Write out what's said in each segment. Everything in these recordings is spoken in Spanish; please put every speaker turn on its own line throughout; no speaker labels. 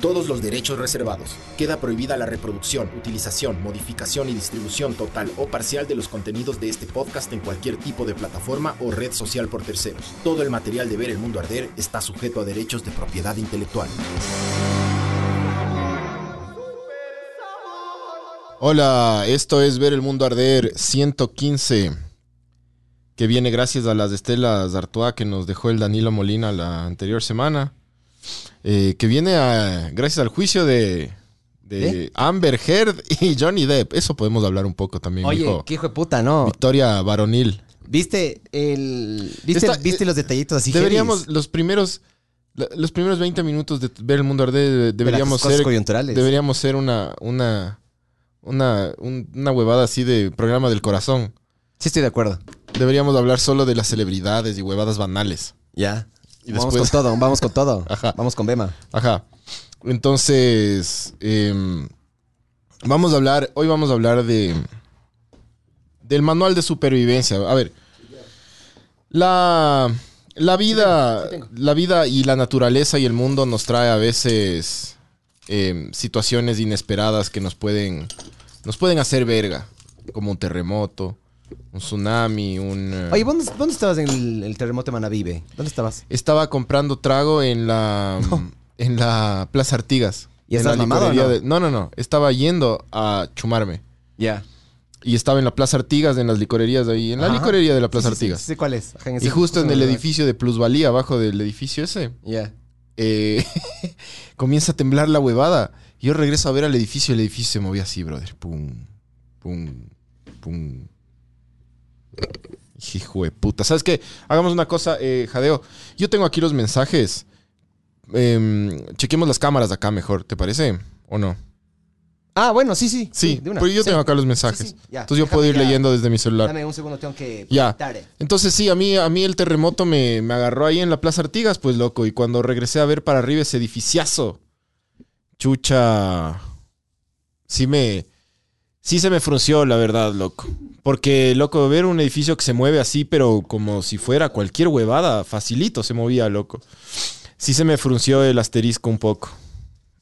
Todos los derechos reservados. Queda prohibida la reproducción, utilización, modificación y distribución total o parcial de los contenidos de este podcast en cualquier tipo de plataforma o red social por terceros. Todo el material de Ver el Mundo Arder está sujeto a derechos de propiedad intelectual. Hola, esto es Ver el Mundo Arder 115, que viene gracias a las estelas Artois que nos dejó el Danilo Molina la anterior semana. Eh, que viene a, gracias al juicio de, de
¿Eh?
Amber Heard y Johnny Depp. Eso podemos hablar un poco también,
Oye,
mijo.
qué hijo de puta, ¿no?
Victoria Varonil.
¿Viste el. ¿Viste,
Esta-
viste
eh,
los detallitos así
Deberíamos,
heavies?
los primeros, la- los primeros 20 minutos de ver el mundo arder,
De las
deberíamos
cosas
ser,
coyunturales.
deberíamos ser una, una, una, un- una huevada así de programa del corazón.
Sí, estoy de acuerdo.
Deberíamos hablar solo de las celebridades y huevadas banales.
Ya.
Y
vamos
después-
con todo, vamos con todo.
Ajá.
Vamos con Bema.
Ajá. Entonces, em, vamos a hablar, hoy vamos a hablar de del manual de supervivencia. A ver, la, la vida, la vida y la naturaleza y el mundo nos trae a veces em, situaciones inesperadas que nos pueden, nos pueden hacer verga, como un terremoto, un tsunami, un... eh,
Oye, ¿dónde, dónde estabas en el, el terremoto de Manavive? ¿Dónde estabas?
estaba comprando trago en la en la Plaza Artigas.
¿Y
En
estás
la
mamado o
licorería
no?
de- no, no, no. Estaba yendo a chumarme.
Ya.
Y estaba en la Plaza Artigas, en las licorerías de ahí. En la
Ajá.
licorería de la Plaza Artigas.
Sí, sí, cuál es. Ajá, en
Y
ese-
justo en el
lugar.
edificio de Plusvalía, abajo del edificio ese,
Ya.
eh, comienza a temblar la huevada. Yo regreso a ver al edificio, el edificio se movía así, brother. Pum, pum, pum. Hijo de puta. ¿Sabes qué? Hagamos una cosa, eh, Jadeo. Yo tengo aquí los mensajes. Em, chequemos las cámaras de acá mejor, ¿te parece? ¿O no?
Ah, bueno, sí, sí.
Sí,
de una.
pero yo
Sí.
tengo acá los mensajes.
Sí, sí, ya.
Entonces yo
Déjame
puedo ir
ya.
leyendo desde mi celular.
Dame un segundo, tengo que. eh.
Ya.
Tarde.
Entonces sí, a mí, a mí el terremoto me, me agarró ahí en la Plaza Artigas, pues loco. Y cuando regresé a ver para arriba ese edificiazo, chucha, sí me, sí se me frunció, la verdad, loco. Porque, loco, ver un edificio que se mueve así, pero como si fuera cualquier huevada, facilito se movía, loco. Sí se me frunció el asterisco un poco.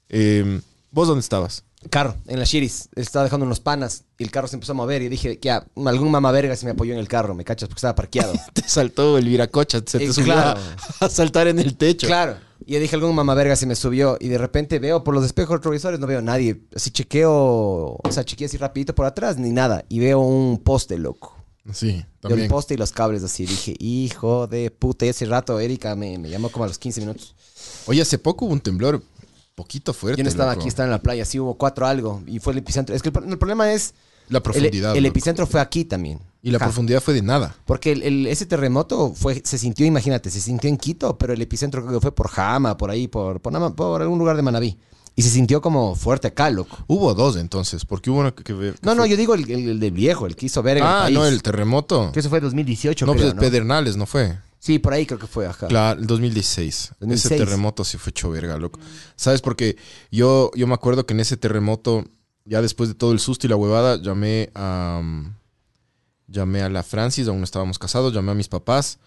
Eh, ¿Vos dónde estabas?
Carro, en las Shiris. Estaba dejando unos panas y el carro se empezó a mover. Y dije que ah, algún mamaverga se me apoyó en el carro, ¿me cachas? Porque estaba parqueado.
Te saltó el viracocha, se te
Eh,
subió
claro.
a, a saltar en el techo.
Claro. Y yo dije, algún mamaverga se me subió. Y de repente veo por los espejos retrovisores, no veo a nadie. Así chequeo, o sea, chequeé así rapidito por atrás, ni nada. Y veo un poste, loco.
Sí,
Veo
también.
un poste y los cables así. Dije, hijo de puta. Y ese rato Erika me, me llamó como a los 15 minutos.
Oye, hace poco hubo un temblor poquito fuerte.
Yo no estaba
loco.
aquí, estaba en la playa. Sí hubo cuatro algo. Y fue el epicentro. Es que el, pro- el problema es...
La
el-
profundidad.
El,
loco.
epicentro fue aquí también.
Y la
Ajá.
profundidad fue de nada.
Porque el- el- ese terremoto fue, se sintió, imagínate, se sintió en Quito, pero el epicentro creo que fue por Jama, por ahí, por, por, Nama- por algún lugar de Manabí. Y se sintió como fuerte acá, loco.
Hubo dos entonces, porque hubo uno que... que- que
No, no,
fue-
yo digo el, el- el del viejo, el que hizo ver en
Ah,
el país.
no, el terremoto.
Que eso fue 2018,
No,
creo,
pues
¿no? Ah.
Pedernales, ¿no fue?
Sí, por ahí creo que fue, ajá.
Claro, el 2016.
2006.
Ese terremoto sí fue hecho verga, loco. ¿Sabes? Porque yo, yo me acuerdo que en ese terremoto, ya después de todo el susto y la huevada, llamé a. mm, llamé a la Francis, aún no estábamos casados, llamé a mis papás.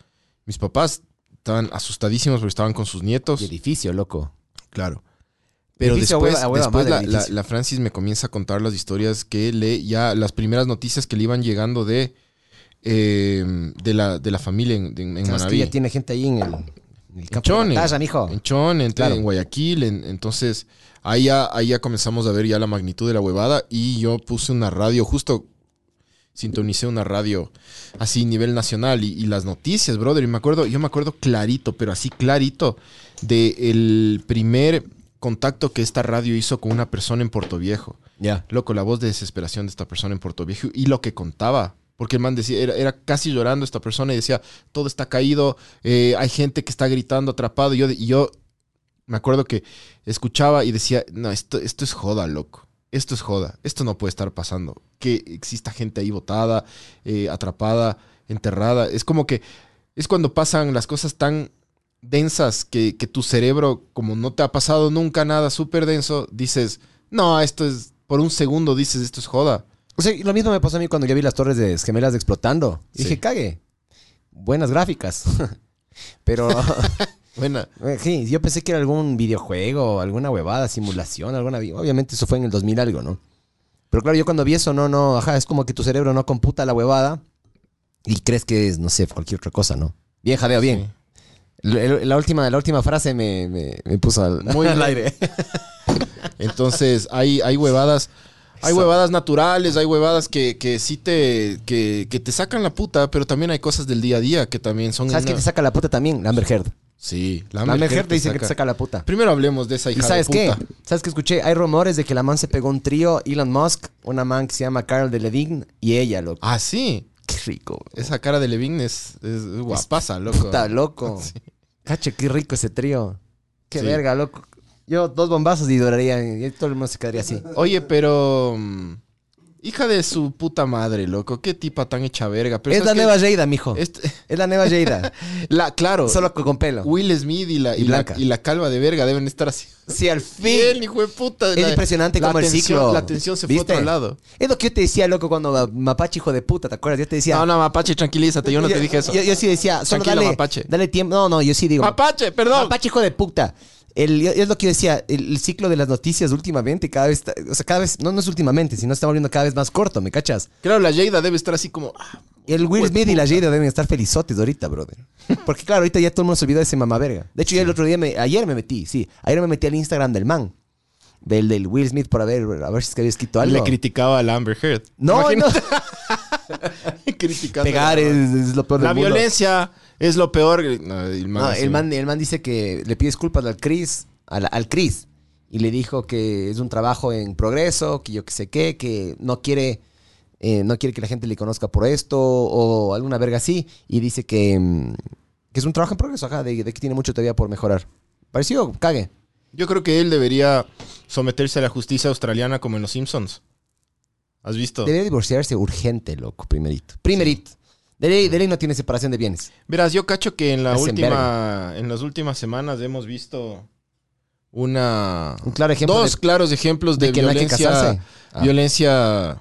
Mis papás estaban asustadísimos porque estaban con sus nietos.
Y edificio, loco.
Claro. Pero
Edificio a
después,
hueva- a hueva
después
madre,
la,
el
la-
edificio.
la Francis me comienza a contar las historias que le, ya las primeras noticias que le iban llegando de, eh, de, la, de la familia en, de- en
Sabes que
Manaví.
ya tiene gente ahí en el, en el campo
Chone.
de batalla, mijo.
En Chon, en,
Claro.
en Guayaquil, en- entonces ahí ya, ahí ya comenzamos a ver ya la magnitud de la huevada y yo puse una radio, justo sintonicé una radio así nivel nacional y, y las noticias, brother, y me acuerdo, yo me acuerdo clarito, pero así clarito, de el primer contacto que esta radio hizo con una persona en Puerto Viejo.
Ya.
Loco, la voz de desesperación de esta persona en Puerto Viejo y lo que contaba. Porque el man decía, era, era casi llorando esta persona y decía, todo está caído, eh, hay gente que está gritando, atrapado. Y yo, de- y yo me acuerdo que escuchaba y decía, no, esto, esto es joda, loco. Esto es joda. Esto no puede estar pasando. Que exista gente ahí botada, eh, atrapada, enterrada. Es como que es cuando pasan las cosas tan densas que, que tu cerebro, como no te ha pasado nunca nada súper denso, dices, no, esto es, por un segundo dices, esto es joda.
O sea, y lo mismo me pasó a mí cuando yo vi las torres de gemelas explotando. Y
Sí.
dije, cague. Buenas gráficas. Pero
Buena.
eh, sí, yo pensé que era algún videojuego, alguna huevada, simulación, alguna... vi- Obviamente eso fue en el 2000 algo, ¿no? Pero claro, yo cuando vi eso, no, no, ajá, es como que tu cerebro no computa la huevada y crees que es, no sé, cualquier otra cosa, ¿no? Bien, jadeo, bien. L- el- La última, la última frase me, me- me puso al,
Muy
al
bien.
aire.
Entonces, hay, hay huevadas. Hay
Eso.
huevadas naturales, hay huevadas que, que sí te, que, que te sacan la puta, pero también hay cosas del día a día que también son...
¿Sabes
una-
qué te saca la puta también? Lambert Heard.
Sí, la
Lambert
mujer
Heard te dice que te saca la puta.
Primero hablemos de esa hija
¿Y sabes
de
qué?
puta.
¿Sabes qué escuché? Hay rumores de que la man se pegó un trío, Elon Musk, una man que se llama Carol Delevingne y ella, loco.
Ah, sí.
Qué rico. bro.
Esa cara de Levin es, es guapaza, loco.
Puta, loco. Cacho, qué rico ese trío. Qué
Sí.
verga, loco. Yo dos bombazos y duraría, y todo el mundo se quedaría así.
Oye, pero... mm, Hija de su puta madre, loco. Qué tipa tan hecha verga. Pero
es la
¿sabes qué?
nueva Jada, mijo. Es,
Este-
la nueva Jada.
la, claro.
Solo con, con pelo.
Will Smith y la, y,
Y
la,
Blanca.
y la calva de verga deben estar así.
Sí, al fin.
Bien, hijo de puta.
Es impresionante
la
como el
atención-
ciclo.
La atención se fue
¿Viste?
a otro lado.
Es lo que yo te decía, loco, cuando Mapache, hijo de puta, ¿te acuerdas? Yo te decía...
No, no, Mapache, tranquilízate. Yo no te dije eso.
Yo, yo sí decía, solo
Tranquilo,
dale,
mapache.
dale tiempo. No, no, yo sí digo.
Mapache, perdón.
Mapache, hijo de puta. El- yo- es lo que yo decía, el, el ciclo de las noticias últimamente, cada vez, está- o sea, cada vez, no, no es últimamente, sino está volviendo cada vez más corto, ¿me cachas?
Claro, la Jada debe estar así como. ah,
El Will
Pues,
Smith y la Jada deben estar felizotes ahorita, brother. Porque claro, ahorita ya todo el mundo se olvidó de ese mamaverga. De hecho, yo el otro día, me- ayer me metí, sí, ayer me metí al Instagram del man, del, del Will Smith, por haber, a ver si es que había escrito algo.
Le criticaba a la Amber Heard.
no, no,
Criticando
pegar
a
es,
la-
es lo peor
La
del mundo.
violencia es lo peor. No, el man.
No,
así.
el, man, el man dice que le pide disculpas al Chris, al, al Chris, y le dijo que es un trabajo en progreso, que yo que sé qué, que no quiere, eh, no quiere que la gente le conozca por esto o alguna verga así, y dice que, mm, que es un trabajo en progreso, ajá, de, de que tiene mucho todavía por mejorar. Pareció, cague.
Yo creo que él debería someterse a la justicia australiana como en los Simpsons. ¿Has visto?
Debería divorciarse urgente, loco, primerito. Primerito. De ley, de ley no tiene separación de bienes.
Verás, yo cacho que en la
Hacen
última. En las últimas semanas hemos visto una.
Un claro ejemplo
dos
de,
claros ejemplos de,
de que no hay que
violencia.
casarse. Ah,
violencia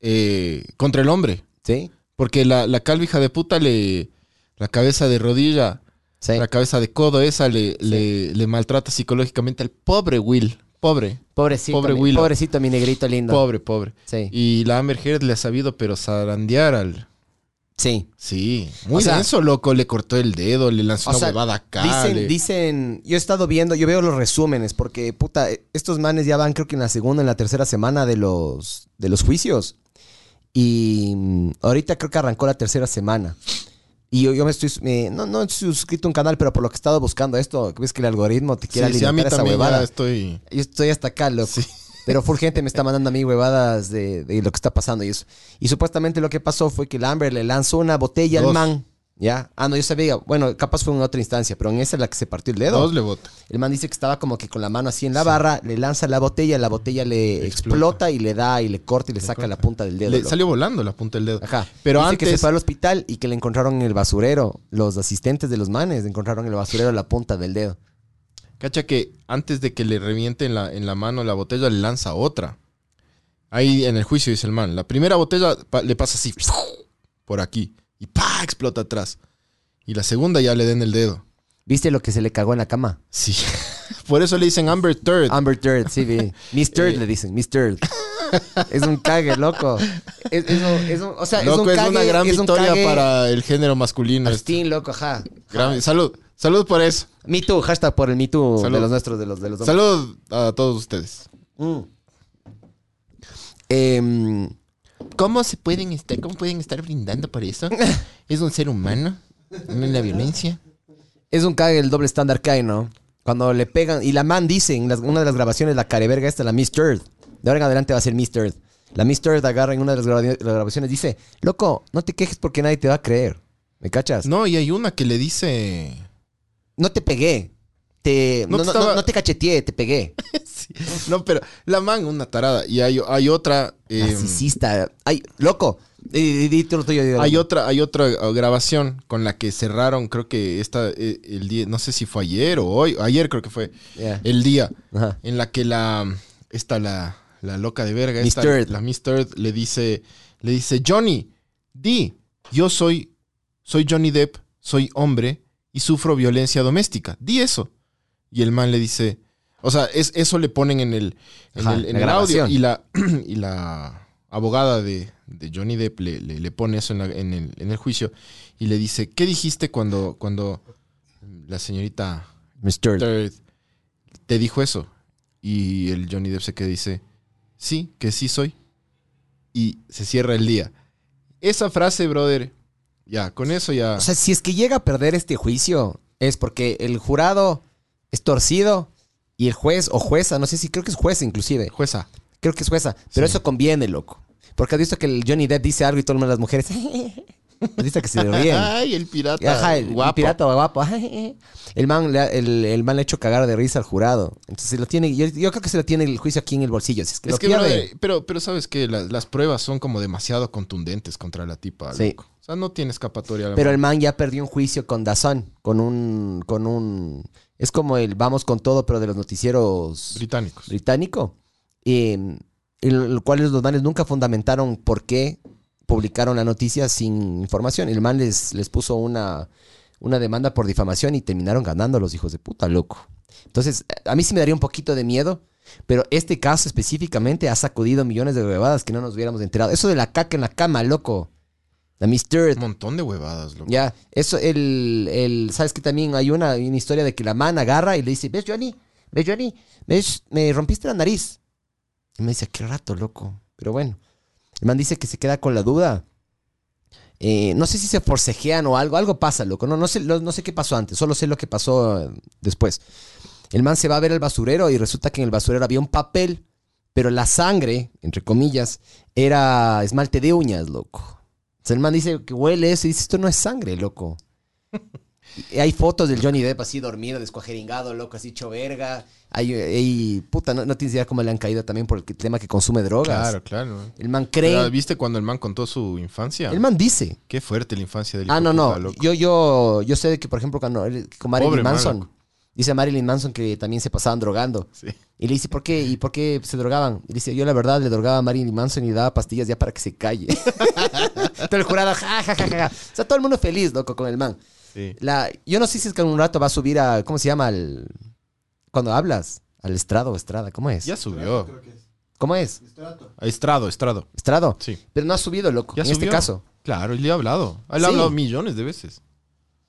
eh, contra el hombre.
sí,
Porque la, la calva hija de puta le. La cabeza de rodilla,
sí.
la cabeza de codo esa le, le, le maltrata psicológicamente al pobre Will. Pobre,
Pobrecito,
Pobre
mi-
Willow.
pobrecito mi negrito lindo.
pobre, pobre.
Sí.
Y la Amber Heard le ha sabido, pero zarandear al.
Sí.
Sí, muy
O sea-
denso, loco. Le cortó el dedo, le lanzó
O
una
sea,
huevada acá. le-
Dicen, dicen, yo he estado viendo, yo veo los resúmenes, porque puta, eh, estos manes ya van creo que en la segunda, en la tercera semana de los, de los juicios. Y mm, ahorita creo que arrancó la tercera semana. Y yo, yo me estoy, me- no, no he suscrito a un canal, pero por lo que he estado buscando esto, ves que el algoritmo te quiere
Sí, sí, a mí
alimentar esa
también ya
huevada.
estoy.
Yo estoy hasta acá, loco.
Sí.
Pero full gente me está mandando a mí huevadas de, de lo que está pasando y eso. Y supuestamente lo que pasó fue que el Amber le lanzó una botella
Dos.
al man. ¿Ya? Ah, no, yo sabía. Bueno, capaz fue en otra instancia, pero en esa es la que se partió el dedo.
Dos le bota.
El man dice que estaba como que con la mano así en la barra, le lanza la botella, la botella le
Explota.
explota, y le da y le corta y le, saca la punta del dedo.
Le
loco. Ah.
salió volando la punta del dedo.
Ajá.
Pero
Dice que se
antes.
fue al hospital y que le encontraron en el basurero. Los asistentes de los manes encontraron en el basurero la punta del dedo.
Cacha que antes de que le reviente en la, en la mano la botella, le lanza otra. Ahí en el juicio dice el man. La primera botella pa- le pasa así, por aquí. Y pa, explota atrás. Y la segunda ya le den el dedo.
¿Viste lo que se le cagó en la cama?
Sí. Por eso le dicen Amber Third.
Amber Turd, sí, vi. Miss Turd
Eh.
le dicen, Miss Turd. Es un cague, loco. Es, es un, es un- o sea,
Loco, es,
es un cague,
una gran
es un
victoria
cague
para el género masculino. esto.
Astín, loco, ajá.
Gran- salud. Salud por eso.
Me Too, hashtag por el Me Too
Salud.
de los nuestros, de los de los hombres.
Salud a todos ustedes.
Mm. Em,
¿Cómo se pueden estar, cómo pueden estar brindando por eso? ¿Es un ser humano? ¿La violencia?
es un cague el doble estándar que hay, ¿no? Cuando le pegan, y la man dice en las- una de las grabaciones, la careverga esta, la Miss Turd. De ahora en adelante va a ser Miss Turd. La Miss Turd agarra en una de las, graba- las grabaciones, dice, loco, no te quejes porque nadie te va a creer. ¿Me cachas?
No, y hay una que le dice.
No te pegué. Te,
No te
no, no-
estaba-
no- no te cacheteé, te pegué.
No, pero la man, una tarada. Y hay, hay otra. eh,
Ah, Narcisista. Ay, loco. Y, y- y tú lo tuyo, yo lo
Hay
mío.
otra, hay otra eh, grabación con la que cerraron, creo que esta, eh, el día, no sé si fue ayer o hoy, ayer creo que fue
Ya.
el día
Ajá.
en la que la, esta, la, la loca de verga, esta,
Miss Turd.
la Miss Turd le dice, le dice, Johnny, di, yo soy, soy Johnny Depp, soy hombre y sufro violencia doméstica, di eso. Y el man le dice, o sea, es, eso le ponen en el, en
Ajá,
el, en
la
el audio
grabación.
y la, y la abogada de, de Johnny Depp le, le- le pone eso en, la- en el, en el juicio y le dice, ¿qué dijiste cuando, cuando la señorita
Mr.
Third, te dijo eso. Y el Johnny Depp se queda y dice, sí, que sí soy. Y se cierra el día. Esa frase, brother, ya, con eso ya...
O sea, si es que llega a perder este juicio, es porque el jurado es torcido y el juez o jueza, no sé si creo que es jueza inclusive,
jueza.
creo que es jueza, pero
Sí.
eso conviene, loco. Porque has visto que el Johnny Depp dice algo y todo el mundo las mujeres. Has visto que se ríen.
Ay, el pirata.
Ajá, el, el
guapo.
pirata guapo. El man, le ha- el, el man le ha hecho cagar de risa al jurado. Entonces lo tiene, yo, yo creo que se lo tiene el juicio aquí en el bolsillo. Si es que
Es
lo
que,
pierde.
brother, pero, pero sabes que las, las pruebas son como demasiado contundentes contra la tipa.
Sí.
loco. O sea, no tiene escapatoria. la
Pero el
mano.
man ya perdió un juicio con Dazón, con un, con un, es como el vamos con todo, pero de los noticieros
Británicos.
británico, eh, el, el cual los manes nunca fundamentaron por qué publicaron la noticia sin información. El man les, les puso una, una demanda por difamación y terminaron ganando los hijos de puta, loco. Entonces, a mí sí me daría un poquito de miedo, pero este caso específicamente ha sacudido millones de bebadas que no nos hubiéramos enterado. Eso de la caca en la cama, loco. La Mister
Un montón de huevadas, loco.
ya, eso, el, el, sabes que también hay una, hay una historia de que la man agarra y le dice, ves Johnny, ves Johnny, ves, me rompiste la nariz. Y me dice, qué rato, loco. Pero bueno, el man dice que se queda con la duda. Eh, no sé si se forcejean o algo, algo pasa, loco. No, no, sé, lo- no sé qué pasó antes, solo sé lo que pasó eh, después. El man se va a ver al basurero y resulta que en el basurero había un papel, pero la sangre, entre comillas, era esmalte de uñas, loco. O sea, el man dice que huele eso y dice, esto no es sangre, loco. Y hay fotos del Johnny Depp así dormido, descuajeringado, loco, así hecho verga. Hay, hay- puta, no, no tienes idea cómo le han caído también por el que- tema que consume drogas.
Claro, claro.
El man
Pero,
cree,
¿Viste cuando el man contó su infancia?
el man dice.
Qué fuerte la infancia del
Ah,
hijo
no,
de
no.
puta, loco.
Yo, yo, yo sé de que, por ejemplo, cuando él- con Marilyn
Pobre man,
Manson,
loco.
dice Marilyn Manson que también se pasaban drogando.
Sí.
Y le dice, ¿por qué? ¿Y por qué se drogaban? Y le dice, yo la verdad le drogaba a Marilyn Manson y le daba pastillas ya para que se calle. todo el jurado, ja, ja, ja, ja, ja. O sea, todo el mundo feliz, loco, con el man.
Sí.
La, yo no sé si es que en un rato va a subir a, ¿cómo se llama? Al, cuando hablas, al estrado o estrada, ¿cómo es?
Ya subió.
Creo que es.
¿Cómo es?
Estrato.
A Estrado, Estrado.
Estrado.
Sí.
Pero no ha subido, loco,
Ya
en este
subió.
caso.
Claro, y le he hablado. Le he
Sí.
hablado millones de veces.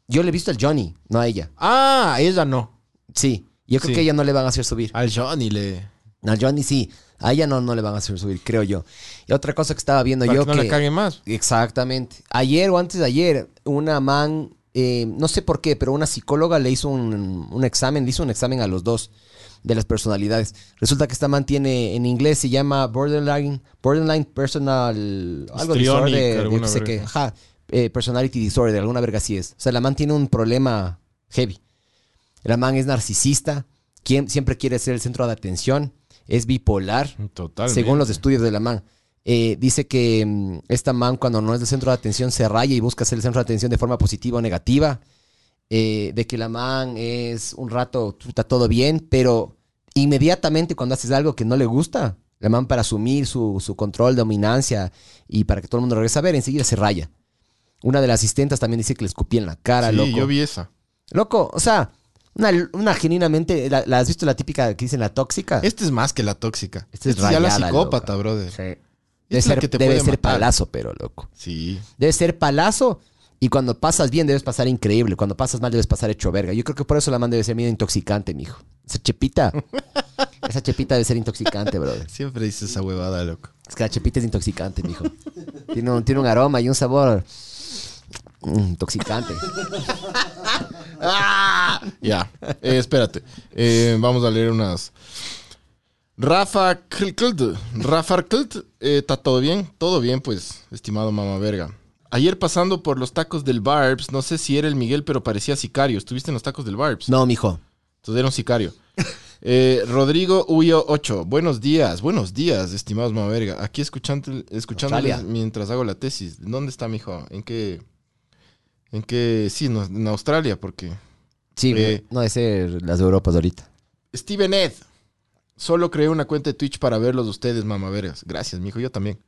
Yo le he visto al Johnny, no a ella.
Ah, ella no.
Sí. Yo creo
Sí.
que a ella no le van a hacer subir.
Al Johnny le.
Al Johnny sí. A ella no, no le van a hacer subir, creo yo. Y otra cosa que estaba viendo
para
yo
que no
que...
le cague más.
Exactamente. Ayer o antes de ayer, una man, eh, no sé por qué, pero una psicóloga le hizo un, un examen, le hizo un examen a los dos de las personalidades. Resulta que esta man tiene, en inglés se llama borderline, borderline personal, algo
Histrionic,
disorder, yo
alguna
qué sé
verga.
qué, ajá, eh, personality disorder, alguna verga así es. O sea, la man tiene un problema heavy. La man es narcisista, quien, siempre quiere ser el centro de atención, es bipolar.
Total.
Según los estudios de la MAN. Eh, dice que mm, esta MAN cuando no es del centro de atención se raya y busca ser el centro de atención de forma positiva o negativa. Eh, de que la MAN es un rato, está todo bien, pero inmediatamente cuando haces algo que no le gusta, la MAN para asumir su, su control, dominancia y para que todo el mundo regrese a ver, enseguida se raya. Una de las asistentes también dice que le escupía en la cara,
Sí,
loco.
yo vi esa.
Loco, o sea, una, una genuinamente, ¿la, la has visto la típica que dicen la tóxica?
Este es más que la tóxica.
Este es
ya la
rayada,
psicópata,
loca.
brother.
Sí.
Esta
Debe
es la
ser,
que te
debe
puede
ser
matar.
palazo, pero loco.
Sí.
Debe ser palazo y cuando pasas bien debes pasar increíble. Cuando pasas mal debes pasar hecho verga. Yo creo que por eso la man debe ser medio intoxicante, mijo. Esa chepita. esa chepita debe ser intoxicante, brother.
Siempre dice esa huevada, loco.
Es que la chepita es intoxicante, mijo. Tiene un, tiene un aroma y un sabor mm, intoxicante.
Ya. Eh, espérate. Eh, vamos a leer unas. Rafa Klilt. Rafa Klilt. ¿Está todo bien? Todo bien, pues, estimado mamá verga. Ayer pasando por los tacos del Barbs, no sé si era el Miguel, pero parecía sicario. ¿Estuviste en los tacos del Barbs?
No, mijo.
Entonces era un sicario. Eh, Rodrigo Uyo 8. Buenos días, buenos días, estimados Maverga. Aquí escuchando, escuchándoles
Australia.
mientras hago la tesis. ¿Dónde está mi hijo? ¿En qué? ¿En qué? Sí, no- en Australia, porque.
Sí,
Eh.
no de ser las de Europas ahorita.
Steven Ed. Solo creé una cuenta de Twitch para verlos de ustedes, mamavergas. Gracias, mijo, yo también.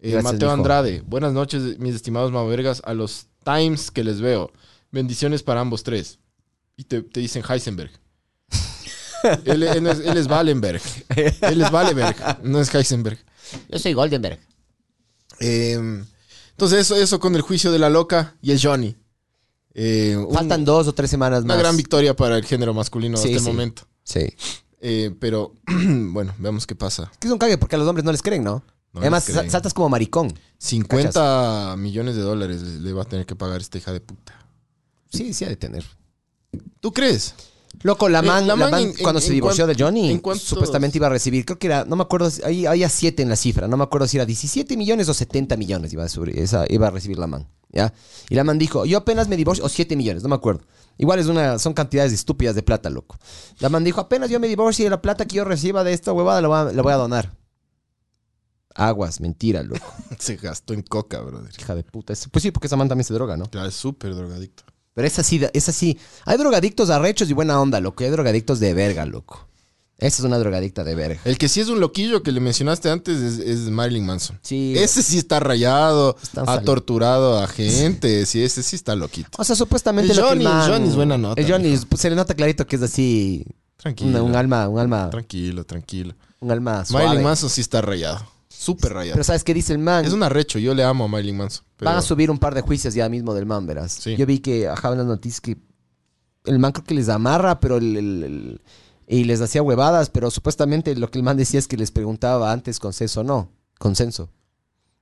Eh,
Gracias,
Mateo
mijo.
Andrade. Buenas noches, mis estimados mamavergas. A los times que les veo. Bendiciones para ambos tres. Y te, te dicen Heisenberg. él, él es, él es Wallenberg. Él es Wallenberg, no es Heisenberg.
Yo soy Goldenberg.
Eh, entonces, eso, eso con el juicio de la loca y el Johnny. Eh, un-
Faltan dos o tres semanas
una
más.
gran victoria para el género masculino
Sí,
hasta el
sí.
momento.
Sí. Es
Eh, pero bueno, veamos qué pasa.
que es un cague porque a los hombres no les creen, ¿no?
No
Además,
les creen.
sa- saltas como maricón.
50 millones de dólares le va a tener que pagar esta hija de puta.
Sí, sí ha de tener.
¿Tú crees?
Loco, la
Eh,
man,
la
la
man
man
en-
cuando
en-
se
en
divorció
cuán-
de Johnny,
en cuántos-
supuestamente iba a recibir, creo que era, no me acuerdo, si- ahí había siete en la cifra, no me acuerdo si era 17 millones o 70 millones iba a, subir- esa, iba a recibir la man, ¿ya? Y la man dijo, yo apenas me divorcio, o 7 millones, no me acuerdo. Igual es una, son cantidades estúpidas de plata, loco. La man dijo, apenas yo me divorcio y la plata que yo reciba de esta huevada la voy a, la voy a donar. Aguas, mentira, loco.
Se gastó en coca, brother.
Hija de puta. Es- Pues sí, porque esa man también se droga, ¿no?
Claro, es súper drogadicto.
Pero es así, es así. Hay drogadictos arrechos y buena onda, loco. y Hay drogadictos de verga, loco. Esa es una drogadicta de verga.
El que sí es un loquillo que le mencionaste antes es, es Marilyn Manson.
Sí.
Ese sí está rayado,
Está
ha
sal-
torturado a gente. Sí, ese sí está loquito.
O sea, supuestamente
El
lo que
Johnny-
el man-
el Johnny es buena nota,
El Johnny pues, se le nota clarito que es así una-
Tranquilo.
un alma, un alma,
Tranquilo, tranquilo.
un alma suave.
Marilyn Manson sí está rayado. Súper rayado.
Pero sabes qué dice el man?
Es un arrecho. Yo le amo a Marilyn Manson. pero-
Van a subir un par de juicios ya mismo del man, verás.
Sí.
Yo vi que ajá en las noticias que el man creo que les amarra, pero el- el- el- y les hacía huevadas, pero supuestamente lo que el man decía es que les preguntaba antes consenso o no, consenso.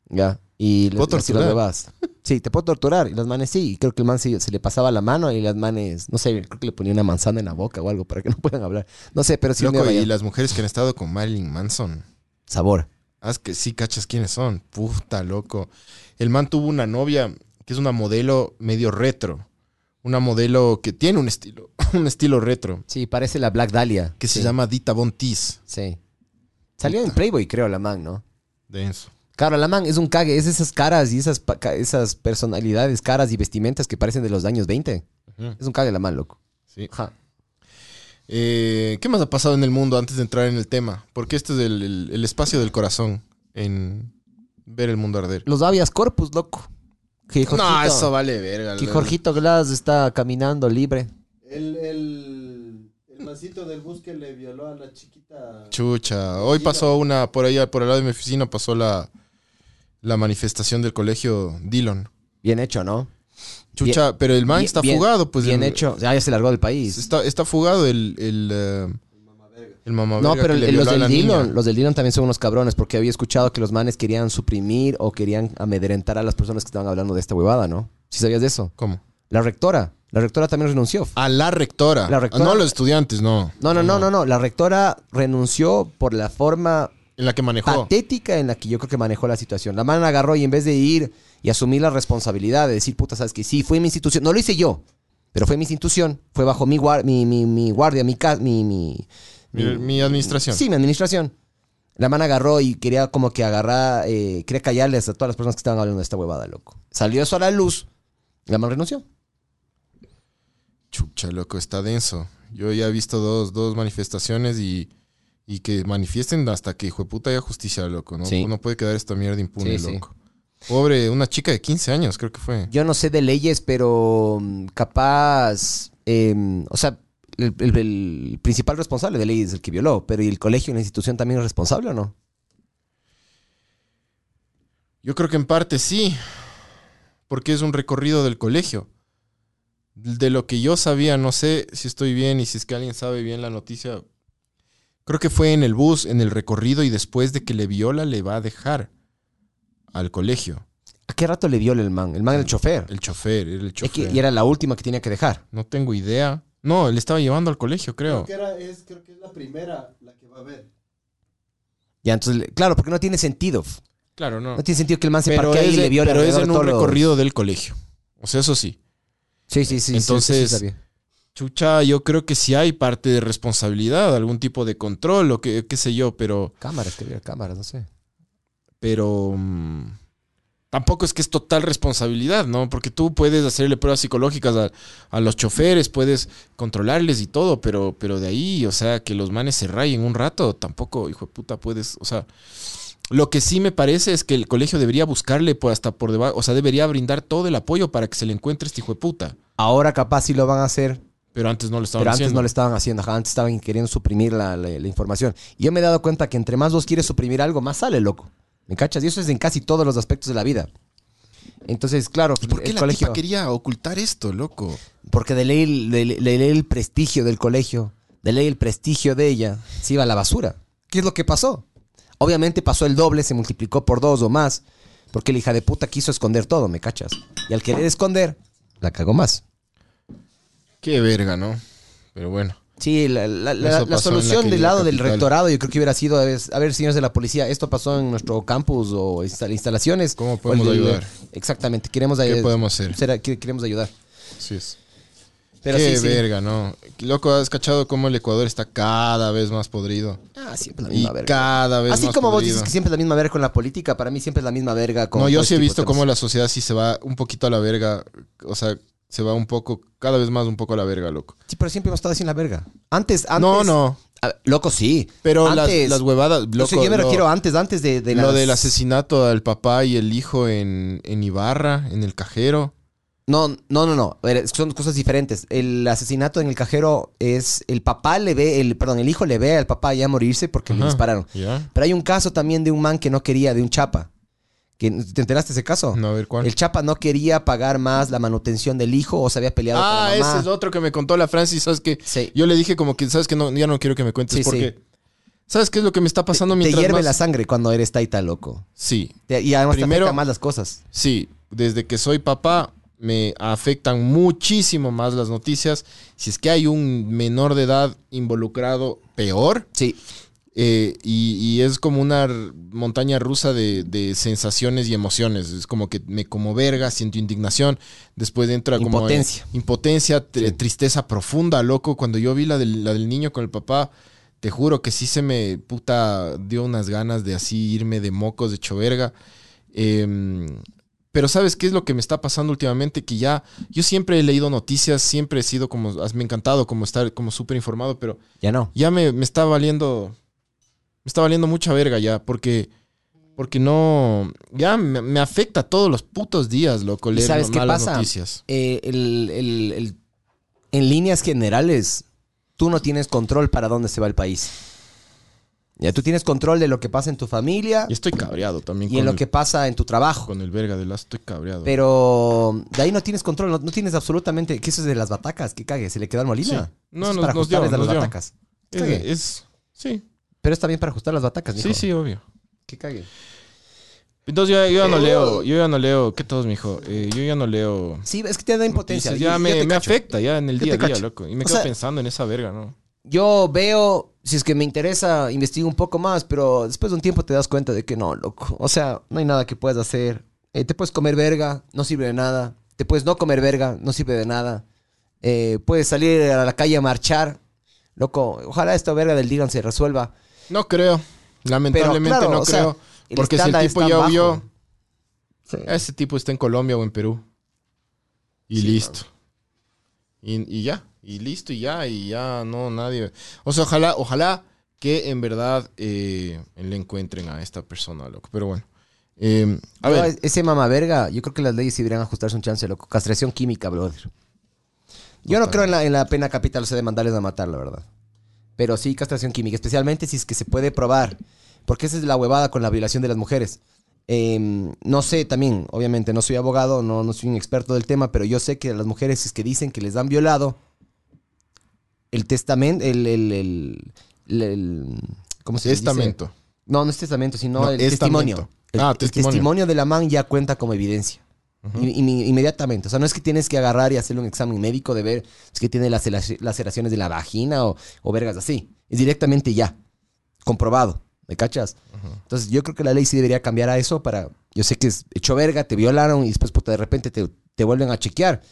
Ya. Y les,
puedo
les hacía las
torturar.
huevadas. Sí, te puedo torturar. Y las manes sí. Y creo que el man se, se le pasaba la mano y las manes, no sé, creo que le ponía una manzana en la boca o algo para que no puedan hablar. No sé, pero sí
Loco,
me
y
vaya-
las mujeres que han estado con Marilyn Manson.
sabor.
Haz que sí cachas quiénes son. Puta, loco. El man tuvo una novia que es una modelo medio retro. Una modelo que tiene un estilo, un estilo retro.
Sí, parece la Black Dahlia.
Que se
Sí,
llama Dita Von Teese.
Sí. Salió en Playboy, creo, la man, ¿no?
Denso.
Claro, la man es un cague, es esas caras y esas, pa- ca- esas personalidades, caras y vestimentas que parecen de los años 20.
Ujú.
Es un cague la man, loco.
Sí.
Ajá.
Eh, ¿Qué más ha pasado en el mundo antes de entrar en el tema? Porque este es el, el- el espacio del corazón en ver el mundo arder.
Los habeas corpus, loco. Que Jorgito,
No, eso vale verga.
que
la-
Jorgito Glass está caminando libre.
El, el, el mancito del bus que le violó a la chiquita. Pues
Chucha. Hoy pasó una, por allá, por al lado de mi oficina, pasó la, la manifestación del colegio Dillon.
Bien hecho, ¿no?
Chucha, pero el man
Bien-
está
bien-
fugado, pues.
Bien
el-
hecho. Ya, ya se largó del país.
Está, está fugado el, el, eh, el mamaverga
No, pero
que le
el-
violó
los
a la
del
niña.
Dillon, los del Dillon también son unos cabrones, porque había escuchado que los manes querían suprimir o querían amedrentar a las personas que estaban hablando de esta huevada, ¿no? Si sabías de eso.
¿Cómo?
La rectora, la rectora también renunció.
A la rectora.
La rectora.
Ah, no, los estudiantes, no.
No, no, no, no, no. La rectora renunció por la forma
En la que manejó.
patética en la que yo creo que manejó la situación. La man agarró y en vez de ir y asumir la responsabilidad de decir, puta, sabes que sí, fue mi institución. No lo hice yo, pero fue mi institución. Fue bajo mi, guar- mi, mi, mi guardia, mi, ca- mi, mi,
Mi, mi administración.
Sí, mi administración. La man agarró y quería como que agarrar, eh, quería callarles a todas las personas que estaban hablando de esta huevada, loco. Salió eso a la luz. La man renunció.
Chucha, loco, está denso. Yo ya he visto dos, dos manifestaciones y, y que manifiesten hasta que hijo de puta haya justicia, loco. No,
Sí.
no puede quedar esta mierda impune,
Sí, sí.
loco. Pobre, una chica de 15 años, creo que fue.
Yo no sé de leyes, pero mm, capaz, em, o sea, el, el- el principal responsable de leyes es el que violó, pero ¿y el colegio y la institución también es responsable o no?
Yo creo que en parte sí, porque es un recorrido del colegio. De lo que yo sabía, no sé si estoy bien y si es que alguien sabe bien la noticia. Creo que fue en el bus, en el recorrido y después de que le viola le va a dejar al colegio.
¿A qué rato le viola el man? El man era el chofer.
El chofer, era el
Es que-
chofer.
y era la última que tenía que dejar.
No tengo idea. No, le estaba llevando al colegio, creo.
Creo que, era, es, creo que es la primera la que va a ver.
Ya, entonces, le- claro, porque no tiene sentido.
Claro, no.
No tiene sentido que el man se
Pero
parquee
es,
y le
de-
viole
pero es
alrededor
en
de
un
todos los-
recorrido del colegio. O sea, eso sí.
Sí, sí, sí. sí, sí, sí,
Entonces,
sabía.
Chucha, yo creo que sí hay parte de responsabilidad, algún tipo de control o qué, qué sé yo, pero,
Cámaras, que había cámaras, no sé.
pero mm, tampoco es que es total responsabilidad, ¿no? Porque tú puedes hacerle pruebas psicológicas a, a los choferes, puedes controlarles y todo, pero, pero de ahí, o sea, que los manes se rayen un rato, tampoco, hijo de puta, puedes, o sea, lo que sí me parece es que el colegio debería buscarle por hasta por debajo, o sea, debería brindar todo el apoyo para que se le encuentre este hijo de puta,
Ahora capaz sí lo van a hacer,
pero antes no lo estaban
pero antes
haciendo.
no lo estaban haciendo. ajá, antes estaban queriendo suprimir la, la- la información. Y yo me he dado cuenta que entre más vos quieres suprimir algo, más sale, loco. ¿Me cachas? Y eso es en casi todos los aspectos de la vida. Entonces, claro,
¿Y Pues, por qué
el
la
colegio...
tipa quería ocultar esto, loco?
Porque de ley, de ley- de ley el prestigio del colegio, de ley el prestigio de ella, se iba a la basura. ¿Qué es lo que pasó? Obviamente pasó el doble, se multiplicó por dos o más, porque la hija de puta quiso esconder todo, ¿me cachas? Y al querer esconder, la cagó más.
Qué verga, ¿no? Pero bueno.
Sí, la, la- la-
Eso
la
pasó en la
solución del
querida
lado del
capital.
rectorado yo creo que hubiera sido, a ver, a ver, señores de la policía, esto pasó en nuestro campus o insta- instalaciones.
¿Cómo
O el
podemos ayudar?
Exactamente, queremos
¿Qué
ayudar.
podemos hacer?
Queremos ayudar.
Sí es.
Pero
Qué
sí, sí.
verga, ¿no? Loco, has cachado cómo el Ecuador está cada vez más podrido.
Ah, siempre la
Y
misma verga.
cada vez
Así
más
como vos
podrido.
dices que siempre es la misma verga con la política, para mí siempre es la misma verga con.
No, yo
todo
sí he
este
visto
tipo de
cómo
temas.
la sociedad sí se va un poquito a la verga. O sea, se va un poco, cada vez más un poco a la verga, loco.
Sí, pero siempre hemos estado así en la verga. Antes, antes.
No, no.
A- loco, sí.
Pero las,
Antes-
las huevadas, loco.
O sea, yo me
lo-
refiero antes, antes de, de
Lo
las-
del asesinato al papá y el hijo en, en Ibarra, en el cajero.
No, no, no, no. A ver, Son cosas diferentes. El asesinato en el cajero es. El papá le ve, el, perdón, el hijo le ve al papá ya morirse porque le
Ajá.
dispararon.
¿Ya?
Pero hay un caso también de un man que no quería, de un chapa. Que, ¿Te enteraste de ese caso?
No, a ver cuál.
El chapa no quería pagar más la manutención del hijo o se había peleado
Ah,
con la mamá.
ese es otro que me contó la Francis, ¿sabes qué?
Sí.
Yo le dije como que, ¿sabes que No, ya no quiero que me cuentes
Sí, sí.
porque... ¿Sabes qué es lo que me está pasando
Te
mientras
hierve
más-
la sangre cuando eres taita, loco.
Sí,
Te- y además te
Primero-
afecta más las cosas.
sí. Desde que soy papá me afectan muchísimo más las noticias. Si es que hay un menor de edad involucrado, peor.
Sí.
Eh, y, y es como una r- montaña rusa de, de sensaciones y emociones. Es como que me como verga, siento indignación. Después entra como. eh,
Impotencia.
impotencia, tr-
Sí.
tristeza profunda, loco. Cuando yo vi la del, la del niño con el papá, te juro que sí se me puta dio unas ganas de así irme de mocos, de hecho verga. Em, pero ¿sabes qué es lo que me está pasando últimamente? Que ya, yo siempre he leído noticias, siempre he sido como, me ha encantado como estar como súper informado, pero
Ya no.
ya me, me está valiendo. Me está valiendo mucha verga ya, porque. Porque no. Ya me, me afecta todos los putos días, loco, leer
sabes qué
malas
pasa?
noticias.
Eh, el- el- el- en líneas generales, tú no tienes control para dónde se va el país. Ya tú tienes control de lo que pasa en tu familia
Y estoy cabreado también
y
con,
en lo
el,
que pasa en tu trabajo.
con el verga de las. Estoy cabreado.
Pero de ahí no tienes control, no, no tienes absolutamente. ¿Qué eso es de las batacas? ¿Qué cague? ¿Se le quedó al molina?
Sí. No,
Eso es
nos-
para
nos dio,
ajustarles a
nos
las
dio.
batacas. ¿Qué
es,
cague?
es- Sí,
Pero es también para ajustar las batacas, Pues, mijo.
sí, sí, obvio.
¿Qué cague?
Entonces yo, yo ya no leo. Yo ya no leo. ¿Qué todos, mijo? Eh, yo ya no leo.
Sí, es que te da impotencia.
noticias,
Yo-
Ya
yo
me,
te
me
cacho.
afecta ya en el
Yo
día a
te
día,
cacho.
loco. Y me
O
quedo
sea-
pensando en esa verga, ¿no?
Yo veo, si es que me interesa, investigo un poco más, pero después de un tiempo te das cuenta de que no, loco. O sea, no hay nada que puedas hacer. Eh, te puedes comer verga, no sirve de nada. Te puedes no comer verga, no sirve de nada. Eh, puedes salir a la calle a marchar. Loco, ojalá esta verga del Digan se resuelva.
No creo. Lamentablemente
claro,
no
o sea,
creo.
el
porque si el
estándar
tipo
está
ya
bajo.
vio. Ese tipo está en Colombia o en Perú. Y listo. Y, y ya. Y listo, y ya, y ya, no, nadie. O sea, ojalá, ojalá que en verdad eh, le encuentren a esta persona, loco. Pero bueno. Eh, a
Yo,
ver,
e- Ese mamá verga, yo creo que las leyes sí deberían ajustarse un chance, loco. Castración química, brother. Yo no creo en la, en la pena capital, o sea, de mandarles a matar, la verdad. Pero sí castración química, especialmente si es que se puede probar. Porque esa es la huevada con la violación de las mujeres. Em, no sé también, obviamente, no soy abogado, no, no soy un experto del tema, pero yo sé que las mujeres, si es que dicen que les han violado, el testamento, el, el, el, el- el- ¿Cómo se dice?
testamento.
No, no es testamento, sino
No,
el
estamento.
testimonio. El,
Ah,
el
testimonio.
testimonio. de la man ya cuenta como evidencia. In- in- inmediatamente. O sea, no es que tienes que agarrar y hacerle un examen médico de ver es que tiene las lacera- laceraciones de la vagina o, o vergas así. Es directamente ya. Comprobado. ¿Me cachas? Entonces, yo creo que la ley sí debería cambiar a eso para. Yo sé que es hecho verga, te violaron y después, puta, de repente te, te vuelven a chequear.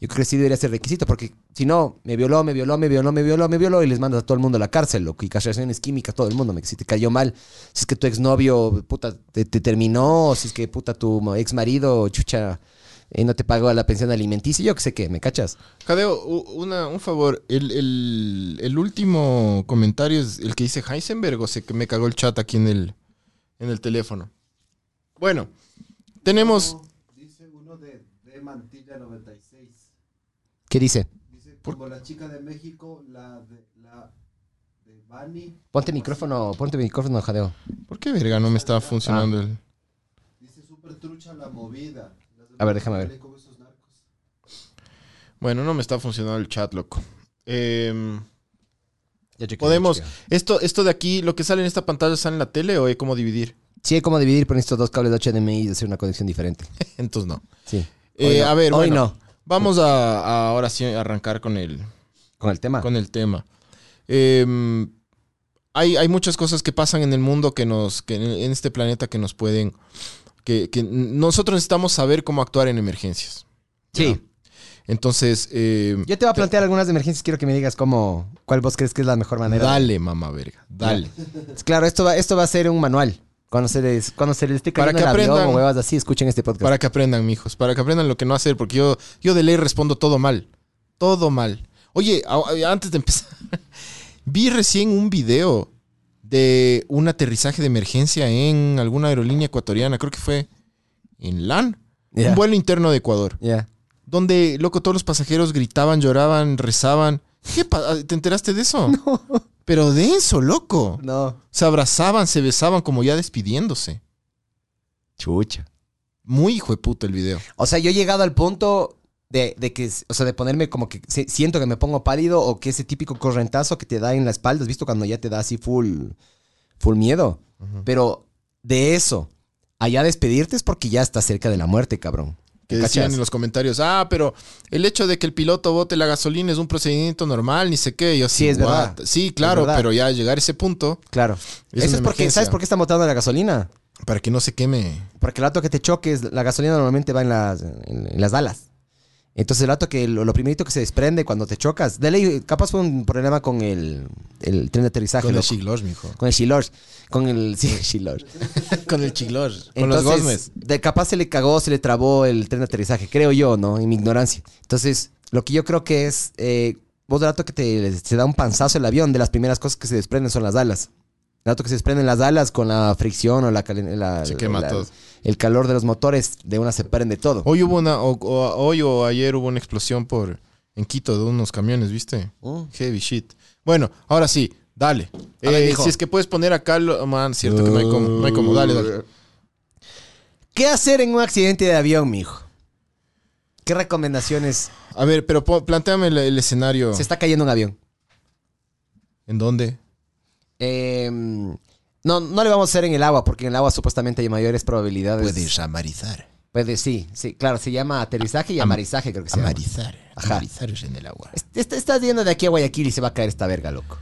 Yo creo que sí debería ser requisito, porque si no, me violó, me violó, me violó, me violó, me violó, y les mandas a todo el mundo a la cárcel, loco, y castraciones químicas, todo el mundo, me- si te cayó mal, si es que tu exnovio, puta, te, te terminó, si es que, puta, tu ex marido, chucha, eh, no te pagó la pensión alimenticia, yo qué sé qué, ¿me cachas?
Cadeo, u- una, un favor. El, el- el último comentario es el que dice Heisenberg o se que me cagó el chat aquí en el, en el teléfono. Bueno, tenemos.
No, dice uno de, de Mantilla 96.
¿Qué dice?
Dice,
Por-
como la chica de México, la de, la de Bani.
Ponte micrófono, ponte micrófono, jadeo.
¿Por qué verga no me está funcionando el.?
Dice, súper trucha la movida. Las
A ver, déjame ver.
Dale con esos narcos.
Bueno, no me está funcionando el chat, loco. Em, Podemos- esto, esto de aquí, lo que sale en esta pantalla, ¿sale en la tele o hay cómo dividir?
Sí, hay como dividir por estos dos cables de HDMI y hacer una conexión diferente.
Entonces no.
Sí.
Eh,
Hoy no.
A ver,
Hoy
bueno,
no.
vamos a, a ahora sí arrancar con el,
Con el tema.
con el tema. Em, hay, hay muchas cosas que pasan en el mundo que nos, que en, en este planeta que nos pueden, que, que nosotros necesitamos saber cómo actuar en emergencias.
Sí.
Entonces, em,
Yo te voy a plantear algunas emergencias. Quiero que me digas cómo, cuál vos crees que es la mejor manera.
dale, mamá verga, dale.
Claro, esto va, esto va a ser un manual. Cuando se les, cuando se les esté
Para
cayendo
que
el avión
aprendan.
o huevas así, escuchen este podcast.
Para que aprendan, mijos, para que aprendan lo que no hacer, porque yo, yo de ley respondo todo mal, todo mal. Oye, a- a- antes de empezar, vi recién un video de un aterrizaje de emergencia en alguna aerolínea ecuatoriana, creo que fue en LAN,
Ya.
un vuelo interno de Ecuador.
Ya.
donde, loco, todos los pasajeros gritaban, lloraban, rezaban. ¿Qué pa- ¿Te enteraste de eso? No. Pero denso, loco.
No.
Se abrazaban, se besaban como ya despidiéndose.
Chucha.
Muy hijo de puta el video.
O sea, yo he llegado al punto de, de que, o sea, de ponerme como que se- siento que me pongo pálido o que ese típico correntazo que te da en la espalda, ¿has visto? Cuando ya te da así full, full miedo. Pero de eso, allá despedirte es porque ya estás cerca de la muerte, cabrón.
Que
¿Me
decían
cachas?
en los comentarios, ah, pero el hecho de que el piloto bote la gasolina es un procedimiento normal, ni sé qué. Yo,
Sí,
así,
es verdad.
"What?". Sí, claro,
Es verdad.
pero ya llegar a ese punto,
Claro.
Es
eso
una
es porque,
emergencia.
¿sabes por qué están botando la gasolina?
para que no se queme.
Porque el rato que te choques, la gasolina normalmente va en las, en, en las alas. Entonces el rato que lo, lo primerito que se desprende cuando te chocas, de ley, capaz fue un problema con el, el tren de aterrizaje.
Con el
loco.
chiglos, mijo.
Con el Shilors. Con el. Sí, Shilors.
Con el chiglos. Con los
Entonces,
gozmes.
De capaz se le cagó, se le trabó el tren de aterrizaje, creo yo, ¿no? En mi ignorancia. Entonces, lo que yo creo que es. Eh, vos, del rato que te, se da un panzazo el avión, de las primeras cosas que se desprenden son las alas. El rato que se desprenden las alas con la fricción o la. calen- la-
Se quema
la-
todo. Oh.
El calor de los motores, de una se prende todo.
Hoy hubo una, o- o- hoy o ayer hubo una explosión por en Quito de unos camiones, ¿viste?
Mm.
Heavy shit. Bueno, ahora sí, dale.
A ver,
Eh,
hijo.
si es que puedes poner acá, lo- man, cierto que no hay como, no hay como, dale, dale.
¿Qué hacer en un accidente de avión, mijo? ¿Qué recomendaciones?
A ver, pero po- planteame el, el escenario.
Se está cayendo un avión.
¿En dónde?
Eh, no, no le vamos a hacer en el agua, porque en el agua supuestamente hay mayores probabilidades.
amarizar.
Puede, sí, sí, claro, se llama aterrizaje y
Am-
amarizaje, creo que se llama.
Amarizar.
Ajá.
Amarizar es en el agua.
Es- est- estás yendo de aquí a Guayaquil y se va a caer esta verga, loco.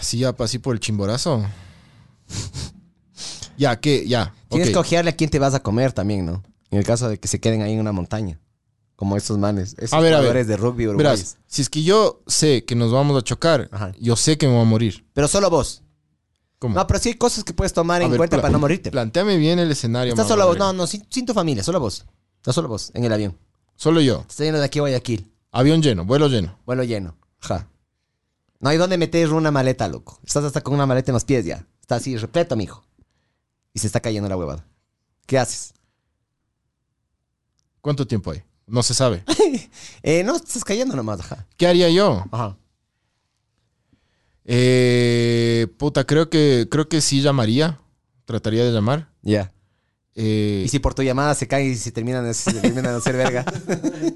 Si ya pasé por el chimborazo. ya, que, ya.
Tienes
ok.
que ojearle a quién te vas a comer también, ¿no? En el caso de que se queden ahí en una montaña. Como estos manes, esos
A ver, a ver.
jugadores de rugby uruguayos.
Verás, si es que yo sé que nos vamos a chocar,
Ajá.
yo sé que me voy a morir.
Pero solo vos.
¿Cómo?
No, pero sí hay cosas que puedes tomar
A
en
ver,
cuenta
pla-
para no morirte.
Planteame bien el escenario.
Estás
mamá
solo vos,
verga.
no, no, sin, sin tu familia, solo vos. No, solo vos, en el avión.
Solo yo.
Estás yendo de aquí a Guayaquil.
Avión lleno, vuelo lleno.
Vuelo lleno. Ja. No hay dónde meter una maleta, loco. Estás hasta con una maleta en los pies ya. Está así repleto, mijo. Y se está cayendo la huevada. ¿Qué haces?
¿Cuánto tiempo hay? No se sabe.
Eh, no, estás cayendo nomás, ajá.
¿Qué haría yo?
Ajá.
Eh, puta, creo que, creo que sí llamaría. Trataría de llamar.
Ya.
Eh,
Y si por tu llamada se caen y se terminan, de- se terminan de hacer verga.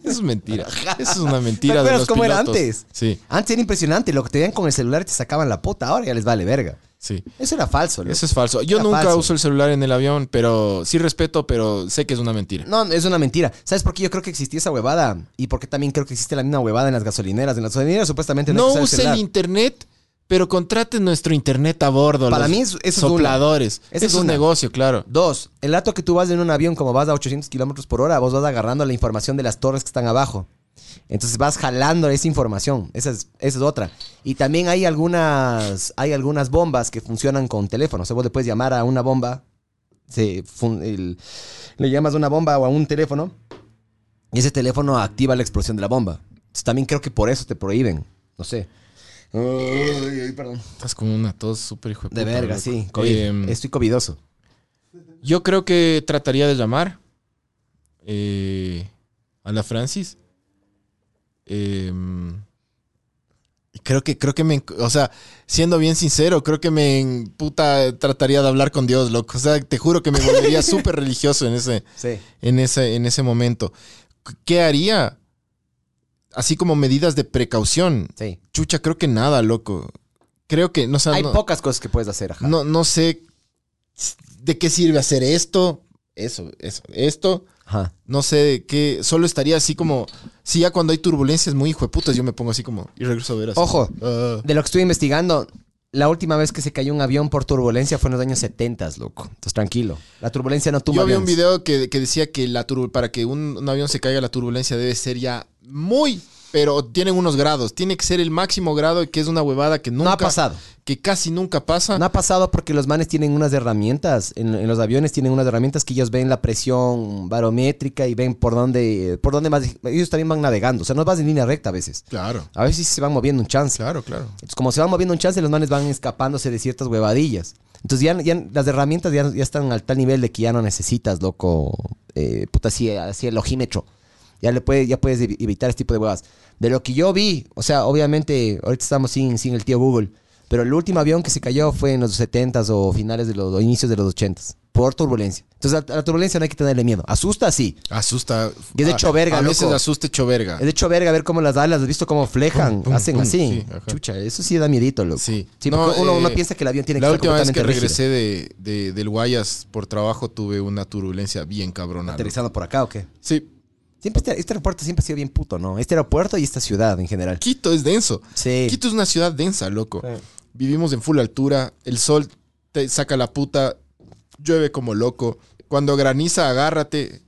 Eso es mentira. Eso es una mentira de
¿Te acuerdas
los
cómo era
pilotos.
antes?
Sí,
Antes era impresionante, lo que te veían con el celular y te sacaban la pota, ahora ya les vale verga.
sí.
Eso era falso, loco.
Eso es falso. Yo
Era
nunca
falso.
uso el celular en el avión, pero sí respeto, pero sé que es una mentira.
No, es una mentira. ¿Sabes por qué yo creo que existía esa huevada? Y por qué también creo que existe la misma huevada en las gasolineras. En las gasolineras supuestamente no, hay
No
que usar el
use el
celular.
internet, Pero contraten nuestro internet a bordo. los
Para mí eso- eso es una.
sopladores.
Esa es
es un
una.
negocio, claro.
Dos, el rato que tú vas en un avión, como vas a 800 kilómetros por hora, vos vas agarrando la información de las torres que están abajo. Entonces vas jalando esa información. Esa es, esa es otra. Y también hay algunas, hay algunas bombas que funcionan con teléfono. O sea, vos le puedes llamar a una bomba. se fun- el- le llamas a una bomba o a un teléfono. Y ese teléfono activa la explosión de la bomba. Entonces también creo que por eso te prohíben. No sé. Ay, ay, perdón.
Estás como una tos súper hijo
De
puta,
verga,
loco.
sí. COVID.
Em,
Estoy covidoso.
Yo creo que trataría de llamar eh, a la Francis. Em, y creo que, creo que me. enc- O sea, siendo bien sincero, creo que me en- puta trataría de hablar con Dios, loco. O sea, te juro que me volvería súper religioso en ese,
Sí.
en ese, en ese momento. ¿Qué haría? Así como medidas de precaución.
Sí.
Chucha, creo que nada, loco. Creo que, no, o sea,
Hay
no-
pocas cosas que puedes hacer, ajá.
no, no sé de qué sirve hacer esto, eso, eso, esto.
Ajá.
No sé de qué. Solo estaría así como. Si ya cuando hay turbulencias muy hijo de putas, yo me pongo así como. Y regreso a ver así.
Ojo.
Ah,
De lo que estoy investigando, la última vez que se cayó un avión por turbulencia fue en los años 70, loco. Entonces, tranquilo. La turbulencia no tuvo
yo vi un video que, que decía que la turbu- para que un, un avión se caiga, la turbulencia debe ser ya muy. Pero tienen unos grados. Tiene que ser el máximo grado, que es una huevada que nunca.
No ha pasado.
Que casi nunca pasa.
No ha pasado porque los manes tienen unas herramientas. En, en los aviones tienen unas herramientas que ellos ven la presión barométrica y ven por dónde, por dónde más. Ellos también van navegando. O sea, no vas en línea recta a veces.
Claro,
A veces se van moviendo un chance.
claro, claro.
Entonces, como se van moviendo un chance, los manes van escapándose de ciertas huevadillas. Entonces, ya, ya las herramientas ya, ya están al tal nivel de que ya no necesitas, loco, eh, puta, así, así el ojímetro. Ya, le puede, ya puedes evi- evitar este tipo de huevas. De lo que yo vi, o sea, obviamente, ahorita estamos sin, sin el tío Google, pero el último avión que se cayó fue en los 70s o finales de los o inicios de los 80s, por turbulencia. Entonces, a, a la turbulencia no hay que tenerle miedo. Asusta, sí.
Asusta.
Y es de
a-
hecho verga,
A veces
loco.
asusta hecho verga.
Es de hecho verga ver cómo las alas, ¿has visto cómo flejan?
Ah. Pum, pum,
Hacen
pum,
así.
sí, ajá.
Chucha, eso sí da miedito, loco.
Sí.
Sí,
No,
porque uno,
eh,
uno piensa que el avión tiene
La
que estar
última vez
completamente
que
rígido.
regresé de, de- del Guayas por trabajo tuve una turbulencia bien cabrona. loco.
¿Aterrizando por acá o qué?
Sí,
Siempre este, este aeropuerto siempre ha sido bien puto, ¿no? Este aeropuerto y esta ciudad en general.
Quito es denso.
Sí.
Quito es una ciudad densa, loco.
Sí.
Vivimos en full altura, el sol te saca la puta, llueve como loco. Cuando graniza, agárrate,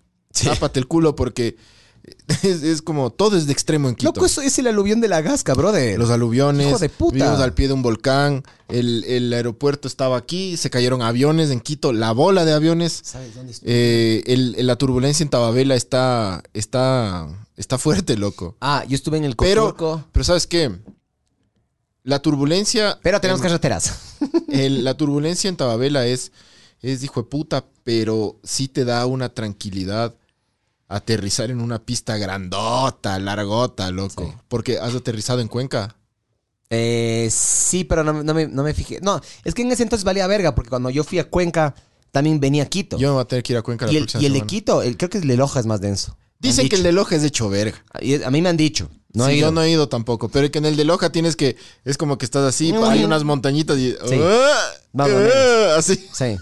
tápate el culo porque es, es como todo es de extremo en Quito.
Loco, eso es el aluvión de la gasca, brother.
Los aluviones.
Hijo de puta.
Vivimos al pie de un volcán. El, el aeropuerto estaba aquí. Se cayeron aviones en Quito. La bola de aviones.
¿Sabes dónde estoy?
Eh, el- el- la turbulencia en Tababela está, está, está fuerte, loco.
Ah, yo estuve en el
Pero,
Coturco.
pero ¿sabes qué? La turbulencia,
Pero tenemos carreteras.
el- la turbulencia en Tababela es, es hijo de puta, pero sí te da una tranquilidad aterrizar en una pista grandota, largota, loco.
Sí.
Porque has aterrizado en Cuenca.
Eh, sí, pero no, me- no me, no me fijé. No, es que en ese entonces valía verga, porque cuando yo fui a Cuenca, también venía Quito.
Yo me voy a tener que ir a Cuenca la
y el,
próxima
y el de
semana.
Quito, el- creo que el de Loja es más denso. Me han
Dicen que el
dicho.
de Loja es de choverga.
Y A mí me han dicho. No
Sí,
he
yo
ido.
no he ido tampoco, pero que en el de Loja tienes que, es como que estás así,
Ujú.
hay unas montañitas y...
Mm. Sí.
¡Ah!
Más o
¡Ah!
menos.
Así.
Sí.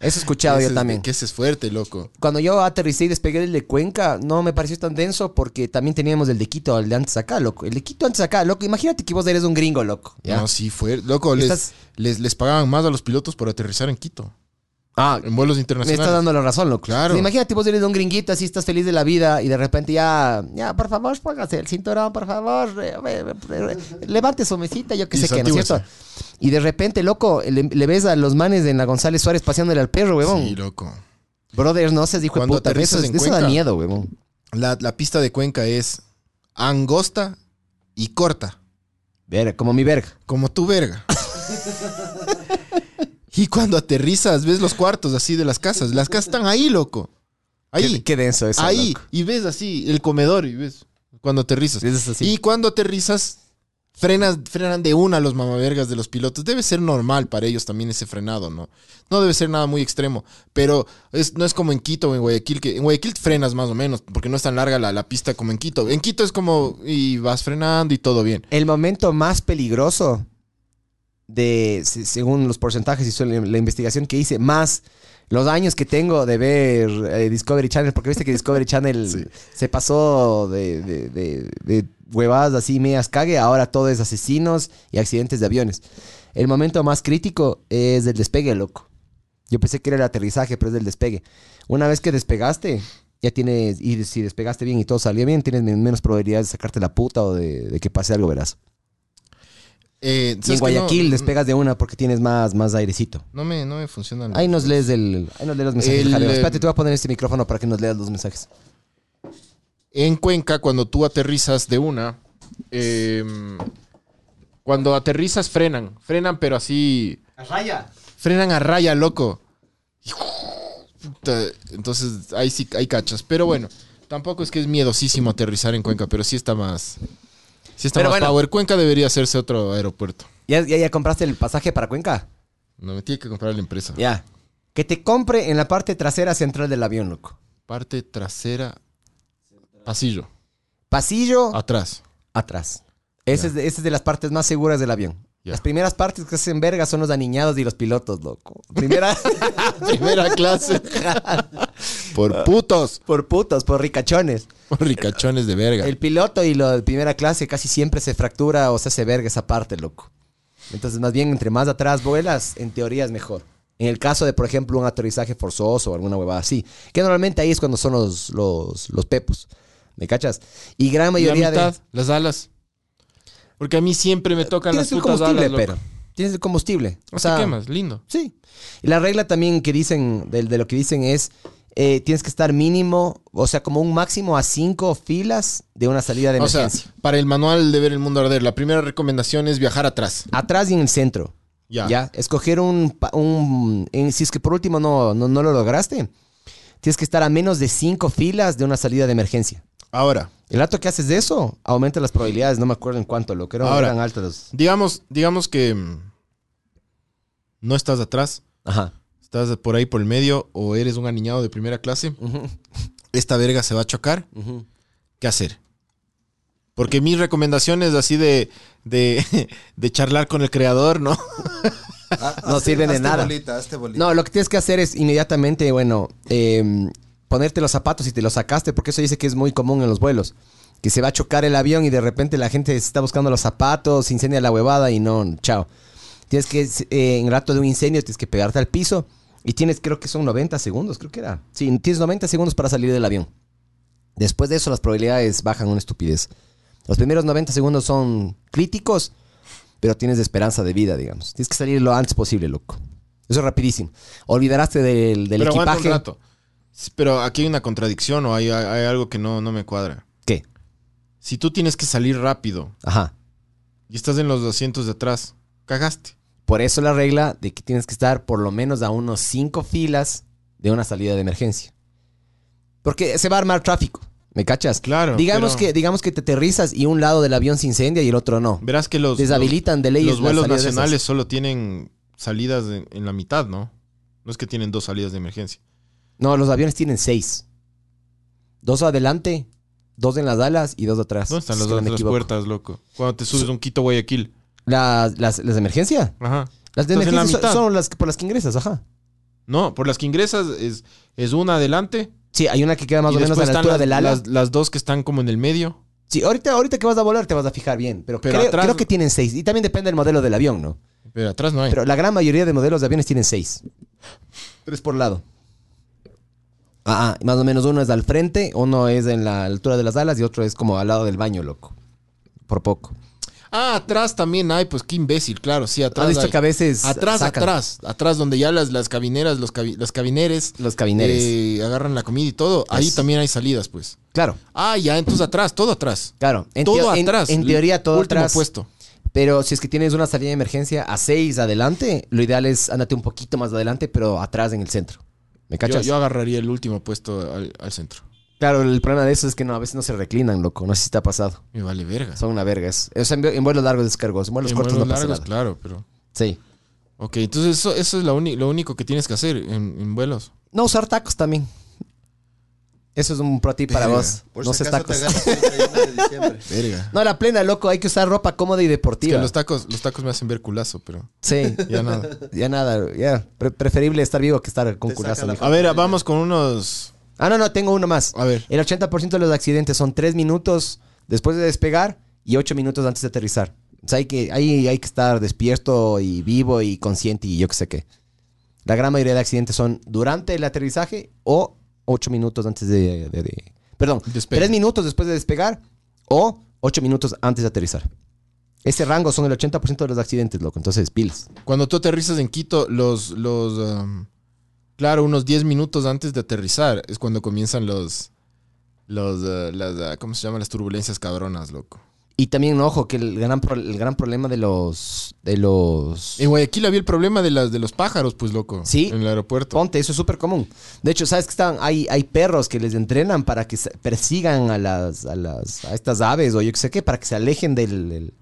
Eso he escuchado
Ese
yo
es-
también.
Que ese es fuerte, loco.
Cuando yo aterricé y despegué el de Cuenca, no me pareció tan denso porque también teníamos el de Quito, el de antes acá, loco. El de Quito antes acá, loco. Imagínate que vos eres un gringo, loco. ¿ya?
No, sí, fuerte. Loco, les,
Estás-
les, les pagaban más a los pilotos por aterrizar en Quito,
ah,
en vuelos
me
internacionales.
estás dando la razón, loco.
Claro.
imagínate vos eres un gringuito, así estás feliz de la vida y de repente ya, ya, por favor, póngase el cinturón, por favor, eh, eh, eh, levante su mesita, yo qué
Y
sé qué, ¿no es cierto? Y de repente, loco, le, le ves a los manes de la González Suárez paseándole al perro, huevón.
Sí, loco.
Brother, no seas hijo de
Cuando
puta. Eso,
aterrizas
es-
en
eso da
Cuenca.
miedo, huevón.
La, la pista de Cuenca es angosta y corta,
Verga, como mi verga.
como tu verga. y cuando aterrizas, ves los cuartos así de las casas. Las casas están ahí, loco. Ahí.
Qué, qué denso eso.
ahí
loco.
y ves así el comedor y ves cuando aterrizas.
Eso es así.
Y cuando aterrizas frenas frenan de una los mamavergas de los pilotos. Debe ser normal para ellos también ese frenado, ¿no? No debe ser nada muy extremo, pero es, no es como en Quito o en Guayaquil que en Guayaquil frenas más o menos porque no es tan larga la, la pista como en Quito. En Quito es como y vas frenando y todo bien.
El momento más peligroso de, se- según los porcentajes y su- la investigación que hice, más los años que tengo de ver eh, Discovery Channel, porque viste que Discovery Channel
Sí.
se pasó de, de- de- de huevadas así, medias cague, ahora todo es asesinos y accidentes de aviones. El momento más crítico es el despegue, loco. Yo pensé que era el aterrizaje, pero es el despegue. Una vez que despegaste, ya tienes, y si despegaste bien y todo salía bien, tienes men- menos probabilidades de sacarte la puta o de, de que pase algo, verás.
Eh,
Y en
¿sabes que no-
Guayaquil despegas de una porque tienes más, más airecito.
No me, no me funciona. el-
Ahí nos lees el, ahí nos lees los mensajes.
pues, El,
Jaleo.
eh,
Espérate, te voy a poner este micrófono para que nos leas los mensajes.
En Cuenca, cuando tú aterrizas de una, eh, cuando aterrizas frenan. Frenan, pero así.
A raya.
Frenan a raya, loco. Hijo de puta. Entonces, ahí sí hay cachas. Pero bueno, tampoco es que es miedosísimo aterrizar en Cuenca, pero sí está más. Sí está
Pero
más
bueno.
power. Cuenca debería hacerse otro aeropuerto.
¿Ya, ya, ya compraste el pasaje para Cuenca?
No me tiene que comprar la empresa.
Ya. Que te compre en la parte trasera central del avión, loco.
Parte trasera. Pasillo.
Pasillo
Atrás.
atrás. Ese
Ah. Ya.
es, de, ese es de las partes más seguras del avión.
Ya.
Las primeras partes que hacen verga son los aniñados y los pilotos, loco. Primera
Primera clase. Por putos.
por putos, por ricachones.
Por ricachones de verga.
El piloto y lo de primera clase casi siempre se fractura o se hace verga esa parte, loco. Entonces, más bien, entre más atrás vuelas, en teoría es mejor. En el caso de, por ejemplo, un aterrizaje forzoso o alguna huevada así. Que normalmente ahí es cuando son los, los, los pepos. ¿Me cachas? Y
Y
gran
la
mayoría
mitad,
de...
las alas. Porque a mí siempre me tocan las
Tienes el
putas
combustible,
alas, loco.
pero. Tienes el combustible.
No se quemas, lindo.
Sí. Y la regla también que dicen, de, de lo que dicen es, eh, tienes que estar mínimo, o sea, como un máximo a cinco filas de una salida de
O sea,
emergencia.
para el manual de ver el mundo arder, la primera recomendación es viajar atrás.
Atrás y en el centro.
Ya.
¿Ya? Escoger un... pa- un en- si es que por último no, no, no lo lograste, tienes que estar a menos de cinco filas de una salida de emergencia.
Ahora,
El rato que haces de eso, aumenta las probabilidades. No me acuerdo en cuánto, lo que eran,
Ahora.
eran altas. los-
digamos, digamos que mm, no estás atrás,
Ajá.
estás por ahí por el medio o eres un aniñado de primera clase.
Ujú,
Esta verga se va a chocar.
ujú.
¿Qué hacer? Porque mis recomendaciones así de, de, de charlar con el creador, ¿no?
Ah,
Ah,
No sirven de nada.
Bolita, hazte bolita.
No, lo que tienes que hacer es inmediatamente, bueno, eh, ponerte los zapatos y te los sacaste, porque eso dice que es muy común en los vuelos. Que se va a chocar el avión y de repente la gente está buscando los zapatos, se incendia la huevada y no, chao. Tienes que, eh, en el rato de un incendio, tienes que pegarte al piso y tienes, creo que son 90 segundos, creo que era. Sí, tienes 90 segundos para salir del avión. Después de eso, las probabilidades bajan una estupidez. Los primeros 90 segundos son críticos, pero tienes esperanza de vida, digamos. Tienes que salir lo antes posible, loco. Eso es rapidísimo. Olvidarás del, del
Pero aguanta
equipaje.
un rato. Sí, Pero aquí hay una contradicción o hay, hay algo que no, no me cuadra.
¿Qué?
Si tú tienes que salir rápido
Ajá.
y estás en los asientos de atrás, cagaste.
Por eso la regla de que tienes que estar por lo menos a unos cinco filas de una salida de emergencia. Porque se va a armar tráfico. ¿Me cachas?
Claro,
Digamos,
pero-
que, digamos que te aterrizas y un lado del avión se incendia y el otro no.
Verás que los, los,
Deshabilitan de ley
los vuelos nacionales solo tienen salidas en, en la mitad, ¿no? No es que tienen dos salidas de emergencia.
No, los aviones tienen seis. Dos adelante, dos en las alas y dos atrás.
¿Dónde están
si
las
es que no me
otras
equivoco.
puertas, loco? Cuando te subes a un Quito Guayaquil.
¿Las, las, las de emergencia?
Ajá.
Las de
Estás en la
emergencia son-
mitad.
son, las que- por las que ingresas, ajá.
No, por las que ingresas es, es una adelante.
Sí, hay una que queda más
y
o menos
después
a la
están
altura
las,
del ala.
las- las dos que están como en el medio.
Sí, ahorita, ahorita que vas a volar te vas a fijar bien, pero,
Pero
creo,
atrás-
creo que tienen seis. Y también depende del modelo del avión, ¿no?
Pero atrás no hay.
Pero la gran mayoría de modelos de aviones tienen seis. Tres por lado. Ah, ah, más o menos uno es al frente, uno es en la altura de las alas y otro es como al lado del baño, loco. Por poco.
Ah, atrás también hay, pues qué imbécil, claro, sí, atrás.
¿Has visto
hay.
que a veces
Atrás,
sacan
atrás, atrás, donde ya las, las cabineras, los cabi- las cabineres,
los cabineres?
eh, agarran la comida y todo. Ahí
Eso.
también hay salidas, pues.
claro,
Ah, ya, entonces atrás, todo atrás.
claro. En
todo
teo- en-
atrás.
En, teoría todo
Último
atrás.
puesto.
Pero si es que tienes una salida de emergencia a seis adelante, lo ideal es ándate un poquito más adelante, pero atrás en el centro. ¿Me
Yo,
cachas?
yo agarraría el último puesto al, al centro.
Claro, el problema de eso es que no, a veces no se reclinan, loco. No sé si te ha pasado.
Me vale verga.
Son una verga. Es, o sea, en, vu- en vuelos largos descargos. En vuelos
En
cortos
vuelos
no pasa
largos,
nada.
claro, pero.
Sí.
Ok, entonces eso, eso es la uni- lo único que tienes que hacer en, en vuelos.
No usar tacos también. Eso es un pro tip para
Verga.
vos.
Por
no
si
se
acaso te
tacos.
ganas el 31 de diciembre.
Verga.
No, la plena, loco. Hay que usar ropa cómoda y
Es que
deportiva.
los tacos, los tacos me hacen ver culazo, pero
Sí,
ya nada.
ya nada. Ya. Pre- preferible estar vivo que estar con
Te
culazo.
saca la
mijo.
A ver, vamos con unos.
Ah, no, no. Tengo uno más.
A ver.
El 80% de los accidentes son 3 minutos después de despegar y 8 minutos antes de aterrizar. O sea, hay que, hay, hay que estar despierto y vivo y consciente y yo qué sé qué. La gran mayoría de accidentes son durante el aterrizaje o 8 minutos antes de... de- de- perdón,
Despegue.
3 minutos después de despegar o 8 minutos antes de aterrizar. Ese rango son el 80% de los accidentes, loco. Entonces, pilas.
Cuando tú aterrizas en Quito, los. los um, claro, unos 10 minutos antes de aterrizar es cuando comienzan los. los uh, las, uh, ¿Cómo se llaman? Las turbulencias cabronas, loco.
Y también, ojo, que el gran, pro- el gran problema de los... De los...
En Guayaquil había el problema de, las, de los pájaros, pues, loco.
Sí.
En el aeropuerto.
Ponte, eso es súper común. De hecho, ¿sabes que están? Hay, hay perros que les entrenan para que se- persigan a las, a las a estas aves o yo qué sé qué, para que se alejen del, del,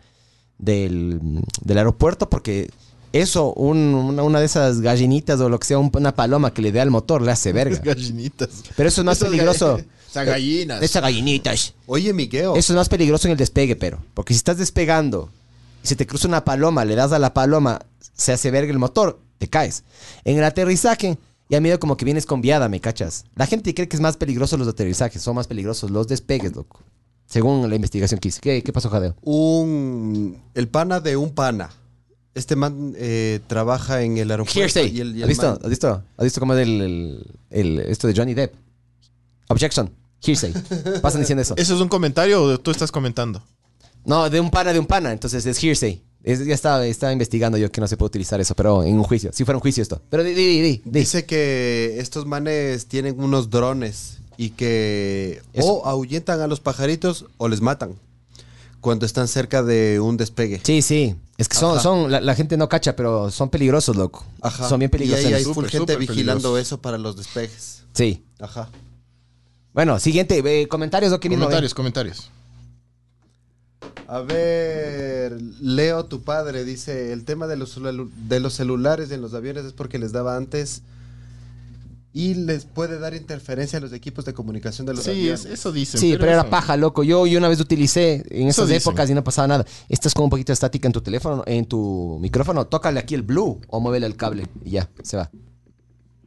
del, del aeropuerto, porque eso, un- una, una de esas gallinitas o lo que sea, un- una paloma que le dé al motor, le hace verga.
Las gallinitas.
Pero eso es más
Esas
peligroso.
ga- Esas gallinas.
Esas gallinitas.
Oye, Miguel.
Eso es más peligroso en el despegue, pero. Porque si estás despegando y se te cruza una paloma, le das a la paloma, se hace verga el motor, te caes. En el aterrizaje, ya medio como que vienes con viada, ¿me cachas? La gente cree que es más peligroso los aterrizajes, son más peligrosos los despegues, loco. Según la investigación que hice. ¿Qué, qué pasó, Jadeo?
un el pana de un pana. Este man eh, trabaja en el aeropuerto
Hearsay.
y el, y el
¿Has visto?
man-
¿Has visto? ¿Has visto cómo es el, el- el- esto de Johnny Depp? Objection. Hearsay. Pasan diciendo eso.
¿Eso es un comentario o tú estás comentando?
No, de un pana, de un pana. Entonces es hearsay. Es- ya estaba, estaba investigando yo que no se puede utilizar eso, pero en un juicio. Si fuera un juicio esto. Pero di, di, di, di, di.
dice que estos manes tienen unos drones y que
Eso.
o ahuyentan a los pajaritos o les matan cuando están cerca de un despegue.
Sí, sí. Es que son,
Ajá.
son la, la gente no cacha, pero son peligrosos, loco.
Ajá.
Son bien peligrosos.
Y ahí hay
Súper,
full gente
súper
vigilando
peligrosos.
eso para los despejes.
Sí.
Ajá.
Bueno, siguiente. eh, comentarios, o qué eh. mismo.
Comentarios, comentarios.
A ver, Leo, tu padre, dice, el tema de los, celu- de los celulares en los aviones es porque les daba antes y les puede dar interferencia a los equipos de comunicación de los
Sí,
aviones.
es- eso dicen.
Sí, pero era
eso-
paja, loco. Yo, yo una vez utilicé en
Eso
esas
dicen.
épocas y no pasaba nada. Estás con un poquito de estática en tu teléfono, en tu micrófono. Tócale aquí el blue o muévele el cable y ya, se va.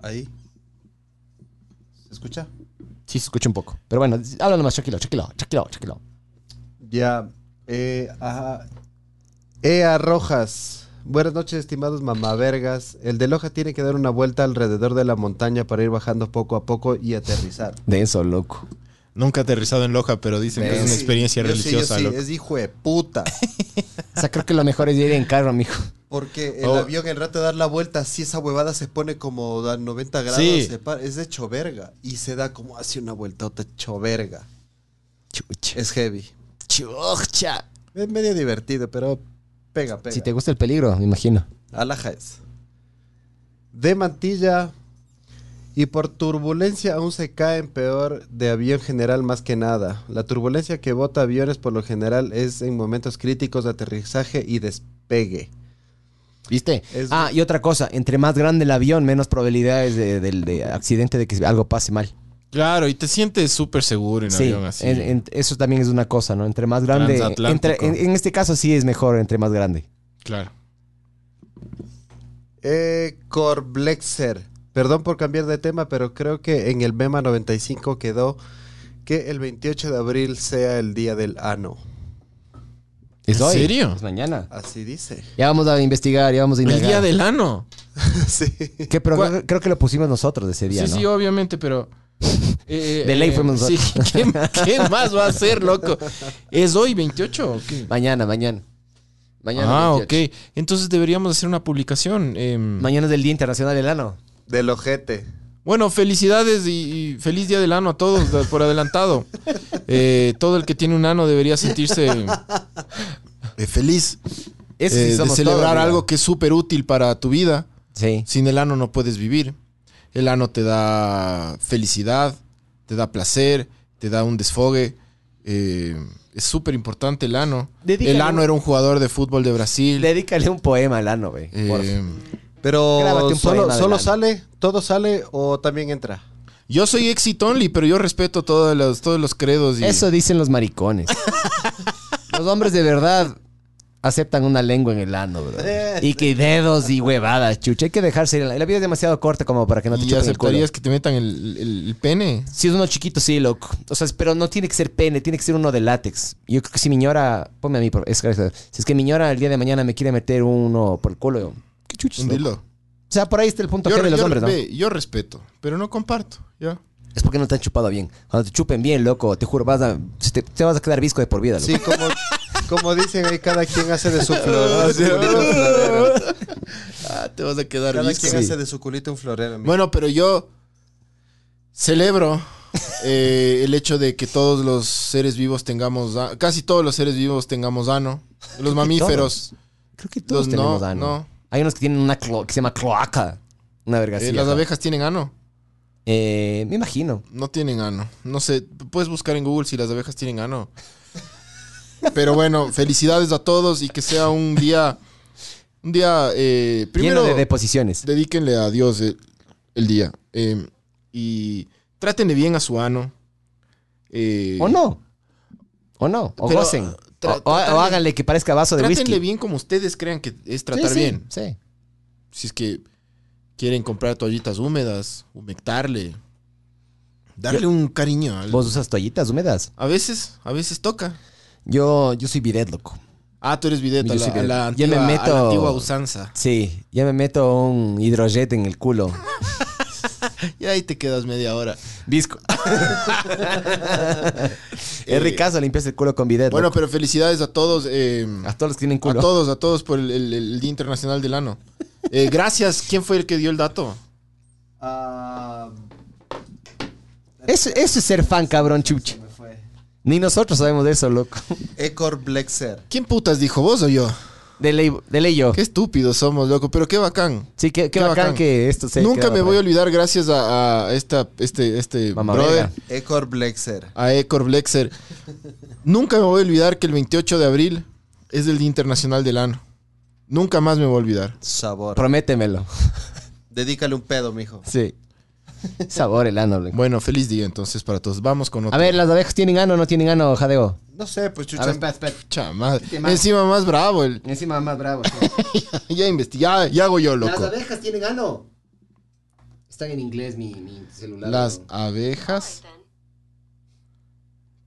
Ahí. ¿Se escucha?
Sí, se escucha un poco. Pero bueno, habla nomás, tranquilo, tranquilo, tranquilo, tranquilo.
Ya. Eh, ajá. Ea Rojas. Buenas noches, estimados mamavergas. El de Loja tiene que dar una vuelta alrededor de la montaña para ir bajando poco a poco y aterrizar.
Denso, loco.
Nunca he aterrizado en Loja, pero dicen que es una
Sí,
experiencia
yo sí, yo
religiosa,
sí,
loco.
es hijo de puta.
O sea, creo que lo mejor es ir en carro, mijo.
Porque el
Oh.
avión, el rato de dar la vuelta, si esa huevada se pone como a 90 grados,
Sí.
se para- es de choverga. Y se da como hace una vueltota choverga.
Chucha.
Es heavy.
Chucha.
Es medio divertido, pero pega, pega.
Si te gusta el peligro, me imagino.
Alaja es. De mantilla. Y por turbulencia aún se caen peor de avión general más que nada. La turbulencia que bota aviones por lo general es en momentos críticos de aterrizaje y despegue.
¿Viste?
Es-
Ah, y otra cosa, entre más grande el avión, menos probabilidades de, del- de accidente de que algo pase mal.
Claro, y te sientes súper seguro en
sí,
avión así.
en- en- eso también es una cosa, ¿no? Entre más grande...
Transatlántico.
entre- en, en este caso sí es mejor entre más grande.
Claro.
Eh, Corblexer. Perdón por cambiar de tema, pero creo que en el BEMA 95 quedó que el 28 de abril sea el día del ano.
¿Es
¿En
hoy?
serio?
Es mañana.
Así dice.
Ya vamos a investigar, ya vamos a
El
indagar.
día del ano.
sí.
Que pero
¿Cuál?
creo- creo que lo pusimos nosotros ese día,
sí,
¿no?
sí, obviamente, pero. eh,
De ley fuimos
sí,
nosotros.
¿qué, qué más va a ser, loco? ¿Es hoy 28 o qué?
Mañana, mañana. Mañana.
ah,
28.
ok. Entonces deberíamos hacer una publicación. em.
Mañana es el Día Internacional del Ano.
Del ojete.
Bueno, felicidades y, y feliz día del ano a todos de- por adelantado. Eh, todo el que tiene un ano debería sentirse eh, feliz
Eso sí
eh, de
somos
celebrar
todos,
algo
mira.
que es súper útil para tu vida.
Sí.
Sin el ano no puedes vivir. El ano te da felicidad, te da placer, te da un desfogue. Eh, es súper importante el ano.
Dedícale
el ano
un-
era un jugador de fútbol de Brasil.
Dedícale un poema al ano, güey.
Eh,
porfa.
Pero
Grábate un
solo,
poema del
solo
ano.
sale, todo sale o también entra.
Yo soy exit only, pero yo respeto todos los, todos los credos y...
Eso dicen los maricones. los hombres de verdad aceptan una lengua en el ano, bro. Y que dedos y huevadas, chucha. Hay que dejarse ir. La vida es demasiado corta como para que no te
¿Y
chupen el culo.
aceptarías que te metan el, el- el pene?
Si es uno chiquito, sí, loco. O sea, pero no tiene que ser pene, tiene que ser uno de látex. Yo creo que si mi ñora... Ponme a mí, por, es, que- si es que mi ñora el día de mañana me quiere meter uno por el culo, ¿qué chuches?
Un
loco?
dilo.
O sea, por ahí está Pues el punto
Yo,
G de los
yo-
hombres, ¿no?
ve, yo respeto, pero no comparto. ¿ya?
Es porque no te han chupado bien. Cuando te chupen bien, loco, te juro, vas a, te, te vas a quedar visco de por vida, loco.
Sí, como, como dicen ahí, cada quien hace de su florero. su culito un florero.
Ah, te vas a quedar
Cada
visco.
quien hace de su culito un florero. amigo.
Bueno, pero yo celebro eh, el hecho de que todos los seres vivos tengamos, a- casi todos los seres vivos tengamos ano. Los mamíferos,
Creo que todos
Los no,
tenemos ano.
no.
Hay unos que tienen una clo- que se llama cloaca. Una verga
eh,
así,
las
ajá.
abejas tienen ano.
Eh, me imagino.
No tienen ano. No sé, puedes buscar en Google si las abejas tienen ano. Pero bueno, felicidades a todos y que sea un día, un día eh, primero.
Lleno de deposiciones.
dedíquenle a Dios el, el día. eh, y trátenle bien a su ano. eh,
o no. O no. O
Pero,
gocen.
ah,
O,
tra-
o- o
tratarle-
háganle que parezca vaso de
Trátenle
whisky.
bien como ustedes crean que es
Sí,
tratar
sí,
bien.
Sí.
Si es que quieren comprar toallitas húmedas, humectarle, darle un cariño. al-
Vos usas toallitas húmedas.
A veces, a veces toca.
Yo, yo soy bidet, loco.
Ah, tú eres videta,
Yo
a la,
soy
a la
bidet.
antigua,
Ya me
a la
meto-
antigua usanza.
Sí, ya me meto un hidrojet en el culo.
Y ahí te quedas media hora.
Visco.
Eh,
es ricazo limpiarse el culo con bidet.
Bueno,
loco.
pero felicidades a todos. eh,
a todos los que tienen
a
culo.
todos, a todos por el, el- el Día Internacional del Ano. Eh, gracias. ¿Quién fue el que dio el dato?
Ah,
Eso, eso es ser fan, cabrón, chucha.
se me fue.
Ni nosotros sabemos de eso, loco.
Ecor Blexer.
¿Quién putas dijo, vos o yo?
De ley, de ley yo.
Qué estúpidos somos, loco, pero qué bacán.
Sí, qué, qué
Qué
bacán,
bacán.
que esto se.
Nunca me voy a olvidar, gracias a, a esta, este, este
Mamá
brother,
verga.
Ecor Blexer.
a Ecor Blexer. Nunca me voy a olvidar que el 28 de abril es el Día Internacional del Ano. Nunca más me voy a olvidar.
Sabor.
Prométemelo.
Dedícale un pedo, mijo.
Sí. Sabor el ano, loco.
Bueno, feliz día entonces para todos. Vamos con otro.
A ver, ¿las abejas tienen ano o no tienen ano, jadeo?
No sé, pues
A
chucha.
ver, espera, espera.
Pucha madre. Encima más bravo. el-
Encima más bravo.
ya investiga, ya hago yo, loco.
abejas tienen ano? Están en inglés mi, celular.
Las abejas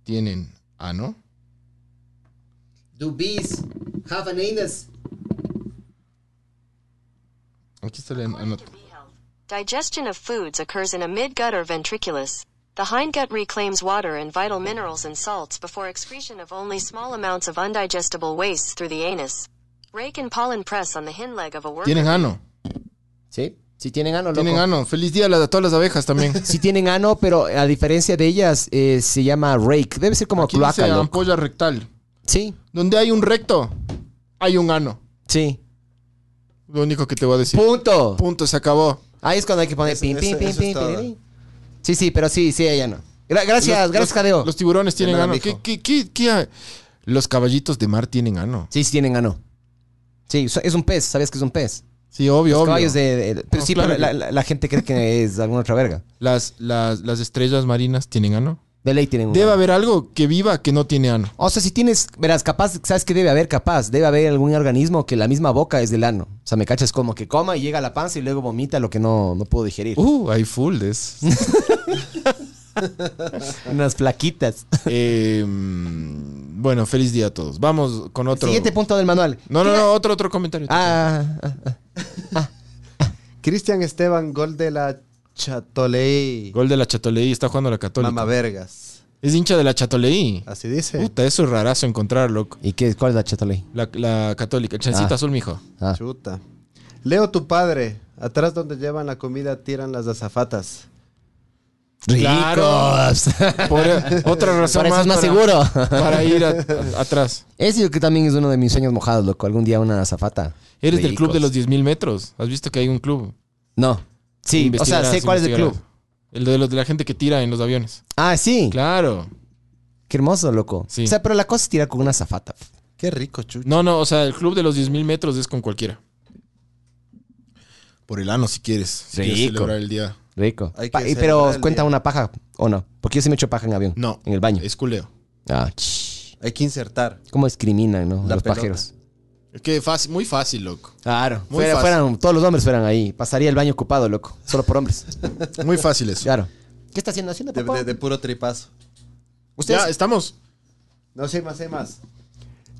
tienen ano.
Do bees have an anus?
Aquí está el ano.
Digestion of foods occurs in a mid-gut or ventriculus. The hindgut reclaims water and vital minerals and salts before excretion of only small amounts of undigestible wastes through the anus. Rake and pollen press on the hind leg of a worker.
Tienen ano.
Sí, sí tienen ano, loco.
Tienen ano. Feliz día a, la- a todas las abejas también.
Sí tienen ano, pero a diferencia de ellas, eh, se llama rake. Debe ser como
Aquí
cloaca,
dice
loco.
ampolla rectal.
Sí,
Donde hay un recto, hay un ano.
sí.
Lo único que te voy a decir.
¡Punto!
Punto, se acabó.
Ahí es cuando hay que poner pim, pim,
eso-
pim,
eso
pim,
es todo.
pim. Sí, sí, pero sí, sí, ella no. Gra- gracias,
Los-
gracias,
los-
Jadeo.
Los tiburones tienen
nada,
ano.
mijo.
¿Qué- qué- qué- qué ha- Los caballitos de mar tienen ano.
Sí, sí tienen ano. Sí, so- es un pez, ¿sabías que es un pez?
Sí, obvio,
Los
obvio.
caballos de... de- pero
No,
sí,
claro
pero la, la- la gente cree que es alguna otra verga.
Las, las, las estrellas marinas tienen ano.
De ley tienen un
Debe
ano.
haber algo que viva que no tiene ano.
O sea, si tienes... Verás, capaz, ¿sabes qué debe haber? Capaz, debe haber algún organismo que la misma boca es del ano. O sea, me cachas como que coma y llega a la panza y luego vomita lo que no, no pudo digerir.
Uh, hay full de eso.
Unas plaquitas.
Eh, mm, bueno, feliz día a todos. Vamos con otro.
Siguiente punto del manual.
No, no, no, otro, otro comentario.
Ah, ah, ah.
Cristian Esteban, gol de la Chatoley.
Gol de la Chatoleí, está jugando la Católica.
Mama vergas.
Es hincha de la Chatoleí.
Así dice.
Puta, eso es rarazo encontrar, loco.
¿Y qué, cuál es la chatoley?
La, la Católica, el chancita
Ah.
azul, mijo.
Ah.
Chuta. Leo tu padre. Atrás donde llevan la comida tiran las azafatas.
¡Ricos!
Por- e, otra razón
Para eso es más
para-
seguro.
Para ir a- a- atrás.
Ese yo que también es uno de mis sueños mojados, loco. Algún día una azafata.
Eres del
Ricos.
club de los 10.000 metros. ¿Has visto que hay un club?
No. Sí, o sea,
Investigarás,
sé cuál es el
investigarás.
club.
El de, los, de la gente que tira en los aviones.
Ah, sí.
Claro.
Qué hermoso, loco.
Sí.
O sea, pero la cosa es tirar con una azafata.
Qué rico, chucha.
No, no, o sea, el club de los 10.000 metros es con cualquiera. Por el ano, si quieres. Si quieres
Rico.
celebrar el día.
Rico.
Hay que
Pa- y-
celebrar
pero
el
cuenta
día.
una paja o no. Porque yo sí me echo paja en avión.
No.
En el baño.
Es culeo.
Ah, ch-
Hay que insertar.
¿Cómo discriminan, no?
La
los
pelota.
pajeros.
Es que fácil, muy fácil, loco.
Claro.
Muy
Fuera-
fácil.
fueran, todos los hombres fueran ahí. Pasaría el baño ocupado, loco. Solo por hombres.
Muy fácil eso.
Claro. ¿Qué está haciendo? ¿Haciendo
De,
popó?
de- de puro tripazo.
Ustedes-
Ya, estamos.
No, sé más, sé más.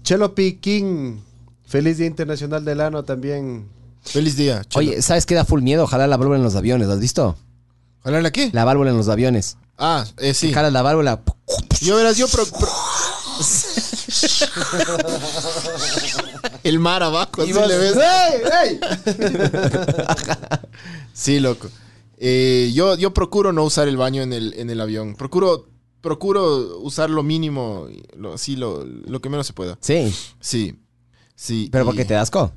Chelo Piquín. Feliz Día Internacional del Ano también.
Feliz día. chelo.
Oye, ¿sabes qué da full miedo? Jalar la válvula en los aviones. ¿Lo has visto?
¿Jalar la qué?
La válvula en los aviones.
Ah, eh, sí.
Jalas la válvula.
Yo verás, yo. pro- pro- el mar abajo, así le ves. Sí, loco. Eh, yo, yo procuro no usar el baño en el, en el avión. Procuro, procuro usar lo mínimo, lo, sí, lo, lo que menos se pueda.
Sí.
Sí, sí.
¿Pero
y-
por qué te da asco?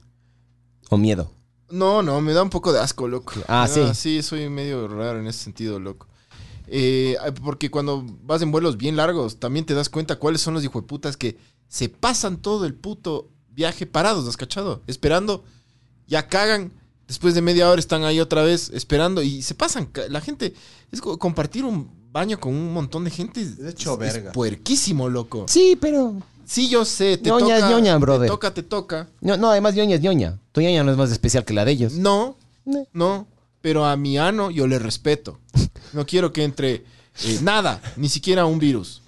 ¿O miedo?
No, no, me da un poco de asco, loco.
Ah,
Me da-
sí.
Sí, soy medio raro en ese sentido, loco. Eh, porque cuando vas en vuelos bien largos, también te das cuenta cuáles son los hijueputas que se pasan todo el puto viaje parados, ¿has cachado? Esperando, ya cagan, después de media hora están ahí otra vez esperando y se pasan. ca- La gente, es co- compartir un baño con un montón de gente. Es
hecho
es
verga.
puerquísimo, loco.
Sí, pero...
Sí, yo sé, te
Ñoña es
toca.
ñoña,
te
brother.
toca, te toca.
No, no, además ñoña es ñoña. Tu ñoña no es más especial que la de ellos.
No,
No.
no, pero a mi ano yo le respeto. No quiero que entre eh, nada, ni siquiera un virus.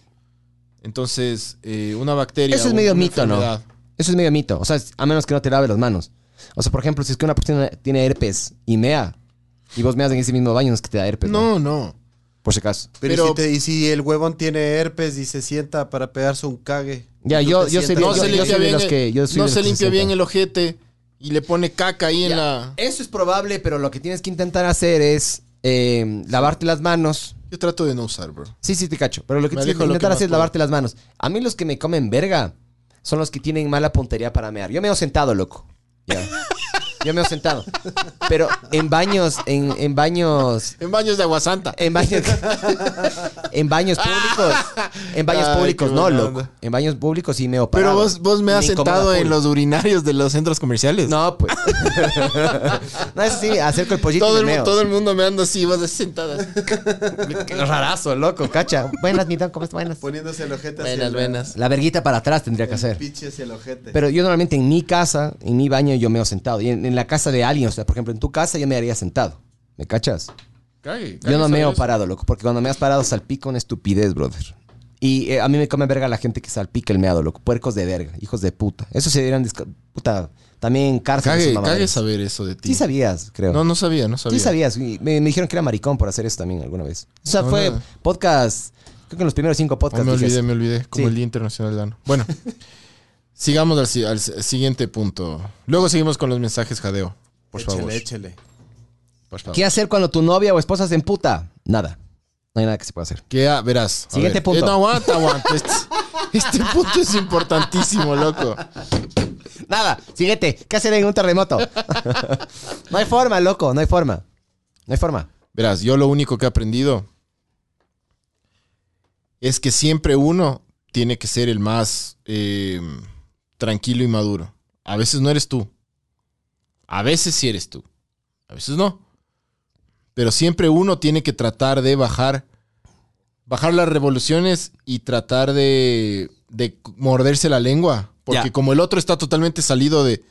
Entonces, eh, una bacteria.
Eso es
un-
medio
una
mito, ¿no?
enfermedad.
Eso es medio mito. O sea, a menos que no te lave las manos. O sea, por ejemplo, si es que una persona tiene herpes y mea, y vos meas en ese mismo baño, no es que te da herpes. No.
No, no.
Por si acaso.
Pero,
Pero-
¿y si te- y si el huevón tiene herpes y se sienta para pegarse un cague.
Ya,
Y tú
yo-
te
yo soy
sientas-
bien-
No se
yo- yo
limpia
soy de
bien,
los
el-
que- yo soy
no
de los
se
que se
limpia bien
sientan.
el ojete y le pone caca ahí en
Ya,
la.
Eso es probable, pero lo que tienes que intentar hacer es eh, lavarte las manos.
Yo trato de no usar, bro.
Sí, sí, te cacho. Pero lo que
Me
tienes que
alejo lo que
intentar
más
hacer es
puedo.
lavarte las manos. A mí los que me comen verga son los que tienen mala puntería para mear. Yo me he sentado, loco. Ya. Yo me he sentado. Pero en baños, en, en baños
En baños de agua santa.
En baños, en baños públicos. En baños
Ay,
públicos,
qué
no,
buena
loco.
onda.
En baños públicos sí meo
pero
parado.
vos, vos me has
incomoda
sentado en
full.
los urinarios de los centros comerciales.
No, pues. no, es así, acerco el pollito
Todo
y
el,
me
mu-
meo.
todo el mundo me anda así, vos sentadas.
Rarazo, loco, cacha. Buenas, mi don, ¿cómo estás? Buenas.
Poniéndose el ojete hacia
Buenas,
la-
buenas.
La verguita para atrás tendría que
el
hacer.
pinche hacia el ojete.
Pero yo normalmente en mi casa, en mi baño, yo meo sentado. Y en, en la casa de alguien, o sea, por ejemplo, en tu casa yo me haría sentado. ¿Me cachas?
Cague, cague,
Yo no meo
¿sabes?
parado, loco, porque cuando meas parado salpica una estupidez, brother. Y eh, a mí me come verga la gente que salpica el meado, loco. Puercos de verga, hijos de puta. Eso se dieran disca- puta. También cárcel.
Cague,
sus
cague
mamadas.
saber eso de ti.
Sí sabías, creo.
No, no sabía, no sabía.
Sí sabías. y Me, me dijeron que era maricón por hacer eso también alguna vez. O sea,
No,
fue
nada.
podcast. Creo que en los primeros cinco
Oh,
podcasts.
me
dije
olvidé,
eso.
me olvidé. Como
Sí.
el Día Internacional del Ano. Bueno, sigamos al, si- al si- siguiente punto. Luego seguimos con los mensajes jadeo. Por
échele,
favor.
échele.
Por favor.
¿Qué hacer cuando tu novia o esposa se emputa? Nada. No hay nada que se pueda hacer.
¿Qué ha- verás. a
Siguiente
ver.
punto.
Eh, no, aguanta, aguanta. Este, este punto es importantísimo, loco.
Nada, siguiente. ¿Qué hacer en un terremoto? no hay forma, loco, no hay forma. No hay forma.
Verás, yo lo único que he aprendido es que siempre uno tiene que ser el más eh, tranquilo y maduro. A veces no eres tú. A veces sí eres tú. A veces no. Pero siempre uno tiene que tratar de bajar, bajar las revoluciones y tratar de, de morderse la lengua. Porque
Ya.
como el otro está totalmente salido de,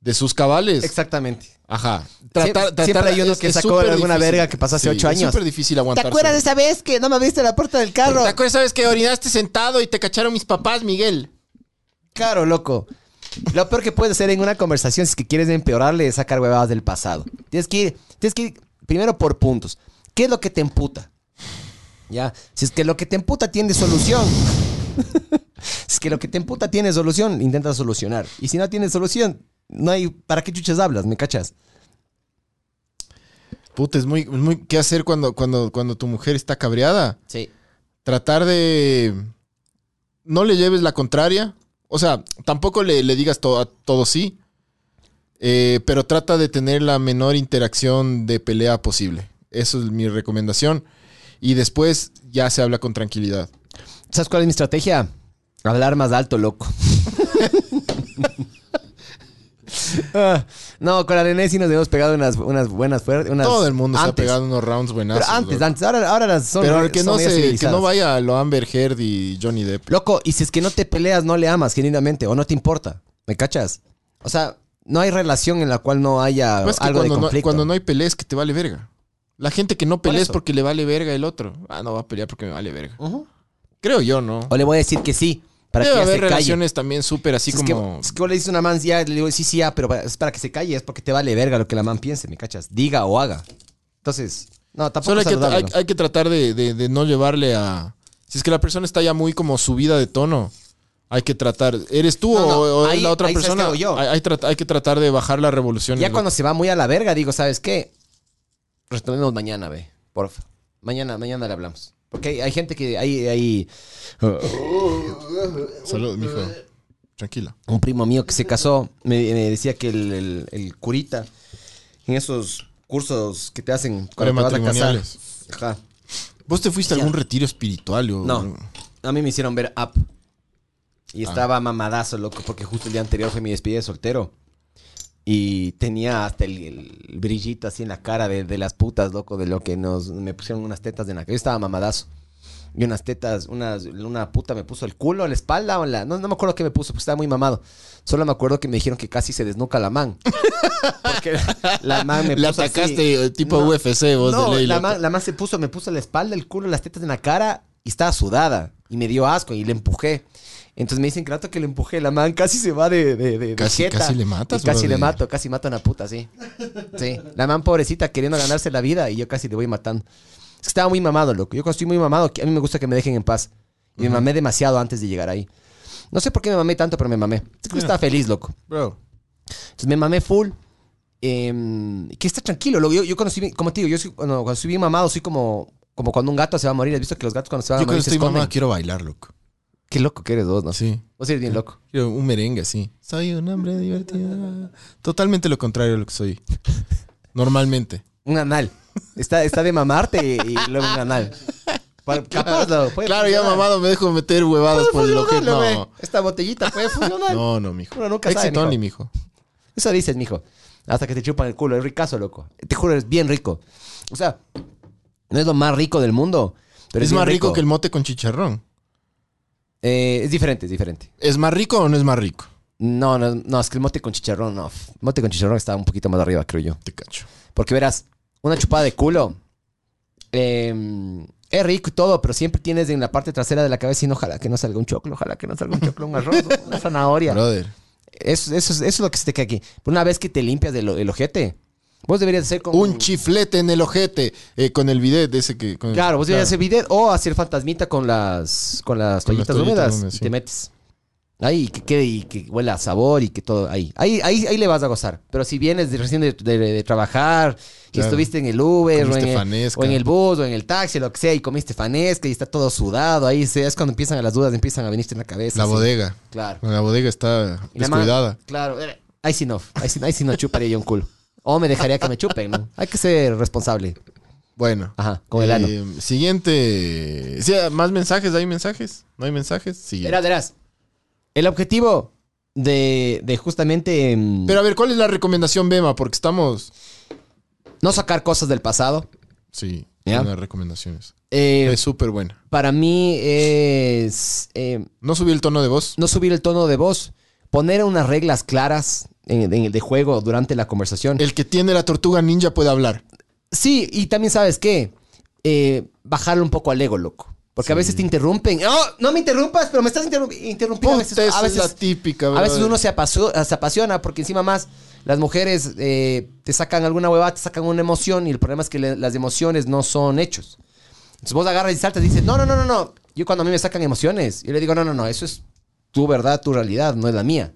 de sus cabales.
Exactamente.
Ajá.
Siempre- siempre hay uno que sacó
súper
alguna verga que pasó hace ocho
Es
años.
súper difícil
¿Te
aguantar.
acuerdas de esa vez que no me abriste la puerta del carro?
¿Te acuerdas, sabes que orinaste sentado y te cacharon mis papás, Miguel?
Claro, loco. Lo peor que puedes hacer en una conversación, si es que quieres empeorarle, es sacar huevadas del pasado. Tienes que ir, tienes que ir primero por puntos. ¿Qué es lo que te emputa? Ya, si es que lo que te emputa tiene solución. si es que lo que te emputa tiene solución, intenta solucionar. Y si no tiene solución, no hay para qué chuches hablas, ¿me cachas?
Puta, es muy, es muy qué hacer cuando, cuando, cuando tu mujer está cabreada.
Sí.
Tratar de no le lleves la contraria. O sea, tampoco le, le digas to- a todo sí. Eh, pero trata de tener la menor interacción de pelea posible. Eso es mi recomendación. Y después ya se habla con tranquilidad.
¿Sabes cuál es mi estrategia? Hablar más alto, loco. Ah, No, con la René sí nos hemos pegado unas, unas buenas fuertes. Unas
Todo el mundo se ha
antes.
pegado unos rounds buenazos.
Pero antes,
bro.
antes. Ahora, ahora las son.
Pero el que
son
no,
medias
se, que no
civilizadas.
vaya a lo Amber Heard y Johnny Depp.
Loco, y si es que no te peleas, no le amas genuinamente o no te importa. ¿Me cachas? O sea, no hay relación en la cual no haya
Pues que
algo de
cuando, no,
conflicto.
cuando no hay peleas que te vale verga. La gente que no pelea es
eso.
porque le vale verga el otro. Ah, no va a pelear porque me vale verga.
Ujú.
Creo yo, ¿no?
O le voy a decir que sí, para
Debe
que ya
haber
se calle.
relaciones también súper así
es,
como...
que, es que vos le dices a una man, ya, le digo, sí, sí, ya, pero para- es para que se calle, es porque te vale verga lo que la man piense, ¿me cachas? Diga o haga. Entonces, no, tampoco
Solo hay
es
que,
saludable,
hay,
¿no?
hay que tratar de, de- de no llevarle a... Si es que la persona está ya muy como subida de tono, hay que tratar... ¿Eres tú
No,
o,
no,
o es
ahí-
la otra
ahí sabes qué
persona?
hago yo.
Hay, hay trat- hay que tratar de bajar la revolución.
Ya cuando se va muy a la verga, digo, ¿sabes qué? Respondemos mañana, ve, porfa. Mañana, mañana le hablamos. Porque hay, hay gente que hay, hay
Salud, mijo. Tranquila.
un primo mío que se casó, me, me decía que el, el- el curita, en esos cursos que te hacen cuando te vas a casar.
Prematrimoniales.
Ajá.
¿Vos te fuiste a algún retiro espiritual? o-
No, a mí me hicieron ver Up. Y estaba mamadazo, loco, porque justo el día anterior fue mi despedida de soltero. Y tenía hasta el, el brillito así en la cara de, de las putas, loco, de lo que nos... Me pusieron unas tetas en la cara. Yo estaba mamadazo. Y unas tetas, unas, una puta me puso el culo, la espalda o en la... No, no me acuerdo qué me puso, pues estaba muy mamado. Solo me acuerdo que me dijeron que casi se desnuca la man. Porque la man me puso
Le
así.
atacaste eh, tipo
No.
UFC vos
No,
de ley.
la,
loco.
más se puso, me puso la espalda, el culo, las tetas en la cara y estaba sudada. Y me dio asco y le empujé. Entonces me dicen que rato que le empujé, la man casi se va de, de, de- de
Casi-
jeta.
casi le matas,
Y casi
brother.
le mato, casi mato a una puta, sí. Sí. La man pobrecita queriendo ganarse la vida y yo casi le voy matando. Es que estaba muy mamado, loco. Yo cuando estoy muy mamado, que- a mí me gusta que me dejen en paz. Y me mamé demasiado antes de llegar ahí. No sé por qué me mamé tanto, pero me mamé. Es que yo estaba feliz, loco.
Bro.
Entonces me mamé full. em, que está tranquilo. Luego, yo, yo conocí, bien- como te digo, yo soy- cuando, cuando soy bien mamado, soy como, como cuando un gato se va a morir. Has visto que los gatos cuando se van
Yo
a
cuando
morir se
estoy
esconden.
mamá quiero bailar, loco.
Qué loco que eres vos, ¿no?
Sí.
Vos eres bien loco.
Quiero un merengue así. Soy un hombre divertido. Totalmente lo contrario de lo que soy. Normalmente.
Un anal. Está, está de mamarte y, y luego un anal. Pa- capaz, lo- puede
Claro, ya
funcionar.
mamado me dejo meter huevadas
Puede
por el ojo.
funcionarlo, güey.
No.
Esta botellita puede funcionar.
No, no, mijo.
Uno nunca
Exit
sabe, mijo.
only, mijo.
Eso dices, mijo. Hasta que te chupan el culo. Es ricazo, loco. Te juro, es bien rico. O sea, no es lo más rico del mundo. Pero
es
bien
más rico que el mote con chicharrón.
Eh, es diferente, es diferente.
¿Es más rico o no es más rico?
No, no, no, es que el mote con chicharrón, no. El mote con chicharrón está un poquito más arriba, creo yo.
Te cacho.
Porque verás, una chupada de culo eh, es rico y todo, pero siempre tienes en la parte trasera de la cabeza y no, ojalá que no salga un choclo, ojalá que no salga un choclo, un arroz, una zanahoria.
Brother.
Eso, eso, es- eso es lo que se te cae aquí. Pero una vez que te limpias del el ojete, vos deberías hacer con
Un chiflete en el ojete. eh, con el bidet de ese que. con el-
Claro, vos deberías hacer bidet o hacer fantasmita con las, con las
Con las
toallitas
toallitas
húmedas
húmedas,
y
sí.
te metes. Ahí, y que quede y que huela a sabor y que todo ahí. Ahí, ahí, ahí le vas a gozar. Pero si vienes de- recién de, de- de trabajar y
Claro.
estuviste en el Uber o
Comiste
en el,
fanesca.
o en el bus o en el taxi, lo que sea, y comiste fanesca y está todo sudado, ahí se- es cuando empiezan las dudas, empiezan a venirte en la cabeza.
La
así.
bodega.
Claro.
La bodega está
Y la man-
descuidada.
Claro. eh, Ahí sí no. Ahí sí, ahí sí no chuparía yo un culo. O me dejaría que me chupen, ¿no? Hay que ser responsable.
Bueno.
Ajá, Ah, con el ano.
Eh, Siguiente. Sí, ah, ¿Más mensajes? ¿Hay mensajes? ¿No hay mensajes? Sí.
Verás, verás. El objetivo de, de justamente em,
Pero a ver, ¿cuál es la recomendación, Bema? Porque estamos.
no sacar cosas del pasado,
Sí,
Ya.
buenas recomendaciones.
eh,
es súper buena.
para mí es eh,
No subí el tono de voz.
no subir el tono de voz, poner unas reglas claras en, en el de juego durante la conversación.
El que tiene la tortuga ninja puede hablar.
Sí, y también sabes qué, Eh, bajarle un poco al ego, loco. Porque a veces te interrumpen. ¡No! No me interrumpas, pero me estás interrum- interrumpiendo. a veces-
Puta, esa
a veces-
es la típica,
A veces
brother.
uno se, apaso- se apasiona porque encima más las mujeres eh, te sacan alguna huevada, te sacan una emoción y el problema es que le- las emociones no son hechos. Entonces vos agarras y saltas y dices, no, no, no, no, no. Yo cuando a mí me sacan emociones, yo le digo, no, no, no, eso es tu verdad, tu realidad, no es la mía.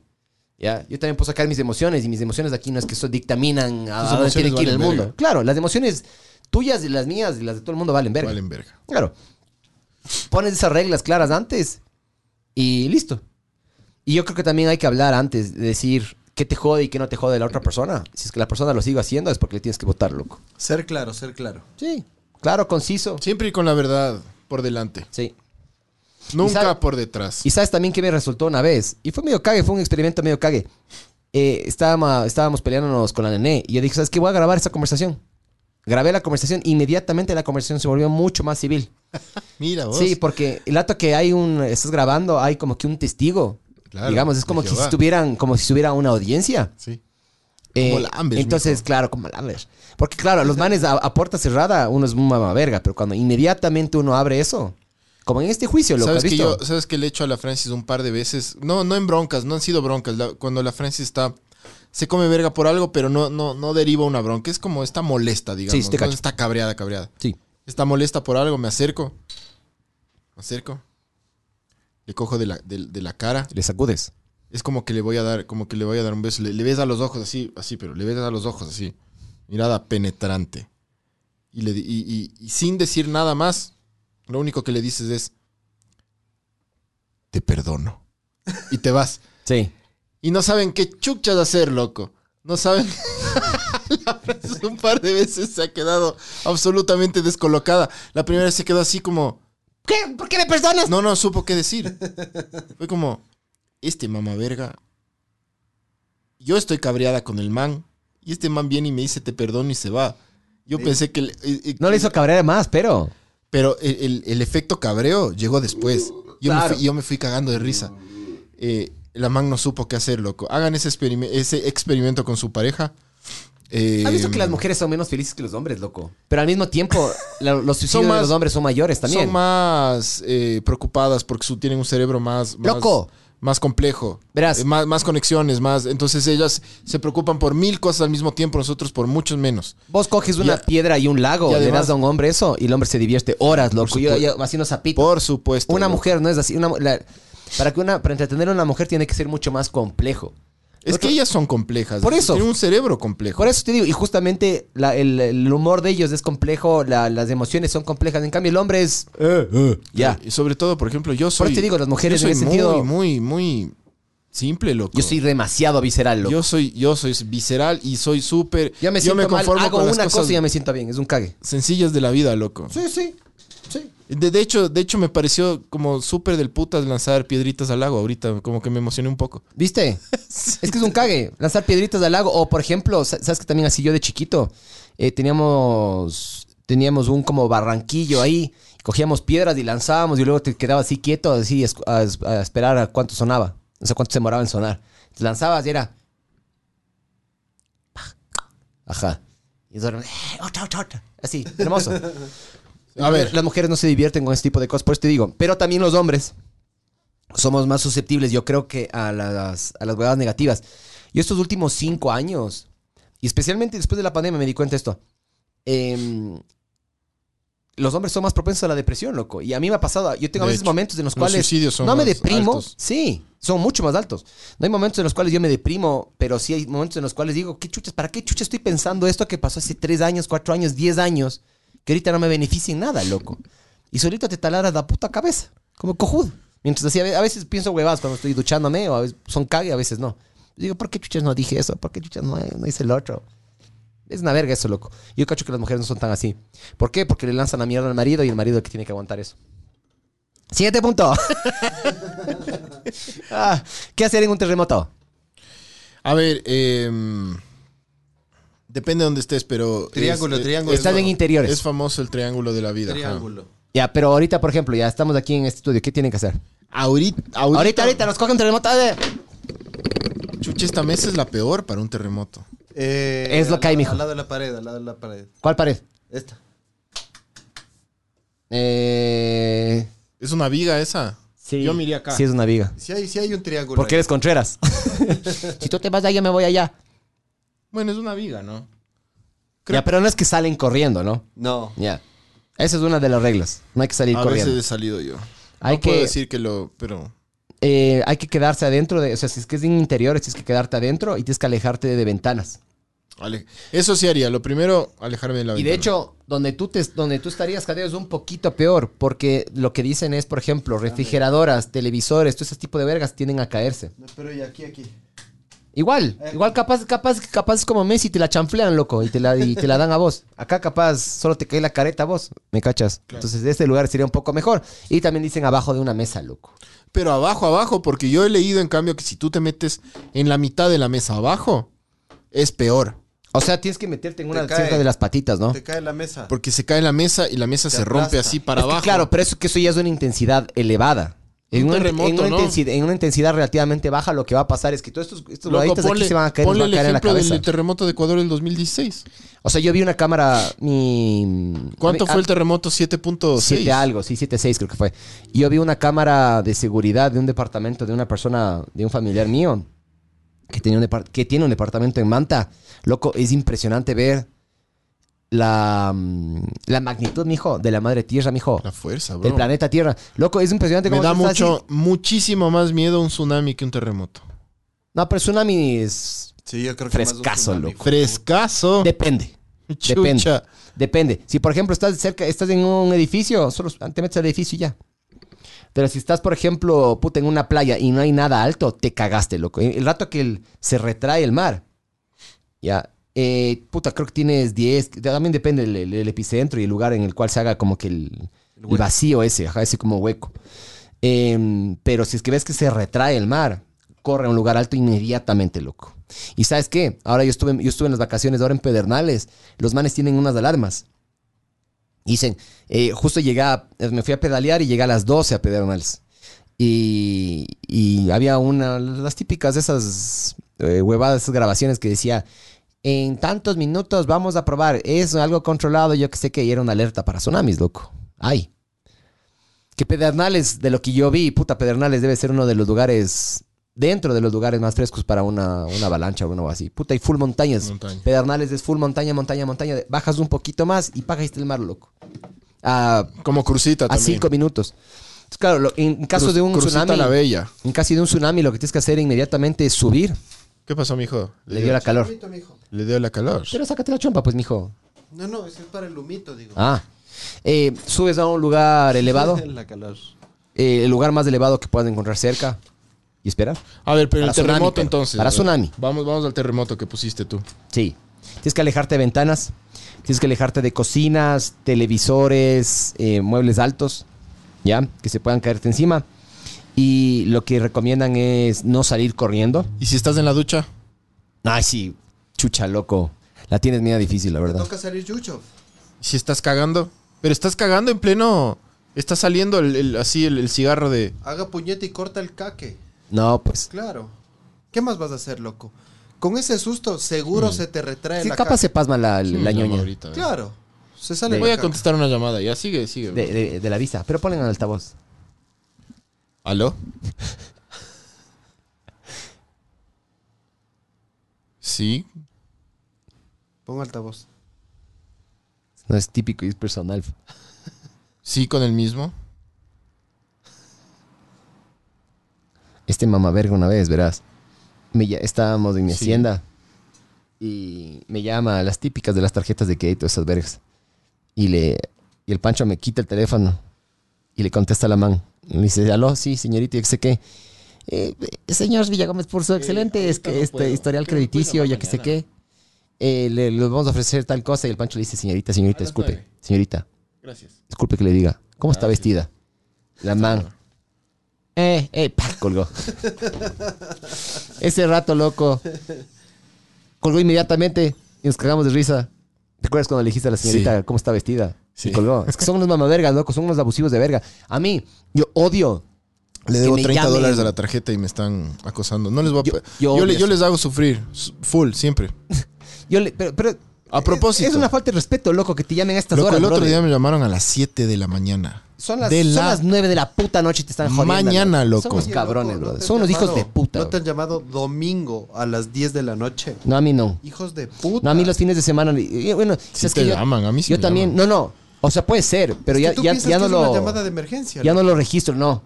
¿Ya? Yo también puedo sacar mis emociones y mis emociones de aquí no es que eso dictaminan a,
Tus
a dónde
emociones
tienen que ir el
valen
mundo.
verga.
Claro, las emociones tuyas y las mías y las de todo el mundo valen verga.
Valen verga.
Claro. Pones esas reglas claras antes y listo. Y yo creo que también hay que hablar antes, de decir qué te jode y qué no te jode la otra persona. Si es que la persona lo sigue haciendo es porque le tienes que votar, loco.
Ser claro, ser claro.
Sí. Claro, conciso.
Siempre y con la verdad por delante.
Sí.
Nunca
sabe-
por detrás.
Y sabes también que me resultó una vez. Y fue medio cague, fue un experimento medio cague. eh, estábamos, estábamos peleándonos con la nené y yo dije, ¿sabes qué? Voy a grabar esta conversación. Grabé la conversación, inmediatamente la conversación se volvió mucho más civil.
Mira vos.
Sí, porque el dato que hay un, estás grabando, hay como que un testigo.
Claro,
digamos, es como
de
que
Jehová.
si tuvieran, como si tuviera una audiencia.
Sí.
Eh,
Como Lambert,
entonces,
mijo.
claro, como Lambert. Porque claro, los manes a, a puerta cerrada, uno es un mamaverga, pero cuando inmediatamente uno abre eso, como en este juicio, lo que has
¿Sabes que,
visto.
yo, ¿Sabes que le he hecho a la Francis un par de veces? No, no en broncas, no han sido broncas. La- cuando la Francis está. Se come verga por algo, pero no, no, no deriva una bronca. Es como está molesta, digamos.
Sí, sí te
No
cacho.
está cabreada, cabreada.
Sí.
Está molesta por algo, me acerco. Me acerco. Le cojo de la, de- de la cara.
Le sacudes.
Es como que le voy a dar, como que le voy a dar un beso. Le, le ves a los ojos así, así, pero le ves a los ojos así. Mirada penetrante. Y, le, di- y, y- y sin decir nada más, lo único que le dices es, te perdono. Y te vas.
Sí.
Y no saben qué chuchas hacer, loco. No saben. La Francis un par de veces se ha quedado absolutamente descolocada. La primera vez se quedó así como...
¿Qué? ¿Por qué me perdonas?
No, no supo qué decir. Fue como, este mamá verga. Yo estoy cabreada con el man. Y este man viene y me dice, te perdono y se va. Yo pensé que... el- eh, eh,
No le hizo cabrear más, pero.
Pero el, el- el efecto cabreo llegó después. Yo,
Claro.
me, fui, yo me fui cagando de risa. Eh, la man no supo qué hacer, loco. Hagan ese, experime- ese experimento con su pareja. Eh,
¿Has visto que las mujeres son menos felices que los hombres, loco? Pero al mismo tiempo, la- los suicidios de
más-
los hombres son mayores también.
Son más eh, preocupadas porque su, tienen un cerebro más, más-
Loco.
más complejo.
Verás.
Eh, más, más conexiones, más. Entonces ellas se preocupan por mil cosas al mismo tiempo, nosotros por muchos menos.
Vos coges una
Y a-
piedra y un lago,
y
le
además-
das a un hombre eso y el hombre se divierte horas, loco. Yo,
supuesto.
yo haciendo zapito.
Por supuesto.
Una
loco.
mujer no es así. Una, mu- la- para que una, para entretener a una mujer tiene que ser mucho más complejo.
Es que
Porque-
ellas son complejas.
Por eso.
Tienen un cerebro complejo.
Por eso te digo, y justamente la- el, el humor de ellos es complejo, la- las emociones son complejas. En cambio, el hombre es.
Eh,
ya.
Y sobre todo, por ejemplo, yo soy.
te digo, las mujeres
yo
en
soy
ese sentido-
Muy, muy, muy simple, loco.
Yo soy demasiado visceral, loco.
Yo soy, yo soy visceral y soy súper.
Yo me siento mal,
conformo
hago
con las
una
cosas
cosa y ya me siento bien. Es un cague.
sencillas de la vida, loco.
Sí, sí. Sí.
De, de hecho, de hecho, me pareció como súper del putas lanzar piedritas al lago ahorita. Como que me emocioné un poco.
¿Viste? Es que es un cague. Lanzar piedritas al lago. O, por ejemplo, sa- sabes que también así yo de chiquito eh, teníamos, teníamos un como barranquillo ahí. Cogíamos piedras y lanzábamos y luego te quedabas así quieto, así es- a, a esperar a cuánto sonaba. O sea, cuánto se demoraba en sonar. Te lanzabas y era. Ajá. Y eso era, eh, otra, otra, otra. Así, hermoso.
A ver.
Las mujeres no se divierten con este tipo de cosas, por eso te digo. Pero también los hombres somos más susceptibles, yo creo que a las, a las huevadas negativas. Yo estos últimos cinco años, y especialmente después de la pandemia, me di cuenta de esto. Em, los hombres son más propensos a la depresión, loco. Y a mí me ha pasado, yo tengo a
De
veces
hecho,
momentos en los
los
cuales
suicidios son
no me
más
deprimo.
altos.
Sí, son mucho más altos. No hay momentos en los cuales yo me deprimo, pero sí hay momentos en los cuales digo, ¿qué chuchas? ¿Para qué chuchas estoy pensando esto que pasó hace tres años, cuatro años, diez años? Que ahorita no me beneficia en nada, loco. Y solito te taladras la puta cabeza, como cojudo. Mientras así, a ve- a veces pienso huevadas cuando estoy duchándome, o a veces son cague, a veces no. Digo, ¿por qué chuchas no dije eso? ¿Por qué chuchas no, no hice el otro? Es una verga eso, loco. Yo cacho que las mujeres no son tan así. ¿Por qué? Porque le lanzan la mierda al marido y el marido es el que tiene que aguantar eso. Siguiente punto. Ah, ¿Qué hacer en un terremoto?
A ver, em, depende de dónde estés, pero. este,
Triángulo, triángulo.
Están en interiores.
Es famoso el triángulo de la vida. ajá.
Triángulo.
Ya, pero ahorita, por ejemplo, ya estamos aquí en este estudio. ¿Qué tienen que hacer?
Ahorita, ahorita,
Ahorita, ahorita, nos cogen terremoto. eh.
Chucha, esta mesa es la peor para un terremoto.
Eh,
Es lo que
al-
hay, mijo.
Al lado de la pared, al lado de la pared.
¿Cuál pared?
Esta.
Eh,
Es una viga esa. Yo miré acá.
Sí, es una viga.
Si hay, sí hay un triángulo.
Porque
ahí.
eres Contreras. si tú te vas de allá, me voy allá.
Bueno, es una viga, ¿no?
Ya, pero no es que salen corriendo, ¿no?
No.
Ya. Esa es una de las reglas. No hay que salir
A
corriendo.
veces he salido yo.
Hay
no puedo
que-
decir que lo. Pero.
eh, hay que quedarse adentro de, o sea, si es que es en interiores, tienes que quedarte adentro y tienes que alejarte de, ventanas.
ale- Eso sí haría. Lo primero, alejarme de la
Y de
ventana.
hecho, donde tú te, donde tú estarías, Jadeo, es un poquito peor, porque lo que dicen es, por ejemplo, refrigeradoras, televisores, todo ese tipo de vergas tienden a caerse.
No, Pero y aquí, aquí.
Igual,
Eh.
igual capaz, capaz, capaz es como Messi, te la chanflean, loco, y te la, y te la dan a vos. Acá capaz solo te cae la careta a vos, ¿me cachas? Entonces este lugar sería un poco mejor. Y también dicen abajo de una mesa, loco.
Pero abajo, abajo, porque yo he leído en cambio que si tú te metes en la mitad de la mesa abajo, es peor.
O sea, tienes que meterte en una
cae.
cerca de las patitas, ¿no?
Te cae la mesa.
Porque se cae la mesa y la mesa
Te
se rompe
aplasta.
así para
Es que,
abajo.
claro, pero eso que eso ya es una intensidad elevada. En
Un
una,
terremoto,
en una
¿no?
intensidad, en una intensidad relativamente baja, lo que va a pasar es que todos estos, estos
Loco,
laditos de aquí
ponle,
se van a caer, nos
ponle
van a
el
caer en la
ejemplo
cabeza.
del terremoto de Ecuador del 2016.
O sea, yo vi una cámara. Mi,
¿Cuánto
a mí-
fue
a-
el terremoto? 7.6.
Siete algo, sí, 7-6 creo que fue. Yo vi una cámara de seguridad de un departamento de una persona, de un familiar mío, que, tenía un depar- que tiene un departamento en Manta. Loco, es impresionante ver la, mm, la magnitud, mijo, de la madre tierra, mijo.
La fuerza, bro.
del planeta Tierra. Loco, es impresionante
Me
cómo
da
tú estás
mucho,
así.
muchísimo más miedo un tsunami que un terremoto.
No, pero tsunami es...
Sí, yo creo
Frescazo, loco.
Frescaso.
Depende.
Chucha.
Depende. Si, por ejemplo, estás cerca, estás en un edificio, solo te metes al edificio y ya. Pero si estás, por ejemplo, puta, en una playa y no hay nada alto, te cagaste, loco. El rato que el- se retrae el mar, ya. eh, puta, creo que tienes 10. También depende el, el- el epicentro y el lugar en el cual se haga como que el, el vacío ese, ajá, ese como hueco. Em, pero si es que ves que se retrae el mar, corre a un lugar alto inmediatamente, loco. Y sabes qué? Ahora yo estuve, yo estuve en las vacaciones ahora en Pedernales. Los manes tienen unas alarmas. Dicen, eh, justo llegué a- me fui a pedalear y llegué a las 12 a Pedernales. Y, y había una, las típicas de esas eh, huevadas, esas grabaciones que decía, en tantos minutos vamos a probar, es algo controlado, yo que sé que y era una alerta para tsunamis, loco. Ay. Que Pedernales, de lo que yo vi, puta, Pedernales debe ser uno de los lugares, dentro de los lugares más frescos para una, una avalancha o algo así. Puta, y full montañas.
Montaña.
Pedernales es full montaña, montaña, montaña. Bajas un poquito más y pagas el mar, loco. Ah, A,
Como crucita
a
también.
cinco minutos. Entonces, claro, lo- en en caso
Cruz-
de un
Cruzita
tsunami.
la Bella.
En caso de un tsunami, lo que tienes que hacer inmediatamente es subir.
¿Qué pasó, mijo?
Le dio la calor.
Le dio la calor.
Pero sácate la chompa, pues, mijo.
No, no, eso es para el humito, digo.
Ah. Eh, subes a un lugar elevado,
la calor.
eh, el lugar más elevado que puedas encontrar cerca. Y esperar.
A ver, pero
Para
el terremoto
tsunami, pero.
entonces.
Para
a ver.
tsunami.
Vamos, vamos al terremoto que pusiste tú.
Sí. Tienes que alejarte de ventanas, tienes que alejarte de cocinas, televisores, eh, muebles altos, ¿ya? Que se puedan caerte encima. Y lo que recomiendan es no salir corriendo.
¿Y si estás en la ducha?
Ay, sí, chucha, loco. La tienes media difícil, la verdad.
Toca salir Yucho.
¿Y si estás cagando? Pero estás cagando en pleno... Está saliendo el, el- así el, el cigarro de...
Haga puñete y corta el caque.
No, pues.
Claro. ¿Qué más vas a hacer, loco? Con ese susto, seguro se te retrae
Mm. Sí,
la
capaz se
caca.
pasma la, la ñoña de,
Ahorita, a ver.
Claro. Se sale
Voy
la
a
caca.
contestar una llamada. Ya sigue, sigue. bro.
de- de la vista. Pero ponen al altavoz.
¿Aló? Sí.
Pon altavoz.
No es típico y es personal.
Sí, con el mismo.
Este mamaverga una vez, verás. Me lla- estábamos en mi
Sí.
hacienda y me llama las típicas de las tarjetas de crédito, esas vergas. Y le y el Pancho me quita el teléfono y le contesta a la man. Y le dice, aló, sí, señorita, yo qué sé qué. Eh, eh, señor Villagómez, por su excelente es que este historial crediticio, ya que sé qué. Eh, le, le vamos a ofrecer tal cosa y el Pancho le dice, señorita, señorita,
las
disculpe,
nueve.
señorita,
Gracias.
disculpe que le diga, ¿cómo
Ah,
está vestida? La man. Eh, eh, pa, colgó. Ese rato, loco. Colgó inmediatamente y nos cagamos de risa. ¿Te acuerdas cuando le dijiste a la señorita cómo está vestida?
Sí.
Y colgó. Es que son unos mamavergas, loco, son unos abusivos de verga. A mí, yo odio.
Le
que
debo
me
30
llamen.
dólares a la tarjeta y me están acosando. No les voy a...
Yo-
Yo,
yo
le-
odio
yo
eso.
les hago sufrir. s- Full, siempre.
Yo le- pero, pero-
A
es-
propósito.
Es una falta de respeto, loco, que te llamen a estas
Loco,
horas.
el otro
brother.
día me llamaron a las 7 de la mañana.
son las,
de
son
la-
las 9 de la puta noche y te están jodiendo.
Mañana, loco.
Son unos
Oye,
cabrones,
Loco, ¿no
brother.
te
Son
han
unos hijos de
llamado-
puta.
¿No te han
brother.
llamado domingo a las 10 de la noche?
No, a mí no.
Hijos de puta.
No, a mí los fines de semana. y- y Bueno,
Sí
es
te
que yo-
llaman, a mí sí
Yo
me
también, no, no. O sea, puede ser, pero
Es
ya,
que tú
ya,
piensas
ya
que
no
es
lo.
una llamada de emergencia.
ya
loco.
no lo registro, no.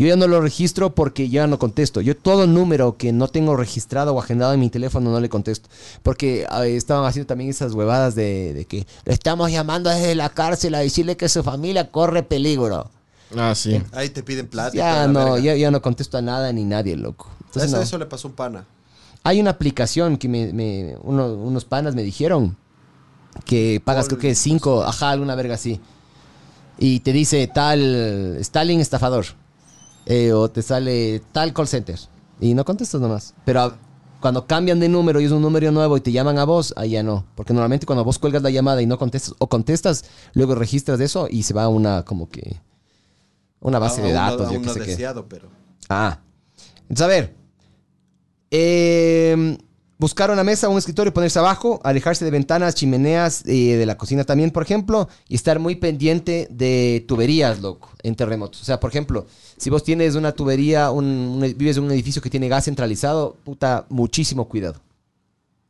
Yo ya no lo registro porque ya no contesto. Yo todo número que no tengo registrado o agendado en mi teléfono no le contesto. Porque ah, estaban haciendo también esas huevadas de, de que le estamos llamando desde la cárcel a decirle que su familia corre peligro.
Ah, sí.
Ahí te piden plata.
ya no, ya, ya no contesto a nada ni nadie, loco. Entonces,
eso,
no.
eso le pasó a un pana.
Hay una aplicación que me, me- uno- unos panas me dijeron que pagas creo que 5, ajá, alguna verga así. Y te dice tal Stalin estafador. eh, o te sale tal call center. Y no contestas nomás. Pero a- cuando cambian de número y es un número nuevo y te llaman a vos, ahí ya no. Porque normalmente cuando vos cuelgas la llamada y no contestas, o contestas, luego registras eso y se va a una como que... Una base
A
de
uno-
datos,
a
yo
un
qué
no
sé qué.
deseado, pero.
Ah. Entonces, a ver. Eh, buscar una mesa, un escritorio, ponerse abajo, alejarse de ventanas, chimeneas, eh, de la cocina también, por ejemplo, y estar muy pendiente de tuberías, loco, en terremotos. O sea, por ejemplo, si vos tienes una tubería, un, un- vives en un edificio que tiene gas centralizado, puta, muchísimo cuidado.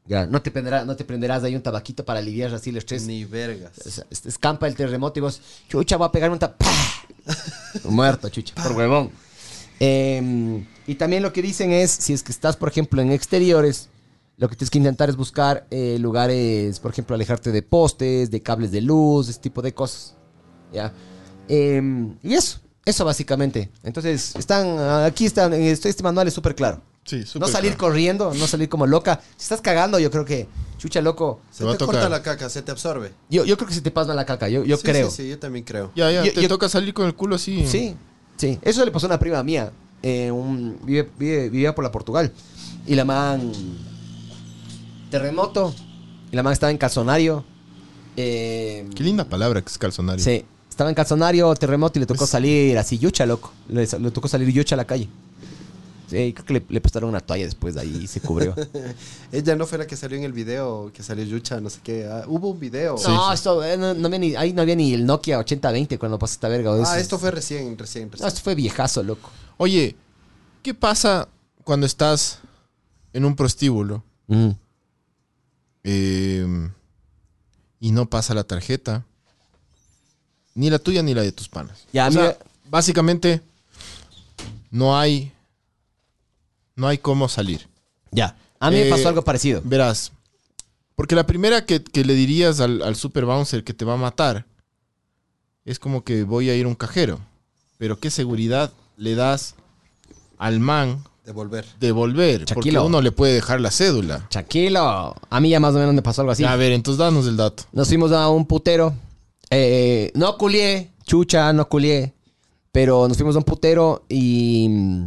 Ya, no te, prenderá- no te prenderás de ahí un tabaquito para aliviar así el estrés.
Ni vergas.
O sea, es- escampa el terremoto y vos, chucha, voy a pegar un tap. Muerto, chucha. Por huevón. Eh, y también lo que dicen es, si es que estás, por ejemplo, en exteriores, lo que tienes que intentar es buscar eh, lugares, por ejemplo, alejarte de postes, de cables de luz, ese tipo de cosas. ¿Ya? Eh, y eso, eso básicamente. Entonces, están, aquí están, este, este manual es súper claro.
Sí,
no salir corriendo, no salir como loca. Si estás cagando, yo creo que, chucha, loco.
Se
va a
te corta
tocar.
la caca, se te absorbe.
Yo, yo creo que se te pasa la caca, yo, yo
Sí,
creo.
Sí, sí, yo también creo.
Ya, ya,
Yo-
te
yo-
toca salir con el culo así.
Sí, sí. Eso le pasó a una prima mía. eh, un- vive- vive- vivía por la Portugal. Y la man. Terremoto. Y la man estaba en calzonario. eh,
Qué linda palabra que es calzonario.
sí. Estaba en calzonario, terremoto y le tocó
Pues-
salir así, yucha, loco. Le, sa- le tocó salir yucha a la calle. Sí, creo que le, le prestaron una toalla después de ahí y se cubrió.
Ella no fue la que salió en el video, que salió Yucha, no sé qué. Ah, hubo un video.
no, esto, eh, no, no había ni, ahí no había ni el Nokia 8020 cuando pasó esta verga. o eso.
Ah, esto fue recién, recién,
No,
recién.
esto fue viejazo, loco.
Oye, ¿qué pasa cuando estás en un prostíbulo
Mm.
eh, y no pasa la tarjeta? Ni la tuya ni la de tus panas.
Ya,
O sea,
mira-
básicamente no hay no hay cómo salir.
Ya. A mí me pasó
Eh,
algo parecido.
Verás, porque la primera que, que le dirías al, al super bouncer que te va a matar es como que voy a ir a un cajero. Pero qué seguridad le das al man
De volver.
de volver. Porque
Tranquilo.
uno le puede dejar la cédula.
Tranquilo. A mí ya más o menos me pasó algo así.
A ver, entonces danos el dato.
Nos fuimos a un putero. Eh, no culié, chucha, no culié. Pero nos fuimos a un putero y mm,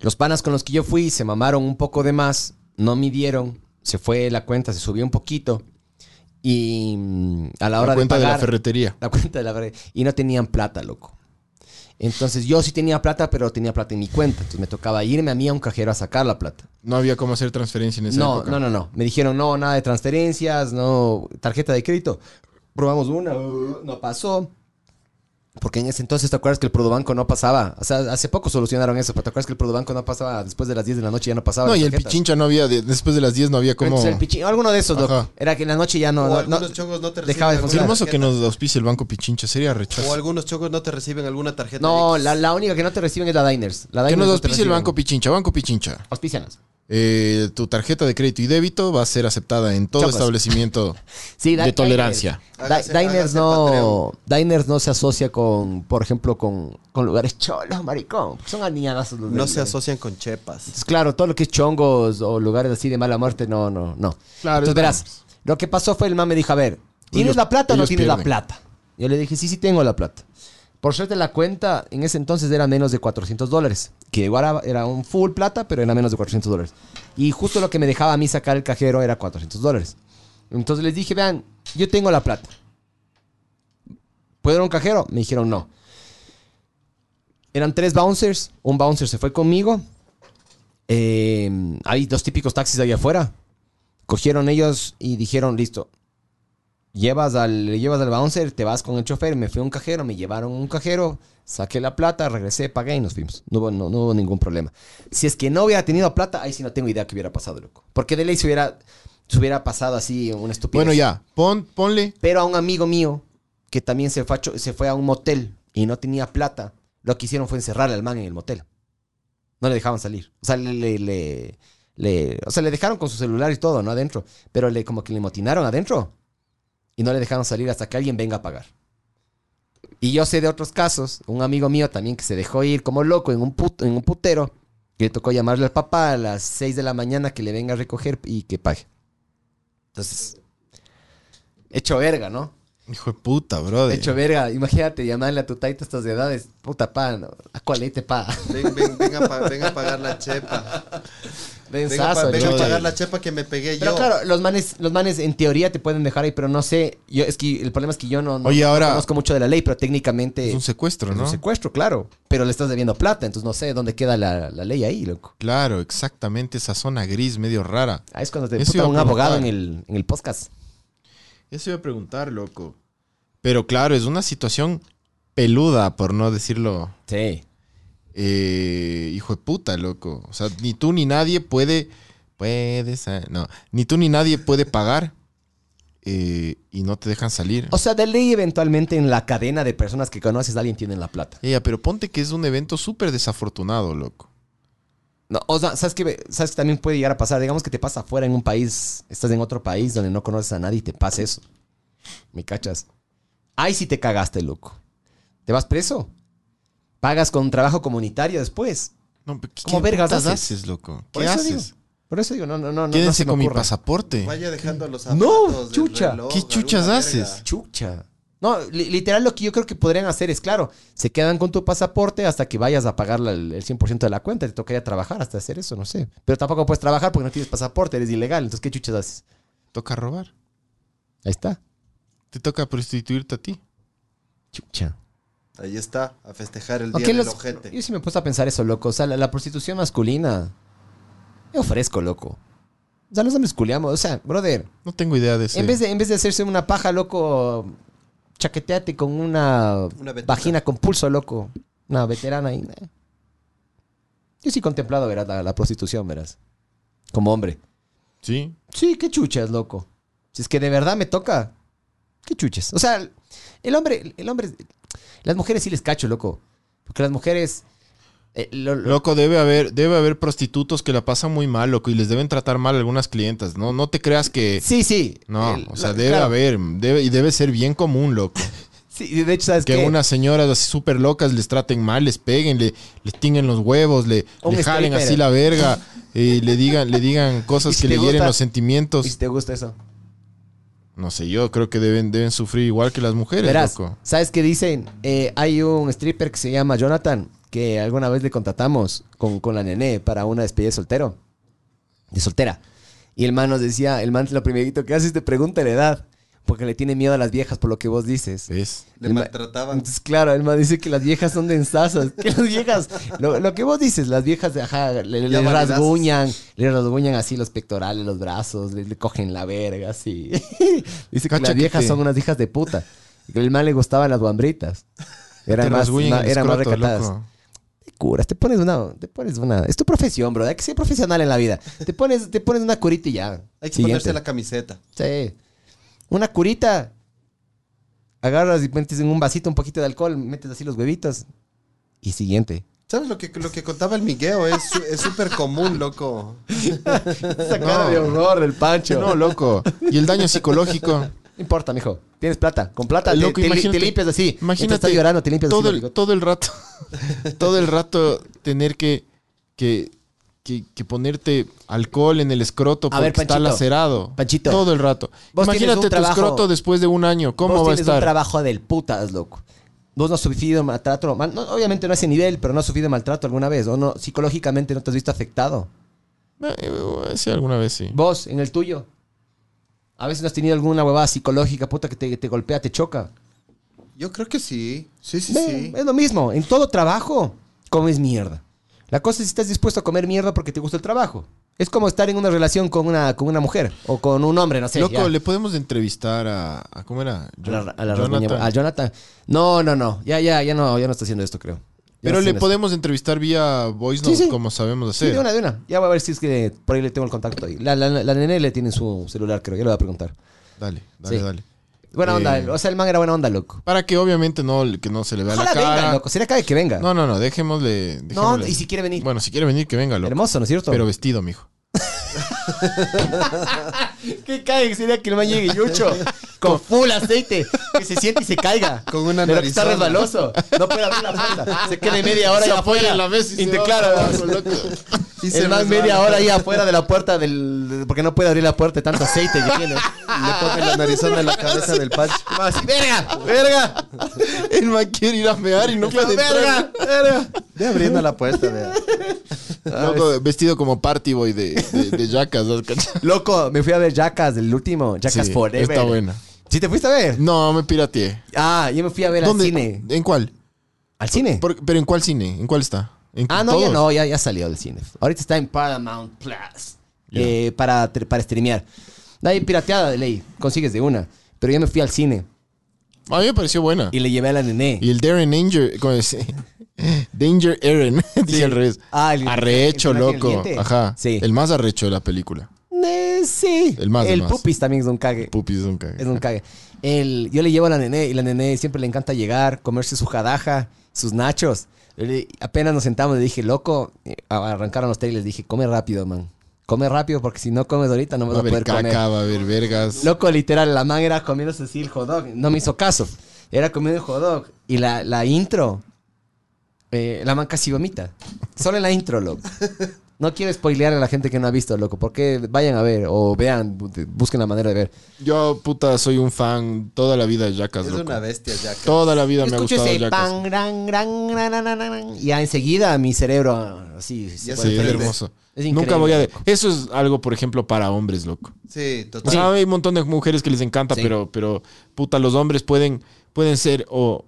los panas con los que yo fui se mamaron un poco de más, no midieron, se fue la cuenta, se subió un poquito y mm, a la hora
la cuenta
de
de,
pagar
la ferretería.
la cuenta de la verga. Y no tenían plata, loco. Entonces yo sí tenía plata, pero tenía plata en mi cuenta. Entonces me tocaba irme a mí a un cajero a sacar la plata.
No había cómo hacer transferencia en esa
No,
época.
no, no, no. Me dijeron, no, nada de transferencias, no, tarjeta de crédito. Probamos una, uh, no pasó. Porque en ese entonces, ¿te acuerdas que el Prodobanco no pasaba? O sea, hace poco solucionaron eso, pero ¿te acuerdas que el Prodobanco no pasaba después de las 10 de la noche? Ya no pasaba.
No,
las
y el
tarjetas?
pichincha no había, de- después de las 10 no había cómo...
Pero entonces el pichín, alguno de esos, loco.
Ajá.
Era que en la noche ya no.
o
no- no-
algunos chongos no te reciben.
dejaba de
alguna
Qué hermoso que
tarjeta.
nos auspicie el banco Pichincha, sería rechazo.
O algunos chongos no te reciben alguna tarjeta.
no,
X.
la, la única que no te reciben es la Diners. La
que
Diners
nos
no te
auspicie el
reciben.
banco Pichincha, banco Pichincha.
Auspícianos.
Eh, tu tarjeta de crédito y débito va a ser aceptada en todo
Chocos.
establecimiento.
Sí, Di-
De tolerancia.
Diners.
Hágase-
Di- Diners
hágase
no, Diners no se asocia con, por ejemplo, con, con lugares cholos, maricón. porque Son aniñadas.
No se asocian con chepas.
Entonces, claro, todo lo que es chongos o lugares así de mala muerte, no, no, no.
Claro,
Entonces,
es
verás,
vamos.
lo que pasó fue el man me dijo, a ver, ¿tienes
Ellos-
la plata o no
ellos
tienes la
pierden.
plata? Yo le dije, sí, sí tengo la plata. Por suerte la cuenta en ese entonces era menos de 400 dólares, que igual era- era un full plata, pero era menos de 400 dólares. Y justo lo que me dejaba a mí sacar el cajero era 400 dólares. Entonces les dije, vean, yo tengo la plata. ¿Puedo ir a un cajero? Me dijeron no. Eran tres bouncers. Un bouncer se fue conmigo. Eh, hay dos típicos taxis allá afuera. Cogieron ellos y dijeron, listo. Llevas al, le llevas al bouncer, te vas con el chofer. Me fui a un cajero, me llevaron a un cajero, saqué la plata, regresé, pagué y nos fuimos. No hubo, no- no hubo ningún problema. Si es que no hubiera tenido plata, ahí sí no tengo idea que hubiera pasado, loco. Porque de ley se hubiera, se hubiera pasado así una estupidez.
Bueno, ya, pon, ponle.
Pero a un amigo mío, que también se fue, a cho- se fue a un motel y no tenía plata, lo que hicieron fue encerrar al man en el motel. No le dejaban salir. O sea, le, le, le- le- o sea, le dejaron con su celular y todo, ¿no? Adentro. Pero le, como que le motinaron adentro. Y no le dejaron salir hasta que alguien venga a pagar. Y yo sé de otros casos, un amigo mío también que se dejó ir como loco en un, put- en un putero, que le tocó llamarle al papá a las 6 de la mañana que le venga a recoger y que pague. Entonces, hecho verga, ¿no?
Hijo de puta, brother.
Hecho verga, imagínate llamarle a tu taita a estas edades, puta pa, ¿no? a cualete pa.
Ven, ven, ven, a, pa- ven a pagar la chepa. Ven a, pa-
Densazo,
ven a
yo.
pagar la chepa que me pegué
Pero
yo.
claro, los manes, los manes en teoría te pueden dejar ahí, pero no sé, yo es que el problema es que yo no, no-
Oye,
no
ahora-
conozco mucho de la ley, pero técnicamente
Es un secuestro,
es
¿no?
un secuestro, claro, pero le estás debiendo plata, entonces no sé dónde queda la, la ley ahí, loco.
Claro, exactamente, esa zona gris medio rara.
Ahí es cuando te
Eso
puta
iba a
un abogado en
preguntar.
el, en el podcast.
Eso iba a preguntar, loco. Pero claro, es una situación peluda, por no decirlo.
Sí.
eh, hijo de puta, loco. O sea, ni tú ni nadie puede. Puede ser- No, ni tú ni nadie puede pagar eh, y no te dejan salir.
O sea, de ley eventualmente en la cadena de personas que conoces alguien tiene la plata.
Ya, ya, pero ponte que es un evento súper desafortunado, loco.
No, o sea, ¿sabes qué? ¿sabes qué también puede llegar a pasar? Digamos que te pasa afuera en un país, estás en otro país donde no conoces a nadie y te pasa eso. ¿Me cachas? Ahí sí te cagaste, loco. ¿Te vas preso? ¿Pagas con trabajo comunitario después?
No, pero ¿qué,
¿Cómo
qué
vergas
putas
haces?
haces, loco?
Por
¿Qué
eso digo,
haces?
Por eso digo, no, no, no. no, no
Quédense
se me
con mi
ocurra.
pasaporte.
Vaya dejando los zapatos.
No,
el
chucha.
reloj,
¿Qué
alguna
chuchas
verga.
haces?
Chucha. No, li- literal lo que yo creo que podrían hacer es, claro, se quedan con tu pasaporte hasta que vayas a pagar la- el 100% de la cuenta. Te tocaría trabajar hasta hacer eso, no sé. Pero tampoco puedes trabajar porque no tienes pasaporte, eres ilegal. Entonces, ¿qué chuchas haces?
Toca robar.
Ahí está.
Te toca prostituirte a ti.
Chucha.
Ahí está, a festejar el
¿A
día
qué
del
los-
ojete.
Yo sí me he puesto a pensar eso, loco. O sea, la, la prostitución masculina. Me ofrezco, loco. O sea, los hombres culiamos. O sea, brother,
No tengo idea de eso.
en, vez de, en vez de hacerse una paja, loco, chaqueteate con una,
Una veterana.
vagina con pulso, loco. Una veterana ahí. eh. Yo sí he contemplado, verás, la, la prostitución, verás. Como hombre.
Sí.
Sí, qué chuchas, loco. Si es que de verdad me toca, qué chuchas. O sea, el hombre, el hombre, las mujeres sí les cacho, loco. Porque las mujeres, eh, lo- lo-
Loco, debe haber, debe haber prostitutos que la pasan muy mal, loco, y les deben tratar mal a algunas clientas. No, no te creas que.
sí, sí.
No,
El-
o sea,
la-
debe
claro.
haber, debe, y debe ser bien común, loco.
Sí, y de hecho, sabes
que
qué?
unas señoras así súper locas les traten mal, les peguen, le, les tinguen los huevos, le,
Un
le jalen
stripper.
así la verga, y le digan, le digan
¿Y
cosas
si
que
te
le hieren
gusta?
los
¿Y si
sentimientos.
te gusta eso?
No sé, yo creo que deben, deben sufrir igual que las mujeres,
Verás,
loco.
¿sabes qué dicen? Eh, hay un stripper que se llama Jonathan, que alguna vez le contratamos con, con la nené para una despedida de soltero. De soltera. Y el man nos decía, el man lo primerito que hace es te pregunta la edad. Porque le tiene miedo a las viejas por lo que vos dices.
¿Ves?
Le
El ma-
maltrataban.
Entonces, claro, el man dice que las viejas son densazas. Que las viejas, lo, lo que vos dices, las viejas, ajá, le, le-
Ya
le
validazas.
rasguñan, le rasguñan así los pectorales, los brazos, le, le cogen la verga, así. dice que
Cacha
las
que
viejas
te-
son unas hijas de puta. Y que el man le gustaban las guambritas.
Te
Eran más,
rasguñan
ma-
el
eran más
escroto,
recatadas.
loco.
Te curas, te pones una, te pones una. Es tu profesión, bro. Hay que ser profesional en la vida. Te pones, te pones una curita y ya.
Hay que
Siguiente.
ponerse la camiseta.
Sí. Una curita. Agarras y metes en un vasito un poquito de alcohol, metes así los huevitos. Y siguiente.
¿Sabes lo que, lo que contaba el Miguel? Es su- es súper común, loco.
Esa
cara de
horror del Pancho.
No,
No,
loco. Y el daño psicológico.
importa, mijo. Tienes plata. Con plata
Loco,
te, te li-
imagínate-
te limpias así. Imagínate.
Imagínate
Estás llorando, te limpias
todo
así.
el, todo el rato. todo el rato tener que, que, que- que ponerte alcohol en el escroto
A
porque
ver,
está
Panchito.
lacerado.
Panchito.
Todo el rato.
Vos tienes un
Imagínate tu
trabajo.
escroto después de un año. ¿Cómo
Vos
va a
tienes un
estar?
trabajo del putas, loco. Vos no has sufrido maltrato. mal- no, obviamente no a ese nivel, pero no has sufrido maltrato alguna vez. O no, psicológicamente no te has visto afectado.
Eh, eh, Sí, alguna vez sí.
Vos, en el tuyo. A veces no has tenido alguna huevada psicológica, puta, que te- te golpea, te choca.
Yo creo que sí. Sí, sí,
Ve,
sí.
Es lo mismo, en todo trabajo comes mierda. La cosa es si estás dispuesto a comer mierda porque te gusta el trabajo. Es como estar en una relación con una, con una mujer o con un hombre, no sé.
Loco,
ya.
le podemos entrevistar a, a- ¿Cómo era?
A la- a la
Jonathan.
rasguña- a Jonathan. No, no, no. Ya, ya, ya no, ya no está haciendo esto, creo. Ya no
Pero
está
le
haciendo
podemos entrevistar vía voice
Sí,
note,
sí.
como sabemos
esto. Sí,
hacer.
de una, de una. Ya voy a ver si es que por ahí le tengo el contacto ahí. La, la, la nene le tiene su celular, creo. Ya le voy a preguntar.
Dale, dale,
Sí.
dale.
Buena
Eh.
onda. O sea, el man era buena onda, loco.
Para que obviamente no, que no se le vea
Ojalá
la cara.
venga, loco. Sería cada que venga.
No, no, no, dejémosle,
No,
dejémosle.
y si quiere venir.
Bueno, si quiere venir, que venga, loco.
Hermoso, ¿no es cierto?
Pero vestido, mijo.
¿Qué cae? Sería que el man llegue yucho. con full aceite, que se siente y se caiga.
Con una
Pero que está
narizona.
resbaloso. No puede abrir la puerta. Se queda media hora ahí afuera.
en la mesa y se
Inte-
va
claro,
para abajo, loco.
Y
el man media hora ahí afuera de la puerta del. Porque no puede abrir la puerta de tanto aceite que tiene.
Le toca la narizona en la cabeza del Pancho.
Va así, ¡Verga!
¡Verga! El man quiere ir a mear y no puede entrar.
¡Verga! ¡Verga!
Ve abriendo la puerta, vea.
Ah,
Loco, vestido como party boy de, de, de Jackass, ¿has cachado?
Loco, me fui a ver Jackass, el último. Jackass
Sí,
Forever.
Está buena.
¿Sí te fuiste a ver?
No, me pirateé.
Ah, yo me fui a ver al cine.
¿En cuál?
¿Al cine?
Por- ¿Pero en cuál cine? ¿En cuál está? ¿En
Ah, no, ya
todos?
no, ya, ya salió del cine. Ahorita está en Paramount Plus. eh, para, tre- para streamear. Nadie pirateada de ley. Consigues de una. Pero yo me fui al cine
A mí me pareció buena.
y le llevé a la nené.
Ah. Y el Darren Danger, ¿cómo es? Danger Aaron, dice al revés.
Ah, el-
arrecho,
el que tiene el
loco.
diente.
Ajá.
Sí.
El más arrecho de la película.
Eh, sí.
El más, el más.
pupis también es un cague.
Pupis es un cague.
Es un cague. El, yo le llevo a la nené y la nené siempre le encanta llegar, comerse su jadaja, sus nachos. Yo le- apenas nos sentamos, le dije, loco, eh, arrancaron los trailers, dije, come rápido, man. Come rápido porque si no comes ahorita no vas
Va a
a,
haber
poder
caca,
comer.
va a haber vergas.
Loco, literal, la man era comiéndose así el hot dog. No me hizo caso. Era comiendo el hot dog. Y la, la intro, eh, la man casi vomita. Solo en la intro, loco. No quiero spoilear a la gente que no ha visto, loco. Porque vayan a ver o vean, bu- busquen la manera de ver.
Yo, puta, soy un fan toda la vida de Jackass,
Es
loco.
una bestia, Jack.
Toda la vida me ha
Escucho
gustado
ese
Jackass.
pan, gran, gran, gran, gran, gran, gran, y ya enseguida mi cerebro ah, así. se
Ya
fue.
Sí, es
Sorprende.
hermoso.
Es
Nunca
increíble,
voy a...
loco.
Eso es algo, por ejemplo, para hombres, loco.
Sí,
O
total.
sea, hay un montón de mujeres que les encanta,
Sí.
pero, pero, puta, los hombres pueden, pueden ser o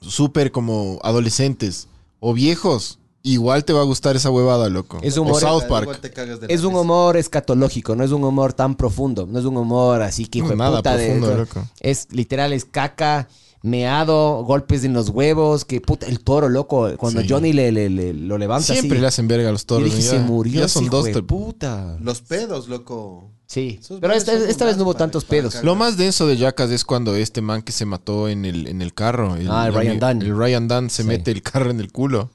súper como adolescentes o viejos. Igual te va a gustar esa huevada, loco.
Es humor.
O South
Igual
Park.
te cagas de la
Pues, Es un
risa.
humor escatológico, no es un humor tan profundo, no es un humor así que
No,
hijo de
nada
puta de-
profundo,
de-
loco.
Es literal, es caca, meado, golpes en los huevos, que puta, el toro, loco, cuando
Sí.
Johnny le, le- le- lo levanta
Siempre
así.
le hacen verga a los
yo
toros.
dije,
ya-
se murió
Ya son
ese
dos.
hijo de
tor-
puta.
Los pedos, loco.
Sí,
Esos
pero
manes
esta,
son un
esta vez no hubo
asco para-
tantos
para
pedos.
cagar.
Lo más denso de Jackass es cuando este man que se mató en el, en el carro. El,
Ah, el
ami-
Ryan Dunn.
El Ryan Dunn se
Sí.
mete el carro en el culo.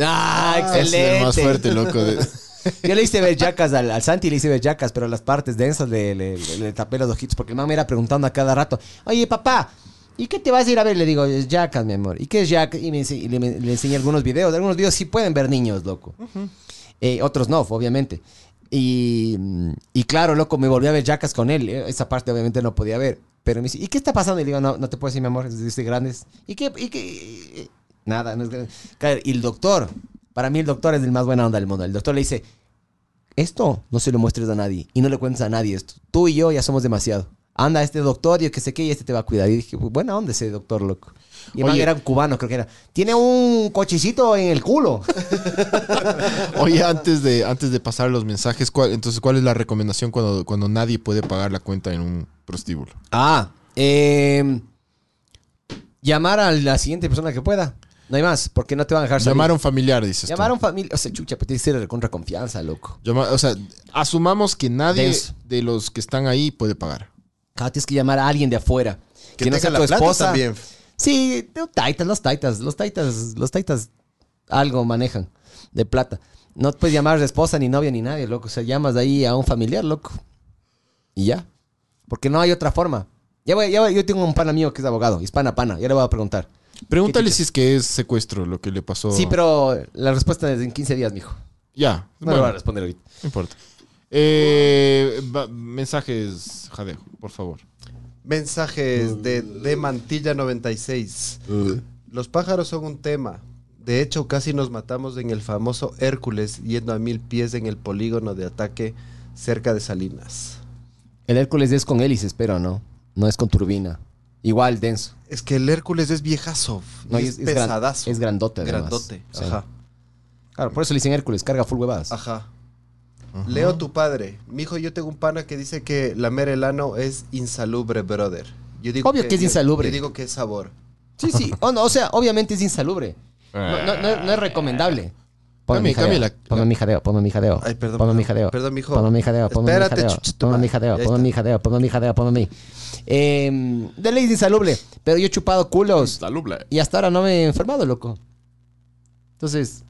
¡Ah,
Es el más
excelente!
fuerte, loco. de-
Yo le hice ver Jackass al, al Santi, le hice ver Jackass, pero las partes densas le, le, le- le tapé los ojitos porque el mamá me era preguntando a cada rato, oye papá, ¿y qué te vas a ir a ver? Le digo, es Jackass, mi amor. ¿Y qué es Jackass? Y, me ense- y le, me- le enseñé algunos videos. Algunos videos sí pueden ver niños, loco. Eh, otros no, obviamente. Y, y claro, loco, me volví a ver Jackass con él. Eh, Esa parte obviamente no podía ver. Pero me dice, ¿y qué está pasando? Y le digo, no, no te puedo decir, mi amor, es de- es de grandes. ¿Y qué? ¿Y qué? Nada, no es grande. Claro, Y el doctor, para mí el doctor es el más buena onda del mundo. El doctor le dice, esto no se lo muestres a nadie y no le cuentes a nadie esto. Tú y yo ya somos demasiado. Anda este doctor, yo que sé qué, y este te va a cuidar. Y dije, "Bu- buena onda ese doctor, loco. Y el man
Oye.
era un cubano, creo que era. Tiene un cochecito en el culo.
Oye, antes de, antes de pasar a los mensajes, ¿cuál, entonces, ¿cuál es la recomendación cuando, cuando nadie puede pagar la cuenta en un prostíbulo?
Ah, eh, llamar a la siguiente persona que pueda. No hay más, porque no te van a dejar salir.
Llamar a un familiar, dices.
Llamar a
tú.
un familia. O sea, chucha, pues tiene que ser de contra confianza, loco.
Llama- o sea, asumamos que nadie
Denso.
de los que están ahí puede pagar.
Cada tienes que llamar a alguien de afuera. Que, no
tenga
sea
la
tu
plata
esposa.
también.
Sí, no, taitas, los taitas, los taitas, los taitas algo manejan de plata. No puedes llamar a esposa, ni novia, ni nadie, loco. O sea, llamas de ahí a un familiar, loco. Y ya. Porque no hay otra forma. Ya voy- ya voy- yo tengo un pana mío que es abogado, hispana pana, ya le voy a preguntar.
Pregúntale
¿Qué
si es que es secuestro lo que le pasó.
Sí, pero la respuesta es en 15 días, mijo.
Ya,
No
bueno,
lo voy a
no
responder ahorita.
importa. Eh, va- mensajes, Jadeo, por favor.
Mensajes de, de Mantilla 96. Los pájaros son un tema. De hecho, casi nos matamos en el famoso Hércules yendo a mil pies en el polígono de ataque cerca de Salinas.
El Hércules es con hélice, espero, ¿no? No es con turbina. Igual, denso.
Es que el Hércules es viejazo.
No,
y
y
es,
gran-
pesadazo.
es grandote, además.
Grandote.
Sí.
Ajá.
Claro, por eso le dicen Hércules, carga full huevadas.
Ajá. Leo tu padre. Mijo, yo tengo un pana que dice que lamer el ano es insalubre, brother. Yo digo
Obvio que es
yo-
insalubre.
Yo digo que es sabor.
Sí, sí. O, no, o sea, obviamente es insalubre. No, no- no- no es recomendable.
Cambie- cambie la-
Ponme mi jadeo, ponme mi jadeo.
Ay, perdón,
Ponme mi
perdón,
jadeo.
perdón, mijo.
Ponme mi jadeo, ponme mi
Espérate,
jadeo.
chuch, tu
Ponme mi
madre.
jadeo,
Ya
ponme
está.
mi jadeo, ponme mi jadeo, ponme mi. Eh, de ley es insalubre, pero yo he chupado culos
Salubre.
y hasta ahora no me he enfermado, loco. Entonces,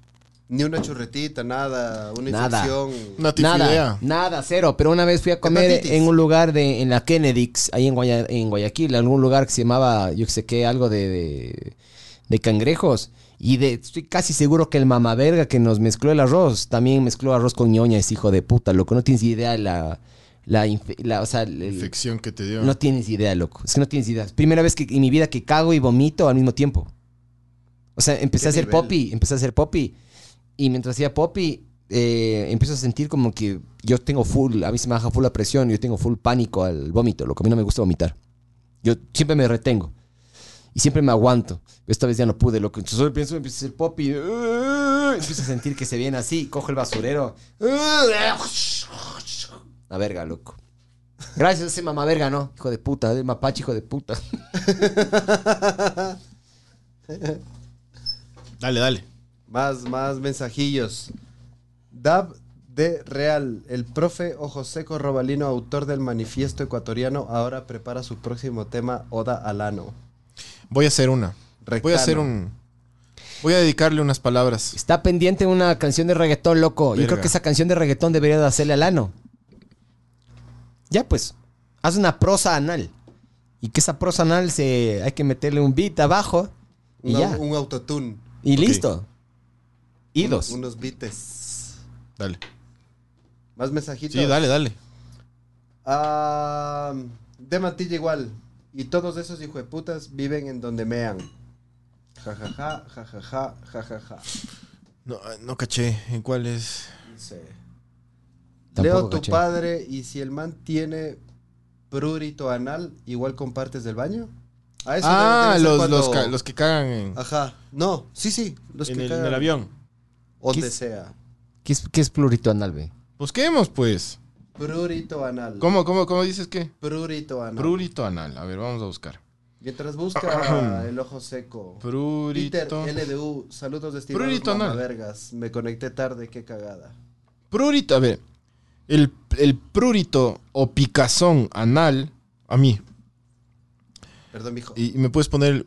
Ni una churretita, nada, una
Nada.
infección.
Una
Nada,
tifidea.
nada, cero. Pero una vez fui a comer
Hepatitis.
en un lugar de, en la Kennedy, ahí en, Guaya- en Guayaquil, algún lugar que se llamaba, yo que sé qué, algo de, de, de cangrejos. Y de, estoy casi seguro que el mamaverga que nos mezcló el arroz, también mezcló arroz con ñoña, ese hijo de puta, loco. No tienes idea la... la, infe- la- o sea, el- el-
Infección que te dio.
no tienes idea, loco. Es que no tienes idea. Es Primera vez que en mi vida que cago y vomito al mismo tiempo. O sea, empecé
¿Qué
a hacer
nivel?
poppy, empecé a hacer poppy. Y mientras hacía poppy, eh, empiezo a sentir como que yo tengo full, a mí se me baja full la presión, yo tengo full pánico al vómito, loco. A mí no me gusta vomitar. Yo siempre me retengo. Y siempre me aguanto. Esta vez ya no pude, loco. Entonces solo pienso, empiezo a hacer pop y... "Ah", empiezo a sentir que se viene así. Cojo el basurero. eh, La verga, loco. Gracias a ese mamá verga, ¿no? Hijo de puta, del mapache, hijo de puta.
Dale, dale.
Más, más mensajillos.
Dab de Real, el profe Ojo Seco Robalino, autor del Manifiesto Ecuatoriano, ahora prepara su próximo tema, Oda Alano.
Voy a hacer una. Voy a hacer un. Voy a dedicarle unas palabras.
Está pendiente una canción de reggaetón, loco. Yo
Verga.
creo que esa canción de reggaetón debería de hacerle al ano. Ya pues, haz una prosa anal. Y que esa prosa anal se... Hay que meterle un beat abajo. Y
Un,
ya.
au- un autotune.
Y
Ok.
listo. Idos.
Unos beats.
Dale.
Más mensajitos.
Sí, dale, dale.
Ah, de Mantilla igual. Y todos esos hijueputas viven en donde mean. Ja ja ja, ja ja ja, ja ja ja.
No, eh, no caché. ¿En cuál es?
Dice,
Tampoco
Leo tu
caché.
padre y si el man tiene prurito anal, igual compartes del baño. A eso debe- debe
Ah,
ser
los,
cuando-
los, ca- los que cagan en,
Ajá. No, sí, sí. Los
en
que
el, en
cagan
el avión.
Donde
Quis-
sea.
¿Qué es, qué es plurito anal, ve?
Busquemos, pues.
Prurito anal.
¿Cómo, cómo, cómo dices qué?
Prurito anal.
Prurito anal. A ver, vamos a buscar.
Mientras busca el ojo seco. Peter
Prurito.
LDU, saludos de estimados
Prurito anal.
vergas. Me conecté tarde, qué cagada.
Prurito, a ver. El, el prurito o picazón anal, a mí.
Perdón, mijo.
Y, y me puedes poner el.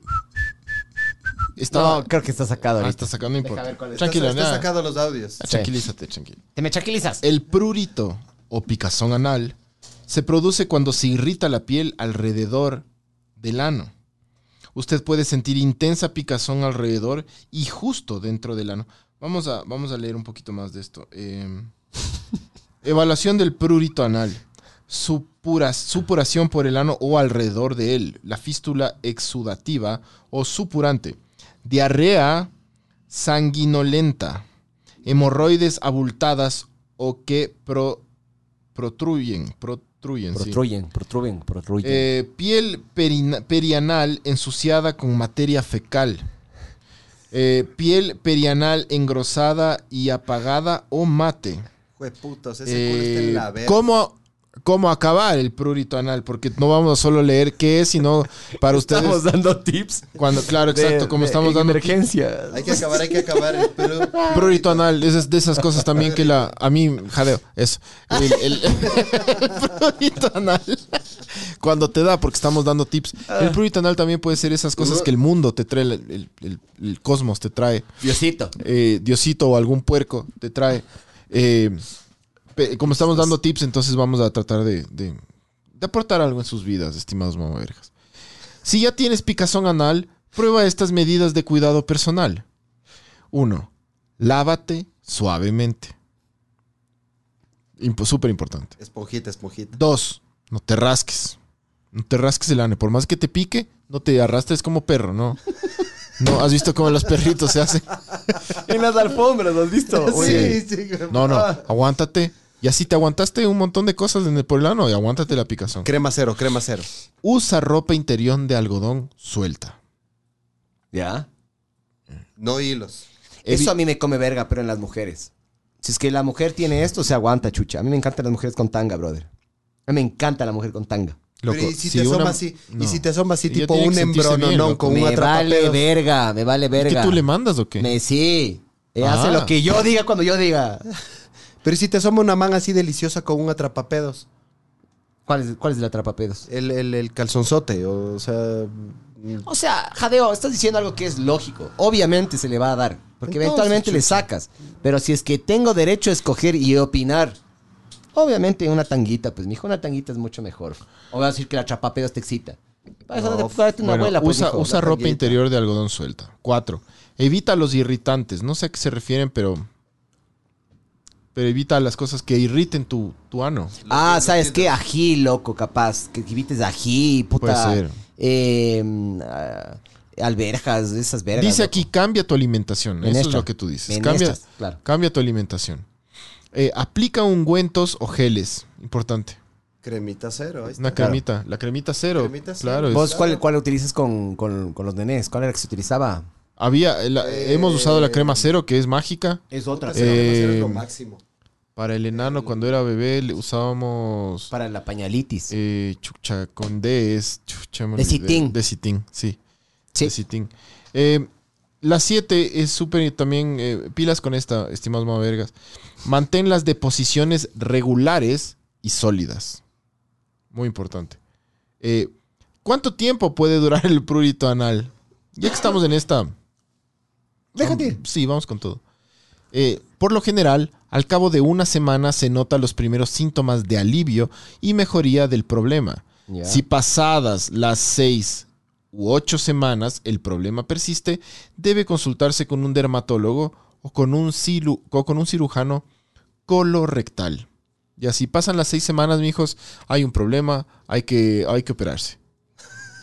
Estaba-
No, creo que está sacado
Ah,
ahorita.
está sacando, no importa.
ver cuál es.
Tranquilo,
Estás- estás
nada.
sacado los audios.
Ah, Tranquilízate, tranquilo.
Te me chaquilizas.
El prurito o picazón anal se produce cuando se irrita la piel alrededor del ano. Usted puede sentir intensa picazón alrededor y justo dentro del ano. Vamos a, vamos a leer un poquito más de esto. Eh, evaluación del prurito anal. Supura- supuración por el ano o alrededor de él. La fístula exudativa o supurante. Diarrea sanguinolenta hemorroides abultadas o que pro- protruyen, protruyen, sí.
Protruyen, protruyen, protruyen.
Eh, piel perina- perianal ensuciada con materia fecal. Eh, piel perianal engrosada y apagada o mate.
Jueputos, ese culo está
Eh,
en la verga.
¿cómo, cómo acabar el prurito anal? Porque no vamos a solo leer qué es, sino para ustedes.
dando tips.
cuando, claro, exacto, como estamos dando
emergencias.
Hay que acabar, hay que acabar. el pru-
Prurito anal, de esas, de esas cosas también que la. A mí, jadeo, eso. El, el- prurito anal. Cuando te da, porque estamos dando tips.
Ah.
El prurito anal también puede ser esas cosas que el mundo te trae, el, el- el- el cosmos te trae,
Diosito.
eh, Diosito o algún puerco te trae. Eh, pe- como estamos dando tips, entonces vamos a tratar de, de- de aportar algo en sus vidas, estimados mamavergas. Si ya tienes picazón anal, prueba estas medidas de cuidado personal. 1. Lávate suavemente. Impo- Súper importante.
Esponjita, esponjita.
Dos, no te rasques. No te rasques el ano. Por más que te pique, no te arrastres como perro, ¿no? No, has visto cómo los perritos se hacen.
En las alfombras, ¿has visto?
Oye,
sí, güey. Ah.
No, no, aguántate. Y así te aguantaste un montón de cosas en el poblano y aguántate la picazón.
Crema cero, crema cero.
Usa ropa interior de algodón suelta.
¿Ya?
No hilos.
Evi-
Eso a mí me come verga, pero en las mujeres. Si es que la mujer tiene esto, se aguanta, chucha. A mí me encantan las mujeres con tanga, brother. A mí me encanta la mujer con tanga.
Loco,
Pero y si, te asoma
una-
así,
no.
y si te asoma así,
Ella
tipo
tiene que
un
sentirse
embrono,
bien,
no,
loco.
con un
me vale
atrapapedos.
verga, me vale
¿Es
verga.
que tú le mandas o qué?
Me sí. Ella
Ah.
hace lo que yo diga cuando yo diga.
Pero y si te asoma una man así deliciosa con un atrapapedos.
¿Cuál es, cuál es el atrapapedos?
El, el, el calzonzote, o sea...
O sea, jadeo, estás diciendo algo que es lógico. Obviamente se le va a dar. Porque
Entonces,
eventualmente le
chucha.
sacas. Pero si es que tengo derecho a escoger y opinar, obviamente una tanguita, pues mijo, una tanguita es mucho mejor. O vas a decir que la chapapedos te excita. Para eso de pagarte una
Bueno,
abuela, pues,
usa
mijo,
usa
la
ropa
tanguita.
interior de algodón suelta. Cuatro. Evita los irritantes. No sé a qué se refieren, pero. Pero evita las cosas que irriten tu, tu ano.
Ah, ¿sabes qué? Ají, loco, capaz. Que evites ají, puta.
Puede ser.
eh, mm, ah, alberjas, esas vergas.
Dice
loco.
aquí, cambia tu alimentación.
En
Eso es
esta.
lo que tú dices.
En
Cambia,
estas, claro.
cambia tu alimentación. Eh, aplica ungüentos o geles. Importante.
Cremita cero. ahí está.
Una cremita. La cremita cero.
Cremita cero.
Claro. es-
¿Vos cuál, cuál utilizas con, con- con los nenes? ¿Cuál era que se utilizaba?
Había, la-
Eh,
hemos usado la crema cero, que es mágica.
Es
Puta,
otra.
cero, crema cero es
Eh,
lo máximo.
Para el enano, cuando era bebé, le usábamos.
Para la pañalitis.
Eh, chucha, con D es. chucha, me
De
olvidé.
sitín.
De sitín, sí.
Sí.
De sitín. Eh, la 7 es súper también. eh, pilas con esta, estimados mamavergas. Mantén las deposiciones regulares y sólidas. Muy importante. Eh, ¿Cuánto tiempo puede durar el prurito anal? Ya que estamos en esta.
Déjate ir.
Vam- Sí, vamos con todo. Eh, por lo general, al cabo de una semana se nota los primeros síntomas de alivio y mejoría del problema.
Ya.
Si pasadas las seis u ocho semanas el problema persiste, debe consultarse con un dermatólogo o con un, ciru- o con un cirujano colorectal. Y así pasan las seis semanas, mijos, hay un problema, hay que, hay que operarse.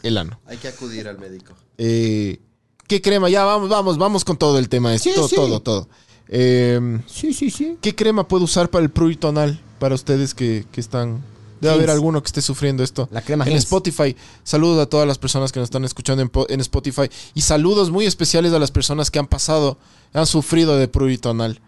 El ano.
Hay que acudir al médico.
Eh, ¿Qué crema? Ya vamos, vamos, vamos con todo el tema.
Sí,
esto, todo,
sí.
todo, todo. Eh,
Sí, sí, sí.
¿Qué crema puedo usar para el prurito anal? Para ustedes que, que están... Debe haber
Heinz.
alguno que esté sufriendo esto.
La crema
En
Heinz.
Spotify. Saludos a todas las personas que nos están escuchando en, po- en Spotify. Y saludos muy especiales a las personas que han pasado, han sufrido de prurito anal.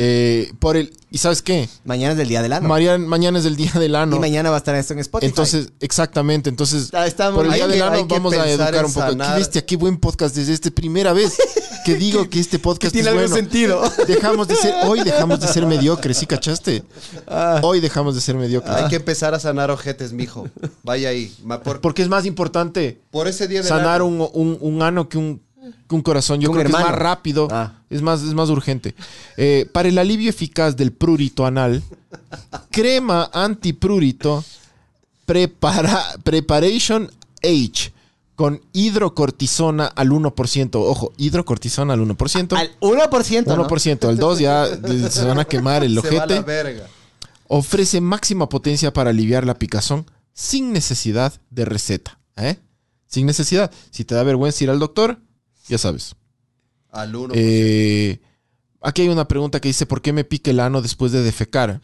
Eh, por el, ¿Y sabes qué?
Mañana es el día del ano.
Marian- mañana es el día del ano.
Y mañana va a estar esto en Spotify.
Entonces, exactamente, entonces
Ah, estamos-
por el
hay
día del
que-
ano
hay que
vamos a
pensar
educar
en
un poco. Aquí
sanar.
viste, qué buen podcast desde esta primera vez que digo que este podcast
tiene
es
algún
bueno.
sentido.
Dejamos de ser, hoy dejamos de ser mediocres, ¿sí cachaste?
Ah.
Hoy dejamos de ser mediocres.
Hay que empezar a sanar ojetes, mijo. Vaya ahí. Ma- Por,
Porque es más importante
por ese día de
sanar un, un- un ano que un, que un corazón. Yo
Que un
creo que es
hermano.
más rápido,
Ah.
es, más, es más urgente. Eh, para el alivio eficaz del prurito anal, crema antiprurito prepara, Preparation H con hidrocortisona al 1%. Ojo, hidrocortisona al 1%.
Al 1%. ¿no?
1%, al 2 ya eh, se van a quemar el
Se va a la
ojete.
verga.
Ofrece máxima potencia para aliviar la picazón sin necesidad de receta. ¿eh? Sin necesidad. Si te da vergüenza ir al doctor, ya sabes.
Al uno.
Eh, aquí hay una pregunta que dice: ¿Por qué me pica el ano después de defecar?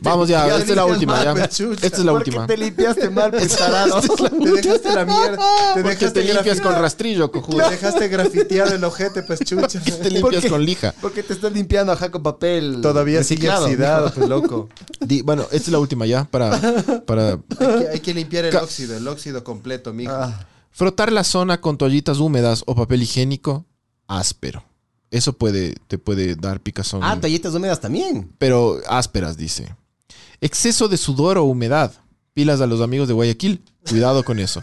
Vamos ya,
Ya
esta es la
limpias
última.
mal,
ya.
pues, chucha.
Esta es la
Porque
última.
te limpiaste mal, pues, tarado.
Te dejaste la mierda. Te
Porque
dejaste,
te limpias
grafi-
con rastrillo, cojudo.
te dejaste grafiteado el ojete, pues chucha.
Te limpias
Porque-
con lija.
Porque te estás limpiando ajá con papel.
Todavía sigue
reciclado,
oxidado, pues loco.
Di- bueno, esta es la última ya para, para
Hay que, hay que limpiar el
Ca-
óxido, el óxido completo, mijo.
Ah.
Frotar la zona con toallitas húmedas o papel higiénico áspero. Eso puede, te puede dar picazón.
Ah, toallitas húmedas también.
pero ásperas, dice. Exceso de sudor o humedad. Pilas a los amigos de Guayaquil. Cuidado con eso.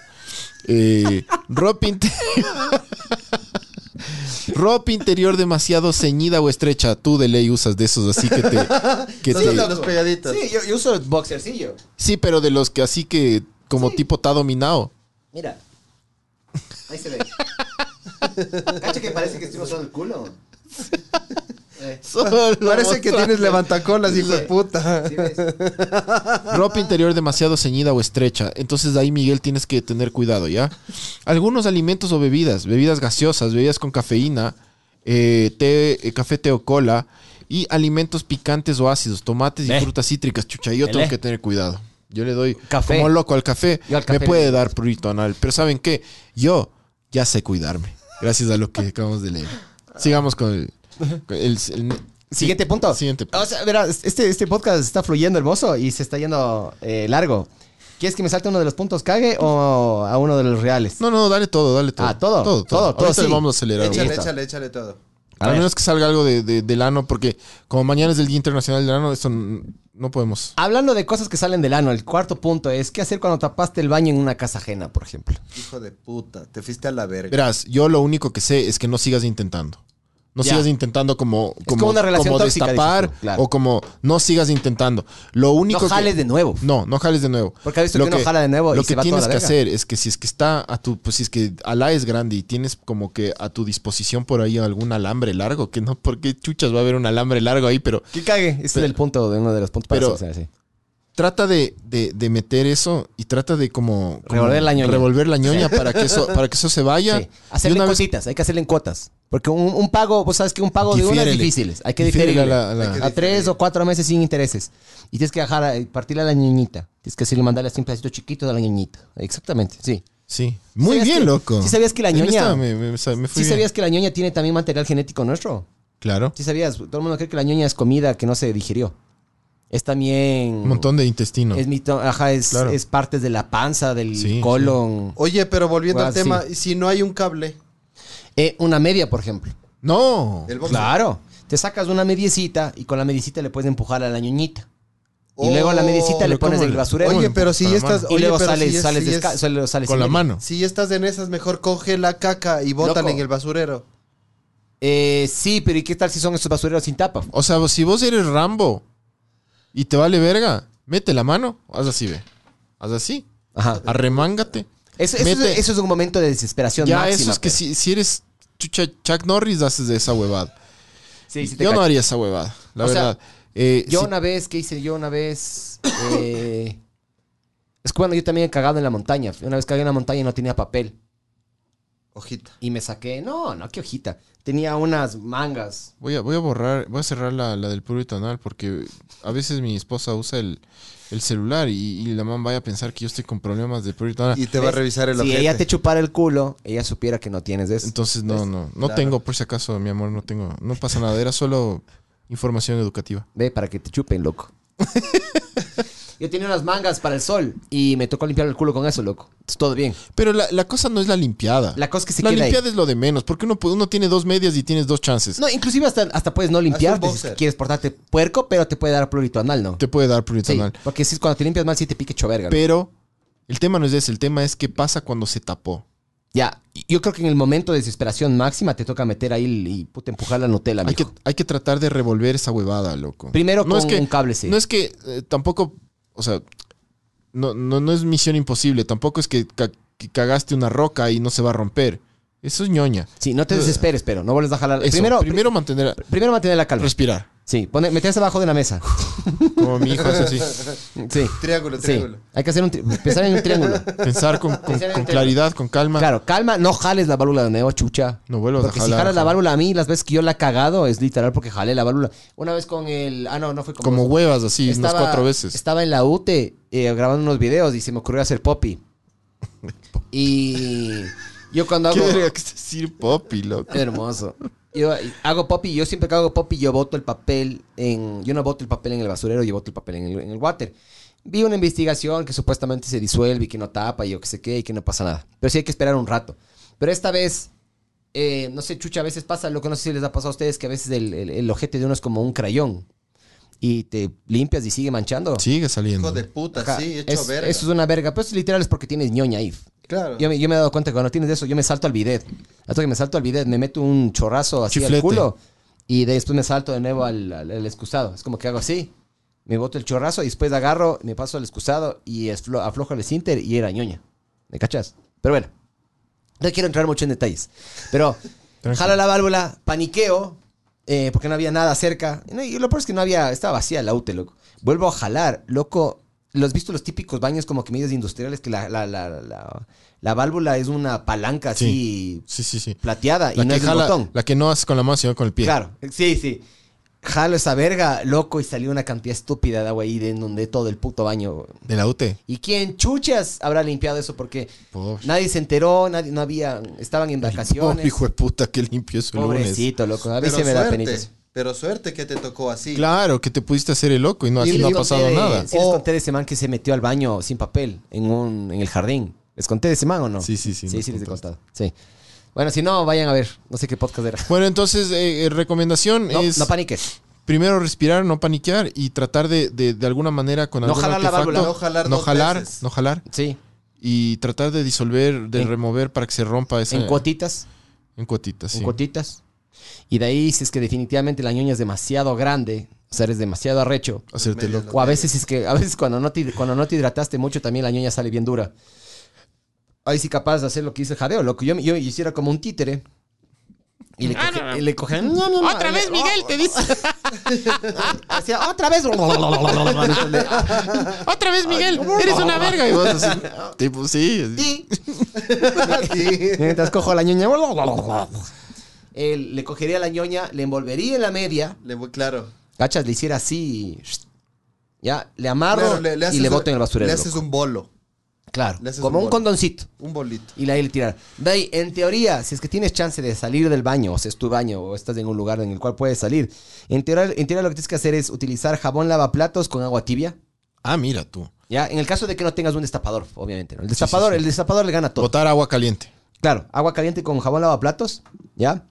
Eh, ropa, inte- ropa interior demasiado ceñida o estrecha. Tú de ley usas de esos así que te... que
Entonces,
te-
los pegaditos.
Sí, yo, yo uso el boxercillo.
sí, pero de los que así que como tipo está dominado.
Mira. Ahí se ve. Cacha que parece que estoy usando el culo.
Parece que tienes levantacolas, hijo de puta.
¿Sí ves?
Ropa interior demasiado ceñida o estrecha. Entonces ahí, Miguel, tienes que tener cuidado, ¿ya? Algunos alimentos o bebidas, bebidas gaseosas, bebidas con cafeína, eh, té, eh, café, té o cola, y alimentos picantes o ácidos, tomates y
Ve.
frutas cítricas, chucha. Yo tengo
Vele.
que tener cuidado. Yo le doy
Café.
como loco al café.
Yo al café
Me
le
puede
doy.
dar prurito anal. Pero ¿saben qué? Yo ya sé cuidarme. Gracias a lo que acabamos de leer. Sigamos con el... con el- el-
Siguiente punto.
Siguiente punto.
O sea, verás, este, este podcast está fluyendo hermoso y se está yendo eh, largo. ¿Quieres que me salte uno de los puntos cague o a uno de los reales?
No, no, dale todo, dale todo.
Ah, todo,
Todo, todo.
todo, todo,
Ahorita le
sí.
vamos a acelerar.
Échale,
Listo.
échale, échale todo.
A menos que salga algo de, de- del ano, porque como mañana es el Día Internacional del Ano, eso n- no podemos.
Hablando de cosas que salen del ano, el cuarto punto es ¿qué hacer cuando tapaste el baño en una casa ajena, por ejemplo?
Hijo de puta, te fuiste a la verga.
Verás, yo lo único que sé es que no sigas intentando. No
Ya.
sigas intentando como, como,
como una relación
como
tóxica,
destapar
dices tú, claro.
o como no sigas intentando. Lo único
No jales
que,
de nuevo.
No, no jales de nuevo.
Porque ha visto que uno jala de nuevo y
Lo
se
que
va toda
tienes
la
que
verga.
hacer es que si es que está a tu, pues si es que Alá es grande y tienes como que a tu disposición por ahí algún alambre largo, que no, porque chuchas va a haber un alambre largo ahí, pero
Que cague. Ese es el punto de uno de los puntos para
pero-
hacer así.
trata de, de- de meter eso y trata de como, como
Revolver la ñoña.
revolver la ñoña para que eso, para que eso se vaya.
Sí. Hacerle
De una vez-
cositas, hay que hacerle en cuotas. Porque un, un pago, vos sabes que un pago de una es
Difiérele.
difícil. Hay que
Difiérele
diferirle.
a la- a la-
a,
Hay
que
tres
diferirle.
o cuatro meses sin intereses. Y tienes que bajar, a- partirle a la ñoñita. Tienes que hacerle mandarle así un pedacito chiquito de la ñoñita. Exactamente, sí.
Sí. Muy
¿Sabías
bien,
que-
loco.
sí sabías que la
En
ñoña-
esta me- me- me fui
¿Sí
bien.
sabías que la ñoña tiene también material genético nuestro?
Claro.
¿Sí sabías? Todo el mundo cree que la ñoña es comida que no se digirió. Es también...
Un montón de intestino.
Es, mito- ajá, es,
Claro.
es partes de la panza, del
Sí,
colon.
Oye, pero volviendo
Guau,
al tema, ¿y si no hay un cable?
Eh, una media, por ejemplo.
No.
El boxer.
Claro. Te sacas una mediecita y con la mediecita le puedes empujar a la ñoñita. Y
Oh,
luego la mediecita le
pero
pones
¿cómo
en el
le-
basurero.
Oye, pero si
Con
ya
la
estás.
y
oye,
luego
pero
sales,
si es-
sales,
si es-
desca- solo sales
con
en
la
medio.
mano.
Si estás en esas, mejor coge la caca y bótala
Loco.
en el basurero.
Eh, sí, pero ¿y qué tal si son esos basureros sin tapa?
O sea, si vos eres Rambo y te vale verga, mete la mano, haz así, ve. Haz así.
Ajá.
Arremángate.
Eso, eso es-
Mete-
eso es un momento de desesperación
ya
máxima. pues.
eso es que
pero-
si, si eres chucha Chuck Norris, haces de esa huevada.
Sí, sí te
Yo no
cacho.
haría esa huevada, la
O sea,
verdad. Eh,
Yo
si-
una vez, ¿qué hice? Yo una vez... eh, es que bueno, yo también he cagado en la montaña. Una vez cagué en la montaña y no tenía papel.
Ojita.
Y me saqué... No, no, qué hojita. Tenía unas mangas.
voy, a, voy a borrar, voy a cerrar la, la del puritanal porque a veces mi esposa usa el, el celular y, y la mamá vaya a pensar que yo estoy con problemas de puritanal.
Y te va a
Ah, ¿Ves?
revisar el
Si
ojete.
ella te chupara el culo, ella supiera que no tienes de eso.
Entonces, no, no, no
Claro.
tengo, por si acaso, mi amor, no tengo, no pasa nada, era solo información educativa.
Ve, para que te chupen, loco. Yo tenía unas mangas para el sol y me tocó limpiar el culo con eso, loco. Entonces, todo bien.
Pero la, la cosa no es la limpiada.
La cosa es que se
la
queda ahí.
limpiada es lo de menos, porque uno, puede- uno tiene dos medias y tienes dos chances.
No, inclusive hasta, hasta puedes no
un
limpiarte si es
boxer.
que quieres portarte puerco, pero te puede dar prurito anal, ¿no?
Te puede dar
Sí,
pluritonal.
porque si es cuando te limpias mal, sí te pique hecho verga. ¿no?
Pero el tema no es ese, el tema es qué pasa cuando se tapó.
Ya, yo creo que en el momento de desesperación máxima te toca meter ahí el- y puta, empujar la Nutella,
Hay
mijo.
que, hay que tratar de revolver esa huevada, loco.
Primero con un cable, sí.
No es que eh, tampoco, o sea, no, no, no es misión imposible. Tampoco es que, ca- que cagaste una roca y no se va a romper. Eso es ñoña.
Sí, no te desesperes, pero no vuelves a jalar.
Eso,
primero,
primero,
primero,
mantener,
mantener la calma.
respirar.
Sí, pone, meterse abajo de la mesa.
Como mi hijo hace así.
Sí.
Triángulo,
Sí,
triángulo.
hay que hacer un tri- pensar en un triángulo.
Pensar con, con- con claridad, con calma.
Claro, calma, no jales la válvula de nuevo, chucha.
No vuelvas a
Porque si
jalar,
jalas la
ajá.
válvula a mí, las veces que yo la he cagado, es literal porque jalé la válvula. Una vez con el. Ah, no, no fue como.
Como huevas así, unas cuatro veces.
Estaba en la UTE eh, grabando unos videos y se me ocurrió hacer poppy. y yo cuando
¿Qué
hago.
verga que es decir popi, loco?
Hermoso. Yo eh, hago poppy, yo siempre que hago poppy, yo boto el papel en. Yo no boto el papel en el basurero, yo boto el papel en el, en el water. Vi una investigación que supuestamente se disuelve y que no tapa y yo que sé qué y que no pasa nada. Pero sí hay que esperar un rato. Pero esta vez, eh, no sé, chucha, a veces pasa lo que no sé si les ha pasado a ustedes, que a veces el, el- el ojete de uno es como un crayón y te limpias y sigue manchando.
Sigue
Hijo
saliendo.
de puta,
Ajá,
sí, hecho
es-
verga.
Eso es una verga. Pero eso literal es porque tienes ñoña ahí.
Claro.
Yo me, yo me he dado cuenta que cuando tienes eso, yo me salto al bidet. Hasta que me salto al bidet, me meto un chorrazo así al
Chiflete.
culo y de- después me salto de nuevo al, al- al excusado. Es como que hago así, me boto el chorrazo y después agarro, me paso al excusado y esflo- aflojo el esfínter y era ñoña. ¿Me cachas? Pero bueno, no quiero entrar mucho en detalles. Pero
Tranquilo.
jala la válvula, paniqueo, eh, porque no había nada cerca. No, y lo peor es que no había, estaba vacía la UTE, loco. Vuelvo a jalar, loco. ¿Los visto los típicos baños como que medios industriales que la, la, la, la- la válvula es una palanca así
Sí, sí, sí.
plateada
La
y no
que,
es un
jala-
botón?
la que no haces con la mano, sino con el pie.
Claro, sí, sí. Jalo esa verga, loco, y salió una cantidad estúpida de agua ahí de donde todo el puto baño.
De la UT.
¿Y quién chuchas habrá limpiado eso? Porque
Pobre.
nadie se enteró, nadie, no había, estaban en vacaciones.
Pobre hijo de puta que limpio su lunes.
Pobrecito, loco. A mí
pero
se me da
suerte,
penita. eso.
pero suerte que te tocó así.
Claro, que te pudiste hacer el loco y no,
Sí
aquí
les
no ha
conté
pasado
de-
nada.
eh,
Oh.
Sí, les
O-
conté de ese man que se metió al baño sin papel en, un, en el jardín. ¿Les conté de ese man o no?
Sí, sí, sí,
Sí,
nos
sí, les he
contaste.
contado. Sí. Bueno, si no, vayan a ver. No sé qué podcast era.
Bueno, entonces, eh, eh, recomendación
No,
es
no paniques.
primero respirar, no paniquear y tratar de, de, de alguna manera con
No
algún
jalar la
artefacto,
válvula,
no jalar
no
dos
jalar,
veces.
no jalar
Sí.
y tratar de disolver, de
En-
remover para que se rompa esa
En cuotitas.
en cuotitas, sí.
En cuotitas. Y de ahí, si es que definitivamente la ñoña es demasiado grande, o sea, eres demasiado arrecho,
Hacerte loco.
o a veces si es que a veces cuando no te, cuando no te hidrataste mucho también la ñoña sale bien dura. Ahí sí capaz de hacer lo que hizo el jadeo, loco. Yo, yo hiciera como un títere. Y le, coge- y le coge- no, no, no.
Ah, Otra vez Miguel te dice.
Hacía otra vez.
Otra vez Miguel. Eres una verga.
Y vos así, tipo, sí.
oh, Mientras cojo la ñoña. Él le cogería la ñoña, le envolvería en la media.
Le voy- claro.
Cachas, le hiciera así. Ya, le amarro
Claro, le- le
y
haces
le
un-
boto en el basurero.
Le haces
loco.
un bolo.
claro,
le haces
como
un
un
bol.
condoncito.
Un bolito.
Y la ahí le tirar. De ahí, en teoría, si es que tienes chance de salir del baño, o sea, es tu baño, o estás en un lugar en el cual puedes salir, en teoría, en teoría lo que tienes que hacer es utilizar jabón lavaplatos con agua tibia.
Ah, mira tú.
Ya, en el caso de que no tengas un destapador, obviamente. ¿no? El destapador, el destapador le gana todo.
Botar agua caliente.
Claro, agua caliente con jabón lavaplatos, ¿ya?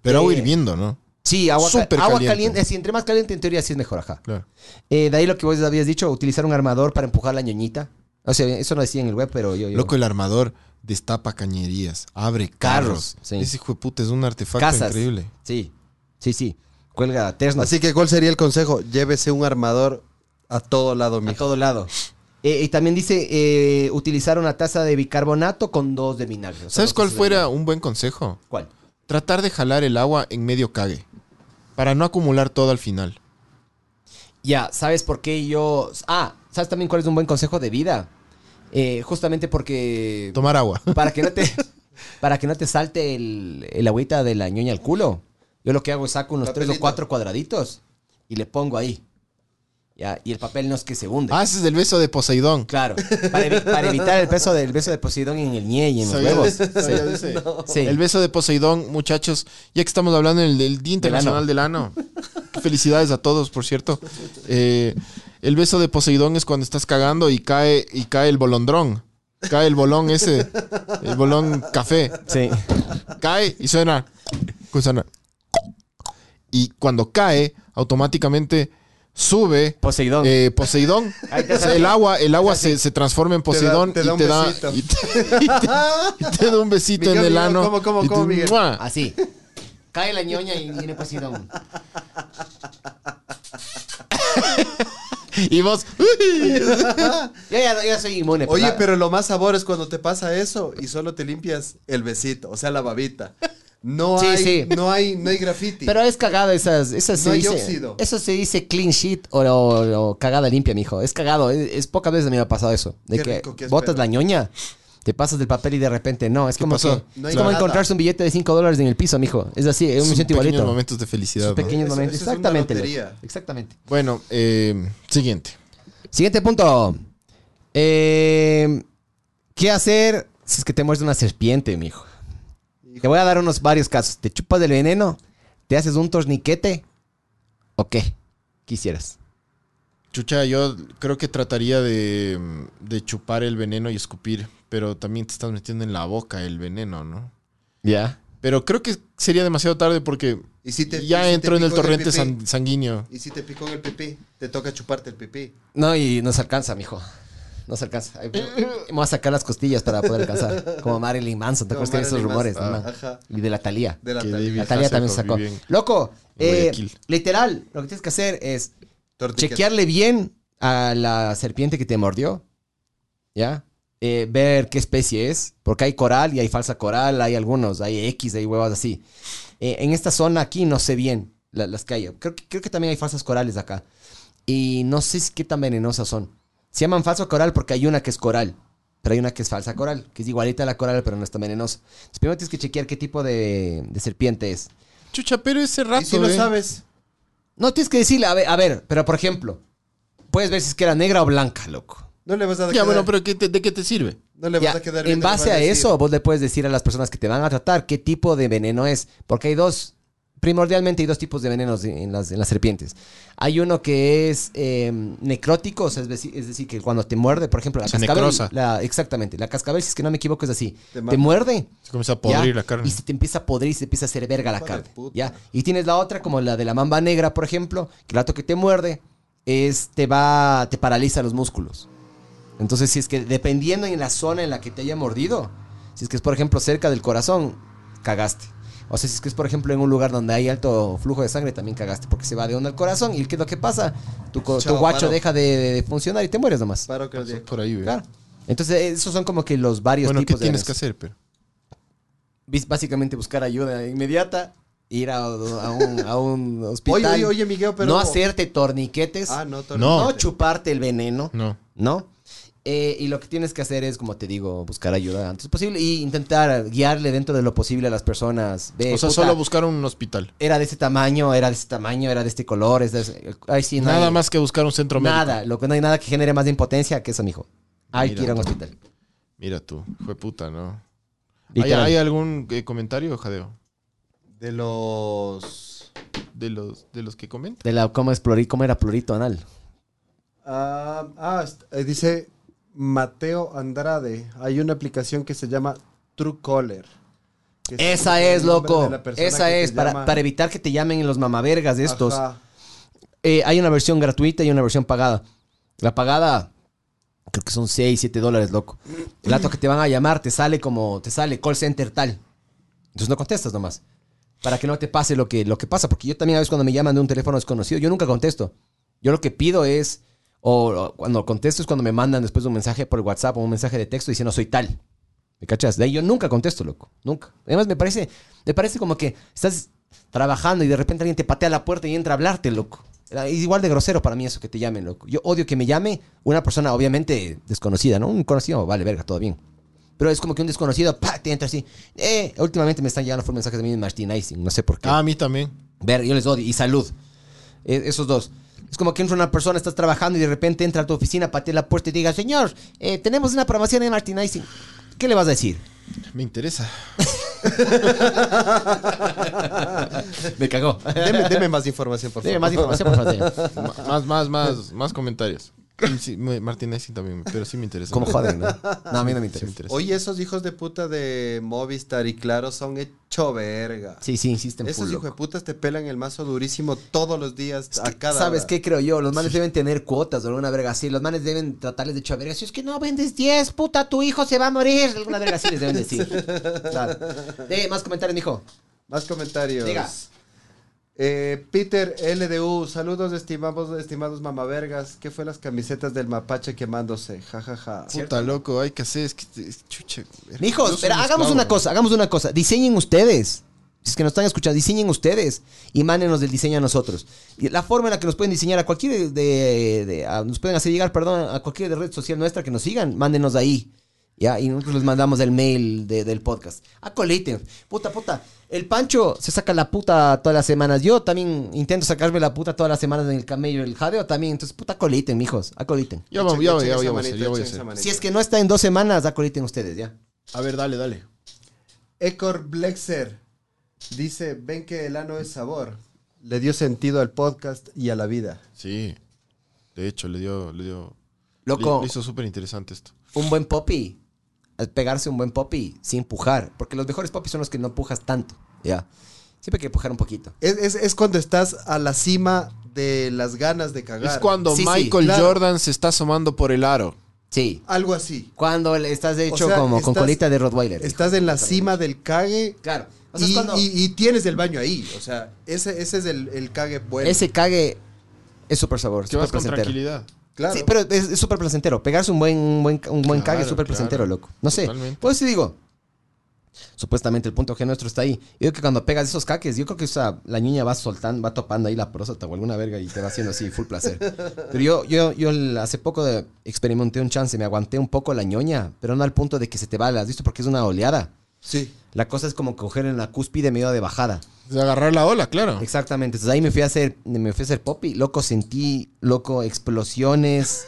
Pero agua
Eh,
hirviendo, ¿no?
Sí, agua, ca-
Súper
agua
caliente.
caliente. Si entre más caliente, en teoría sí es mejor, ajá.
Claro.
Eh, de ahí lo que vos habías dicho, utilizar un armador para empujar la ñoñita. O sea, eso no decía en el web, pero yo... yo-
Loco, el armador destapa cañerías, abre carros.
Carros, sí.
Ese hijo de puta es un artefacto
Casas.
increíble.
Sí, sí, sí. Cuelga ternas.
Así que, ¿cuál sería el consejo? Llévese un armador a todo lado,
A
mijo.
todo lado. Eh, y también dice eh, utilizar una taza de bicarbonato con dos de vinagre. O sea,
¿Sabes
dos
cuál
tazas de
fuera
vinagre.
un buen consejo?
¿Cuál?
Tratar de jalar el agua en medio cague. Para no acumular todo al final.
Ya, ¿sabes por qué yo...? Ah, ¿sabes también cuál es un buen consejo de vida? Eh, justamente porque...
Tomar agua.
Para que no te, para que no te salte el, el agüita de la ñoña al culo. Yo lo que hago es saco unos tres o
Papelito.
cuatro cuadraditos y le pongo ahí. Ya, y el papel no es que se hunde.
Ah, ese es el beso de Poseidón.
Claro, para, evi- para evitar el peso del beso de Poseidón en el ñe y en los
¿Sabías
huevos.
de- sabías de
Sí.
ese?
Sí.
El beso de Poseidón, muchachos. Ya que estamos hablando del, del Día
Del ano.
Internacional del Ano. Felicidades a todos, por cierto. Eh, el beso de Poseidón es cuando estás cagando y cae, y cae el bolondrón. Cae el bolón ese. El bolón café.
Sí.
Cae y suena. suena. Y cuando cae, automáticamente sube.
Poseidón.
eh, Poseidón,
Ahí te
O sea,
sale.
el agua, el agua se, se transforma en Poseidón
te da
y
un
te da
besito.
y te- y
Ah.
te- y te da un besito
Miguel,
en el
Miguel,
ano.
¿cómo, cómo,
y
cómo,
te-
Miguel?
¡Mua!
Así. Cae la ñoña y viene Poseidón.
Y vos. ¡uy!
Yo ya, yo ya soy inmune. pues,
Oye,
la-
pero lo más sabor es cuando te pasa eso y solo te limpias el besito, o sea, la babita. No
Sí,
hay,
sí.
no hay, no hay graffiti.
Pero es cagado esas, esas
No
se
hay
dice,
óxido.
Eso se dice clean sheet o, o- o cagada limpia, mijo. Es cagado. Es, es pocas veces me ha pasado eso. De
Qué
que
rico que es,
botas
pero-
la ñoña, te pasas del papel y de repente no. Es como
pasó?
que
No hay
es como
nada.
encontrarse un billete de 5 dólares en el piso, mijo. Es así, es
Son
un momento
pequeños
igualito.
momentos de felicidad.
Son
¿no?
pequeños
Eso-
momentos.
eso es una
Exactamente.
lotería.
loco. Exactamente.
Bueno, eh, siguiente.
Siguiente punto. Eh, ¿Qué hacer si es que te muerde una serpiente, mijo? Te voy a dar unos varios casos. ¿Te chupas del veneno? ¿Te haces un torniquete? ¿O qué? Quisieras.
Chucha, yo creo que trataría de, de chupar el veneno y escupir, pero también te estás metiendo en la boca el veneno, ¿no?
Ya.
Pero creo que sería demasiado tarde porque
¿Y si te- y
ya
si te
entró en el
picó en el
torrente
pipí?
san- sanguíneo.
Y si te picó en el pipí, te toca chuparte el pipí.
No, y no se alcanza, mijo. No se alcanza. Ay, Me voy a sacar las costillas para poder alcanzar. Como Marilyn Manson, ¿te
Como
acuerdas que hay esos
Marilyn
rumores?
Manson,
no, man?
ajá.
Y de la Talía.
De la
Que
tal-
David
La Talía
Hasselhoff
también se sacó.
vive en-
Loco, eh,
Guayaquil.
literal, lo que tienes que hacer es
tortiquete.
chequearle bien a la serpiente que te mordió, ¿ya? Eh, ver qué especie es, porque hay coral y hay falsa coral, hay algunos, hay X, hay huevas así. Eh, en esta zona aquí no sé bien la- las que hay. Creo que, creo que también hay falsas corales acá. Y no sé si- qué tan venenosas son. Se llaman falso coral porque hay una que es coral, pero hay una que es falsa coral, que es igualita a la coral, pero no es tan venenosa. Entonces, primero tienes que chequear qué tipo de, de serpiente es.
Chucha, pero ese rato.
Y si no
eh,
sabes,
No tienes que decirle, a ver, a ver, pero por ejemplo, puedes ver si es que era negra o blanca, loco.
no le vas a
Ya,
quedar,
bueno, pero ¿qué te- ¿de qué te sirve?
no le vas
Ya,
a quedar bien,
en
te lo
base
van
a
decir.
eso, vos le puedes decir a las personas que te van a tratar qué tipo de veneno es. Porque hay dos, primordialmente hay dos tipos de venenos en las, en las serpientes. Hay uno que es eh, necrótico, o sea, es, deci- es decir, que cuando te muerde, por ejemplo, la
Se
cascabel.
necrosa.
la- exactamente, la cascabel, si es que no me equivoco, es así.
Te
Te,
mata.
muerde.
Se comienza a
¿ya?
podrir la carne.
Y se te empieza a podrir, se te empieza a hacer verga la
Hijo de
carne.
puta.
¿ya? Y tienes la otra, como la de la mamba negra, por ejemplo, que el rato que te muerde, es, te va, te paraliza los músculos. Entonces, si es que dependiendo en la zona en la que te haya mordido, si es que es, por ejemplo, cerca del corazón, cagaste. O sea, si es que es, por ejemplo, en un lugar donde hay alto flujo de sangre, también cagaste, porque se va de onda al corazón. ¿Y qué es lo que pasa? Tu, co- tu
Chao,
guacho
paro.
deja de, de- de funcionar y te mueres nomás.
Paro cardíaco.
Por ahí, güey.
Claro. Entonces, esos son como que los varios
Bueno, ¿qué
tipos de
tienes
daños.
que hacer, pero?
Bis- Básicamente buscar ayuda inmediata, ir a, a un, a un hospital.
Oye, oye, oye, Miguel, pero.
No hacerte torniquetes.
Ah, no,
No.
No chuparte el veneno,
No.
¿no? Eh, y lo que tienes que hacer es, como te digo, buscar ayuda antes posible y intentar guiarle dentro de lo posible a las personas. De,
o sea,
Eh, puta,
solo buscar un hospital.
Era de este tamaño, era de este tamaño, era de este color. Es de ese- Ay, sí, no
Nada
hay-
más que buscar un centro médico.
Nada, lo que no hay nada que genere más de impotencia que eso, mijo. Hay que
Mira.
ir a un hospital.
Mira tú, fue puta, ¿no? ¿Hay,
Literal.
hay algún eh, comentario, Jadeo?
De los.
De los, de los que comentan.
De la cómo es plori- cómo era plurito anal.
Ah,
Ah, est- eh, dice Mateo Andrade. Hay una aplicación que se llama Truecaller. que
Esa
el
es,
nombre de
loco.
la persona
Esa
que
es,
te
para,
llama.
para evitar que te llamen los mamavergas de estos.
Ajá.
Eh, hay una versión gratuita y una versión pagada. La pagada, creo que son 6, 7 dólares, loco. El dato que te van a llamar te sale como, te sale call center tal. Entonces no contestas nomás. Para que no te pase lo que, lo que pasa. Porque yo también a veces cuando me llaman de un teléfono desconocido, yo nunca contesto. Yo lo que pido es, o, o cuando contesto es cuando me mandan después un mensaje por WhatsApp o un mensaje de texto diciendo soy tal. ¿Me cachas? De ahí yo nunca contesto, loco. Nunca. Además me parece, me parece como que estás trabajando y de repente alguien te patea la puerta y entra a hablarte, loco. Era- Es igual de grosero para mí eso que te llamen, loco. Yo odio que me llame una persona obviamente desconocida, ¿no? Un conocido, oh, vale, verga, todo bien. Pero es como que un desconocido, pa, te entra así. Eh, últimamente me están llegando por mensajes de mí de Martin Icing, no sé por qué.
Ah, a mí también.
Ver, yo les odio. Y salud. E- esos dos. Es como que entra una persona, estás trabajando y de repente entra a tu oficina, patea la puerta y te diga, señor, eh, tenemos una programación de Martin Icing. ¿Qué le vas a decir?
Me interesa.
Me cagó.
Deme, deme más información, por favor.
Dime más información, por favor. señor.
Ma- más, más, más, más comentarios. Sí, sí, me- Martínez sí también, pero sí me interesa.
Como joden, ¿no? No, a mí
Pues Sí
no me
me
interesa.
interesa.
oye, esos hijos de puta de Movistar y Claro son hecho verga.
Sí, sí, insisten. full,
Esos
loco.
hijos de putas te pelan el mazo durísimo todos los días, a cada
¿Sabes
hora.
qué creo yo? Los manes deben tener cuotas o alguna verga así. Los manes deben tratarles de hecho a verga. Si es que no vendes 10, puta, tu hijo se va a morir. Alguna verga así les deben decir. Claro. Eh, más comentarios, mijo.
Más comentarios.
Diga.
Eh, Peter LDU, saludos estimados, estimados mamavergas. ¿Qué fue las camisetas del mapache quemándose? Ja, ja, ja.
Puta, loco, hay que hacer. Es que. es- chucha. verga, yo
Mijos,
soy
pero
un
hagamos
esclavo,
una
¿no?
cosa, hagamos una cosa. Diseñen ustedes. Si es que nos están escuchando, diseñen ustedes y mándenos del diseño a nosotros. Y la forma en la que nos pueden diseñar a cualquier de, de- a- nos pueden hacer llegar, perdón, a cualquier red social nuestra que nos sigan, mándenos ahí. Ya, y nosotros les mandamos el mail de- del podcast. Acoliten. Puta, puta. El Pancho se saca la puta todas las semanas. Yo también intento sacarme la puta todas las semanas en el camello, el jadeo también. Entonces, puta, acoliten, mijos. Acoliten.
Ya, vamos, ya,
Echen-
voy, ya,
echen
voy,
esa
ya voy a hacer,
manita,
ya voy a
echen esa
hacer.
manita.
Si es que no está en dos semanas, acoliten ustedes, ya.
A ver, dale, dale.
Ecor Blexer dice, ven que el ano es sabor. Le dio sentido al podcast y a la vida.
Sí. De hecho, le dio. Le dio
Loco.
Le, le hizo súper interesante esto.
un buen popi, al pegarse un buen popi sin empujar, porque los mejores popis son los que no empujas tanto, ya. Siempre hay que empujar un poquito.
Es, es- es cuando estás a la cima de las ganas de cagar.
Es cuando
Sí, sí,
Michael
claro.
Jordan se está asomando por el aro.
Sí.
Algo así.
Cuando le estás hecho
O sea,
como con
estás-
colita de Rottweiler.
Estás en la cima del cague
Claro. O sea, es
y,
cuando
y- y tienes el baño ahí. O sea, ese, ese es el, el cague bueno.
ese cague es súper sabor,
Que
súper
vas con
placentero.
tranquilidad.
claro.
Sí, pero es es súper placentero. Pegarse un buen, un buen, un buen cague
Claro,
es súper
claro.
placentero, loco. No sé.
Totalmente.
Pues sí digo. Supuestamente el punto G nuestro está ahí. Yo creo que cuando pegas esos caques, yo creo que o sea, la niña va soltando, va topando ahí la próstata o alguna verga y te va haciendo así, full placer. Pero yo, yo, yo el- hace poco de- experimenté un chance, me aguanté un poco la ñoña, pero no al punto de que se te va, ¿has visto? Porque es una oleada.
Sí.
La cosa es como coger en la cúspide medio de bajada.
De agarrar la ola, claro.
Exactamente. Entonces ahí me fui a hacer, me fui a hacer popi. Loco, sentí, loco, explosiones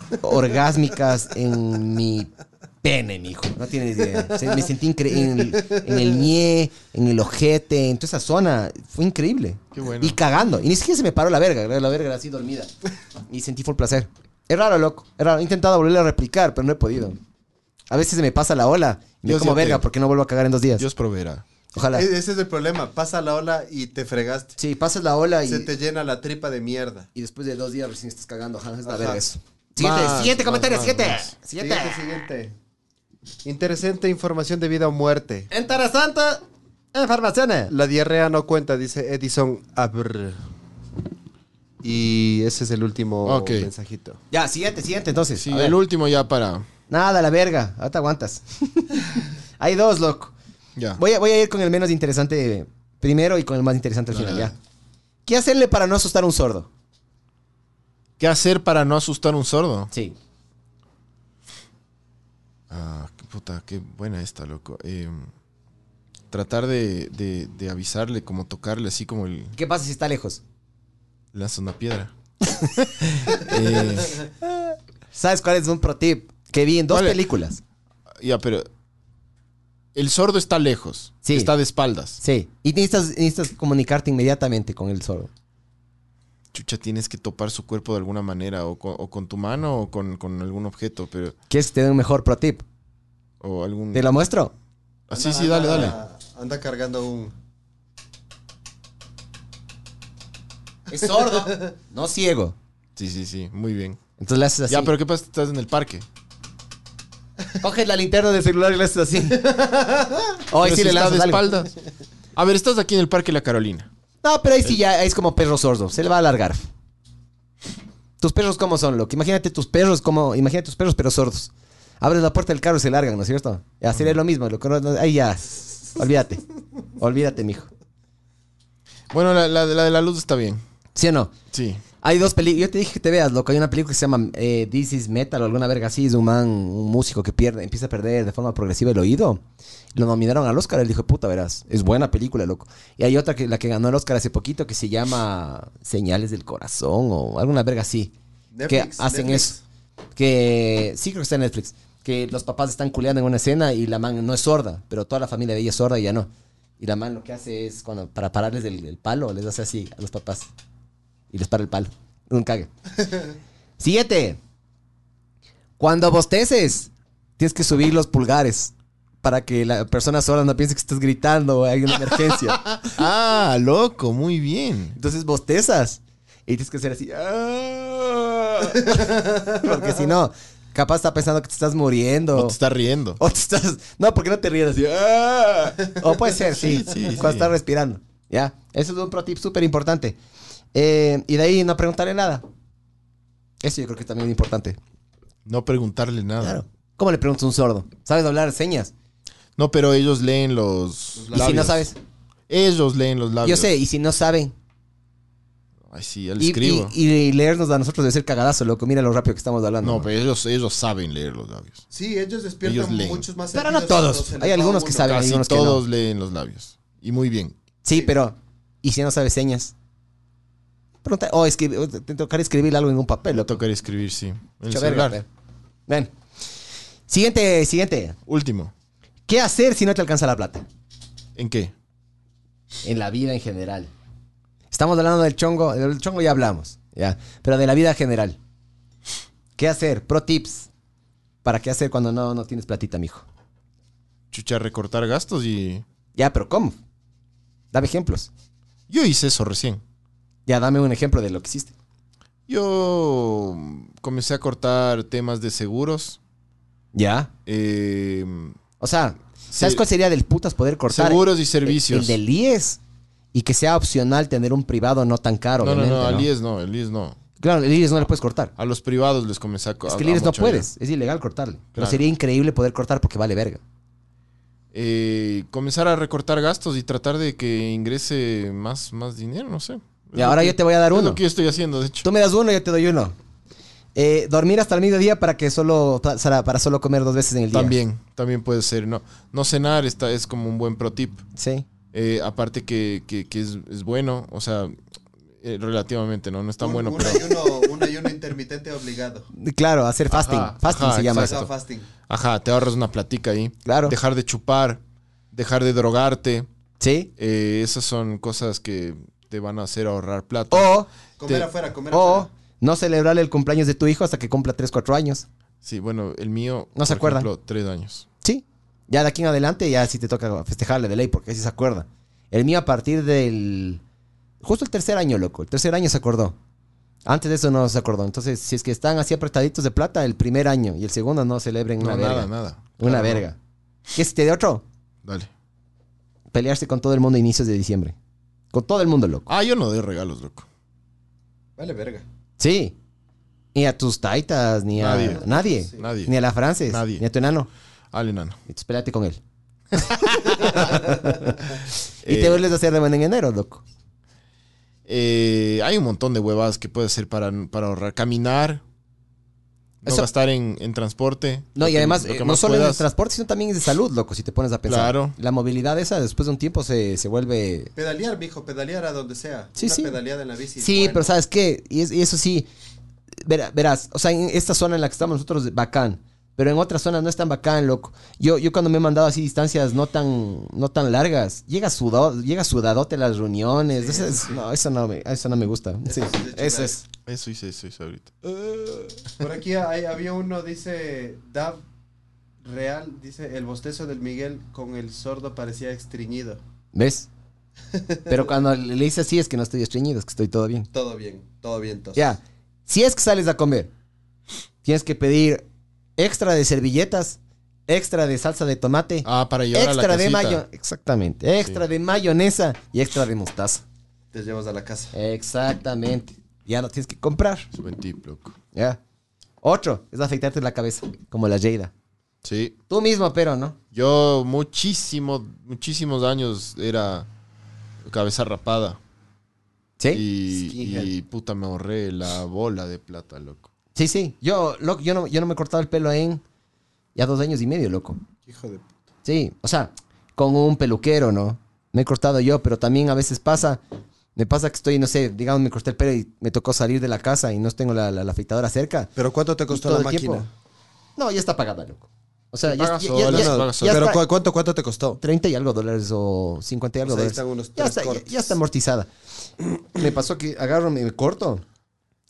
orgásmicas en mi pene, mijo. No tienes idea. Se- me sentí incre- en, el, en el ñe, en el ojete, en toda esa zona. Fue increíble.
Qué bueno.
Y cagando. Y ni siquiera se me paró la verga. La verga era así dormida. Y sentí full placer. Es raro, loco. Es raro. He intentado volverle a replicar, pero no he podido. A veces se me pasa la ola. Y me
Dios
como
ya te-
verga porque no vuelvo a cagar en dos días.
Dios proveerá.
Ojalá.
E- Ese es el problema. Pasa la ola y te fregaste.
Sí, pasas la ola y...
Se te llena la tripa de mierda.
y después de dos días recién estás cagando. Ajá, es la
Ajá.
verga eso. Siguiente,
Más,
siguiente
más,
comentario,
más,
siguiente.
más.
Siguiente.
Siguiente, siguiente. Interesante información de vida o muerte.
Interesante. Informaciones.
La diarrea no cuenta, dice Edison Abr. Y ese es el último
Ok.
mensajito.
Ya, siguiente, siguiente, entonces.
Sí,
A ver.
el último ya para.
Nada, la verga. Ahora te aguantas. Hay dos, loco.
Ya.
Voy a, voy a ir con el menos interesante primero y con el más interesante al
Dale,
final,
dale.
ya. ¿Qué hacerle para no asustar a un sordo?
¿Qué hacer para no asustar a un sordo?
Sí.
Ah, qué puta, qué buena esta, loco. Eh, tratar de, de- de avisarle, como tocarle, así como el,
¿Qué pasa si está lejos?
lanza una piedra. Eh,
¿Sabes cuál es un pro tip? Que vi en dos
Vale.
películas.
ya, pero. El sordo está lejos.
Sí.
Está de espaldas.
Sí. Y necesitas, necesitas comunicarte inmediatamente con el sordo.
Chucha, tienes que topar su cuerpo de alguna manera, o con, o con tu mano, o con, con algún objeto, pero.
¿Quieres que te dé un mejor pro tip?
O algún.
¿Te lo muestro?
Ah, sí, sí, dale, dale.
Anda cargando un.
Es sordo, no ciego.
Sí, sí, sí. Muy bien.
Entonces le haces así.
Ya, pero ¿qué pasa si estás en el parque?
Coges la linterna del celular y le haces así. Hoy
Pero si
sí le
está
lanzas
de
algo.
espaldas. A ver, estás aquí en el parque La Carolina.
No, pero ahí sí ya es como perro sordo. Se le va a alargar. ¿Tus perros cómo son, loco? Imagínate tus perros como... Imagínate tus perros pero sordos. Abres la puerta del carro y se largan, ¿no es cierto? Ya sería lo mismo. loco. No, no, Ahí ya. Olvídate. Olvídate, mijo.
Bueno, la, la, la de la luz está bien.
¿Sí o no?
Sí.
Hay dos películas. Yo te dije que te veas, loco. Hay una película que se llama eh, This is Metal o alguna verga así. Es un man, un músico que pierde, empieza a perder de forma progresiva el oído. Lo nominaron al Oscar. Él dijo, puta, verás. Es buena película, loco. Y hay otra que la que ganó el Oscar hace poquito que se llama Señales del Corazón o alguna verga así.
Netflix,
que hacen
Netflix.
eso. Que sí creo que está en Netflix. Que los papás están culeando en una escena y la man no es sorda, pero toda la familia de ella es sorda y ya no. Y la man lo que hace es cuando para pararles el, el palo, les hace así a los papás. Y les para el palo. Un cague. Siguiente. Cuando bosteces, tienes que subir los pulgares para que la persona sorda no piense que estás gritando o hay una emergencia.
Ah, loco, muy bien.
Entonces bostezas. Y tienes que hacer así. "Ah". Porque si no, capaz está pensando que te estás muriendo.
No te estás riendo.
O te estás. No, porque no te ríes así. "Ah". O puede ser, sí.
Sí, sí,
cuando
sí.
estás respirando. Ya. Eso es un pro tip súper importante. Eh, y de ahí no preguntarle nada. Eso yo creo que también es importante.
No preguntarle nada.
Claro. ¿Cómo le preguntas a un sordo? ¿Sabes hablar señas?
No, pero ellos leen los
Y si no
labios.
sabes.
Ellos leen los labios.
Yo sé, y si no saben.
Ay, sí, ya le
Y,
escribo.
y- y leernos a nosotros debe ser cagadazo, loco. Mira lo rápido que estamos hablando.
no, pero ellos, ellos saben leer los labios.
Sí, ellos despiertan
Ellos leen.
muchos más
Pero no
sentidos
todos.
cuando se
Hay
les va
algunos que
uno.
saben, hay
Casi
algunos que no.
todos leen los labios. Y muy bien.
Sí, pero. ¿Y si no sabes señas? Pregunta. O escribir. o Te tocará escribir algo en un papel.
Lo
loco.
tocaré escribir, sí. En el
Mucha verga,
celular.
pero- Ven. Siguiente, siguiente.
Último.
¿Qué hacer si no te alcanza la plata?
¿En qué?
En la vida en general. Estamos hablando del chongo. Del chongo ya hablamos. Ya. Pero de la vida general. ¿Qué hacer? Pro tips. ¿Para qué hacer cuando no, no tienes platita, mijo?
Chucha, recortar gastos y.
Ya, pero ¿cómo? Dame ejemplos.
Yo hice eso recién.
Ya, dame un ejemplo de lo que hiciste.
Yo mm, comencé a cortar temas de seguros.
Ya.
eh,
O sea, ¿sabes
Sí.
cuál sería del putas poder cortar?
seguros y servicios.
El del IES. Y que sea opcional tener un privado no tan caro.
no, no,
obviamente,
no, al
¿no?
IES no, al IES no.
Claro, el IES no le puedes cortar.
A los privados les comencé a co-
es
a-
que
a
el IES no
mochar ya.
puedes. Es ilegal cortarle. Pero
Claro.
sería increíble poder cortar porque vale verga.
eh, comenzar a recortar gastos y tratar de que ingrese más, más dinero, no sé.
Y ahora yo te voy a dar
Es
uno.
lo que yo estoy haciendo, de hecho.
Tú me das uno, yo te doy uno. Eh, dormir hasta el mediodía para que solo para, para solo comer dos veces en el día.
También, también puede ser. No, no cenar esta es como un buen pro tip.
Sí.
Eh, aparte que, que- que es, es bueno, o sea, eh, relativamente, ¿no? No es tan
Un-
bueno,
un
pero...
Ayuno, un ayuno intermitente obligado.
Claro, hacer fasting.
Ajá,
fasting
ajá,
se llama
exacto.
Eso,
eso.
fasting.
Ajá, te ahorras una platica ahí.
Claro.
Dejar de chupar, dejar de drogarte.
Sí.
eh, esas son cosas que te van a hacer ahorrar plata.
O,
Comer
Te-
afuera, comer
o
afuera.
no celebrar el cumpleaños de tu hijo hasta que cumpla 3, 4 años.
Sí, bueno, el mío...
No se
por
acuerdan.
ejemplo, tres años.
Sí. Ya de aquí en adelante ya sí te toca festejarle de ley porque así se acuerda. El mío a partir del... Justo el tercer año, loco. El tercer año se acordó. Antes de eso no se acordó. Entonces, si es que están así apretaditos de plata, el primer año y el segundo no celebren
No,
una
nada,
verga.
nada.
Una
Claro, no.
verga. ¿Quieres que te dé otro?
Dale.
pelearse con todo el mundo a inicios de diciembre. Con todo el mundo, loco.
Ah, yo no doy regalos, loco.
Vale, verga.
Sí. Ni a tus taitas, ni a nadie.
Nadie. Nadie.
Ni a la Frances.
Nadie.
Ni a tu enano.
Al enano.
Entonces peleate con él. y te vuelves a hacer de buena en enero, loco.
Eh, hay un montón de huevadas que puedes hacer para, para ahorrar. Caminar. No
Eso-
gastar en, en transporte.
No,
Lo
y
que-
además,
lo que
eh, no
más
solo es
puedas.
de transporte, sino también es de salud, loco, si te pones a pensar.
Claro.
La movilidad esa, después de un tiempo, se, se vuelve...
Pedalear, mijo, pedalear a donde sea.
Sí,
Una
sí.
pedaleada en la bici.
Sí, pero ¿sabes qué? Y, es- y eso sí, vera- verás, o sea, en esta zona en la que estamos nosotros, bacán. Pero en otras zonas no es tan bacán, loco. Yo, yo cuando me he mandado así distancias no tan, no tan largas, llega sudado, llega sudadote a las reuniones. eso es- no, eso no me, eso no me gusta. Sí, eso es.
Eso hice, eso hice ahorita.
Por aquí hay- había uno, dice Dav Real, dice el bostezo del Miguel con el sordo parecía extriñido.
¿Ves? Pero cuando le le hice así es que no estoy estreñido, es que estoy todo bien.
Todo bien, todo bien, tos.
Ya, si es que sales a comer, tienes que pedir extra de servilletas, extra de salsa de tomate,
Ah, para llevar a la
extra de
casita.
mayo, exactamente, extra de mayonesa y extra de mostaza.
Te llevas a la casa.
Exactamente. Ya no tienes que comprar.
Es buen tip, loco.
Ya. Otro es afeitarte la cabeza, como la Jada.
Sí.
Tú mismo, pero no.
Yo muchísimo, muchísimos años era cabeza rapada.
Sí,
¿Eh?
Y, y, puta, me ahorré la bola de plata, loco.
sí, sí. Yo, loco, yo no, yo no me he cortado el pelo en ya dos años y medio, loco.
Hijo de puta.
Sí, o sea, con un peluquero, ¿no? Me he cortado yo, pero también a veces pasa, me pasa que estoy, no sé, digamos, me corté el pelo y me tocó salir de la casa y no tengo la, la- la afeitadora cerca.
¿Pero cuánto te
Y
costó
todo
la
el tiempo-
máquina?
No, ya está pagada, loco. O sea,
Se
ya,
paga
ya-
sola,
ya-
se
ya-
paga
ya
sola.
¿Pero
está
cu- cuánto, cuánto te costó?
30 y algo dólares o 50 y algo
O sea,
dólares.
ahí están unos
ya,
tres
está, ya,
cortes.
ya está amortizada. Me pasó que agarro, me, me corto.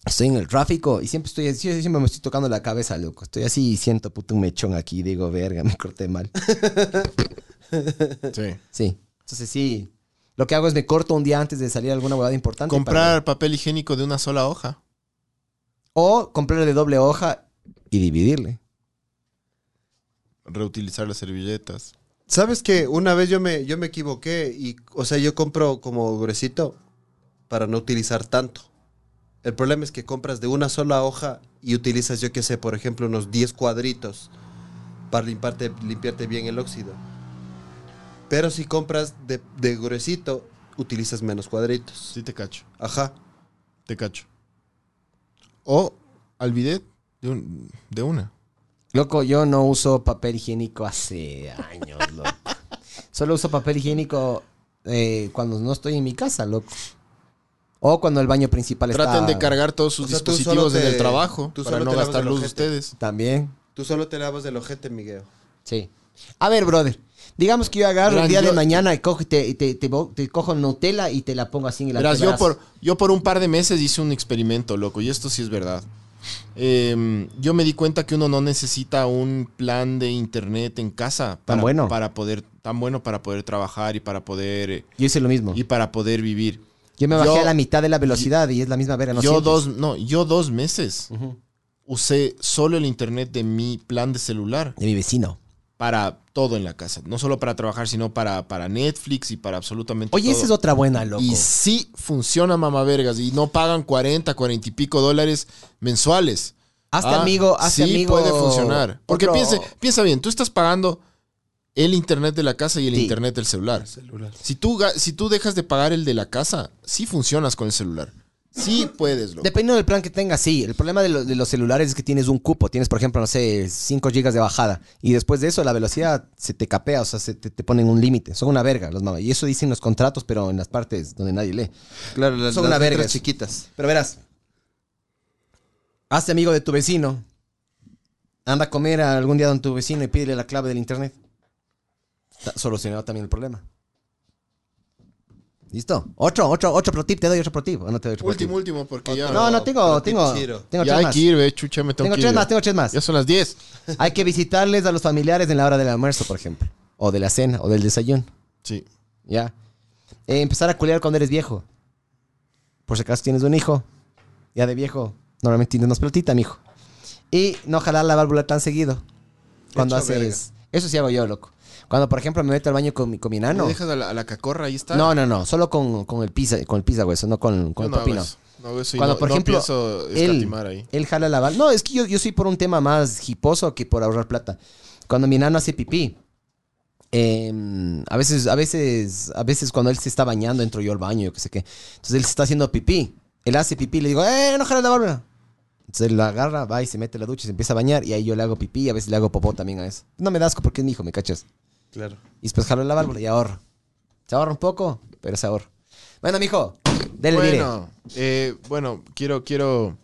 Estoy en el tráfico y siempre estoy así, yo siempre me estoy tocando la cabeza, loco. Estoy así y siento puto un mechón aquí. Digo, verga, me corté mal.
Sí.
Sí. Entonces sí. Lo que hago es me corto un día antes de salir a alguna huevada importante. para-
Comprar papel higiénico de una sola hoja.
o comprar de doble hoja y dividirle.
Reutilizar las servilletas.
¿Sabes que una vez yo me, yo me equivoqué y, o sea, yo compro como gruesito para no utilizar tanto? El problema es que compras de una sola hoja y utilizas, yo qué sé, por ejemplo, unos 10 cuadritos para limpiarte, limpiarte bien el óxido. Pero si compras de, de gruesito, utilizas menos cuadritos.
Sí, te cacho.
Ajá.
Te cacho. O al bidet de, un- de una.
Loco, yo no uso papel higiénico hace años, loco. Solo uso papel higiénico eh, cuando no estoy en mi casa, loco. O cuando el baño principal
Traten
está...
de cargar todos sus
O sea, tú
dispositivos
solo
en el
te-
trabajo
tú
para
solo
no
te lavas
gastarlos
el ojete.
ustedes.
También,
Tú solo te lavas del ojete, Miguel.
sí. A ver, brother. Digamos que yo agarro el
Verán,
día de
yo-
mañana y cojo, y te, y te- te bo- te cojo Nutella y te la pongo así en el
Verás, yo
antebrazo.
por, yo por un par de meses hice un experimento, loco, y esto sí es verdad. Eh, yo me di cuenta que uno no necesita un plan de internet en casa para,
bueno.
para poder tan bueno para poder trabajar y para poder eh,
Yo hice lo mismo.
y para poder vivir.
Yo me bajé
Yo-
a la mitad de la velocidad y es la misma verga. No
yo
sientes.
dos no, yo dos meses
Ujú.
usé solo el internet de mi plan de celular
De mi vecino.
para todo en la casa, no solo para trabajar sino para para Netflix y para absolutamente
Oye,
todo.
esa es otra buena, loco.
Y sí funciona, mamá vergas. Y no pagan 40, 40 y pico dólares mensuales.
Hazte
Ah,
amigo, hazte
sí
amigo.
puede funcionar. Porque
Otro-
piense, piensa bien, tú estás pagando el internet de la casa y el
Sí.
internet del celular. Si, tú, ga- si tú dejas de pagar el de la casa, sí funcionas con el celular. Sí puedes, loco.
Dependiendo del plan que tengas, sí. El problema de, lo- de los celulares es que tienes un cupo. Tienes, por ejemplo, no sé, 5 gigas de bajada. Y después de eso, la velocidad se te capea, o sea, se te, te ponen un límite. Son una verga los mamas. Y eso dicen los contratos, pero en las partes donde nadie lee.
Claro, las,
Son
las
una
letras
verga.
chiquitas.
Pero verás, hazte amigo de tu vecino. Anda a comer a algún día con tu vecino y pídele la clave del internet. Está Solucionado también el problema. ¿Listo? Otro, otro, otro pro tip. Te doy otro pro tip. ¿o no te doy otro pro tip?
último, último, porque ya...
No, no, tengo,
Pro tip
tengo,
chiro.
tengo
ya
tres
hay
más.
que ir, ve, chucha, me tengo,
Tengo
que
tres
ir.
más, tengo tres más.
Ya son las 10.
Hay que visitarles a los familiares en la hora del almuerzo, por ejemplo. O de la cena, o del desayuno.
Sí.
Ya. Eh, empezar a culear cuando eres viejo. Por si acaso tienes un hijo. Ya de viejo. Normalmente tienes más pelotita, mijo. Y no jalar la válvula tan seguido. Cuando
Hecho
haces. Eso sí hago yo, loco. Cuando, por ejemplo, me meto al baño con mi, con mi
¿Le
nano.
dejas a la, a la cacorra ahí está?
No, no, no. Solo con, con el pizza, con el pizza, güey. eso No con, con
Yo
el
no hago
papi, no.
eso. No hago eso y
Cuando,
no-
por
no
ejemplo,
pienso
él,
escatimar ahí.
él jala la bala. No, es que yo, yo soy por un tema más hiposo que por ahorrar plata. Cuando mi nano hace pipí, em, a veces, a veces, a veces cuando él se está bañando, entro yo al baño, yo qué sé qué. Entonces él se está haciendo pipí. Él hace pipí, le digo, ¡eh, no jales la bala! Entonces él la agarra, va y se mete a la ducha, se empieza a bañar y ahí yo le hago pipí y a veces le hago popó también a eso. No me das asco porque es mi hijo, ¿me cachas?
Claro.
Y después jalo la válvula y ahorro. Se ahorra un poco, pero se ahorra. Bueno, mijo, dele, dire.
Bueno, eh, bueno, quiero, quiero,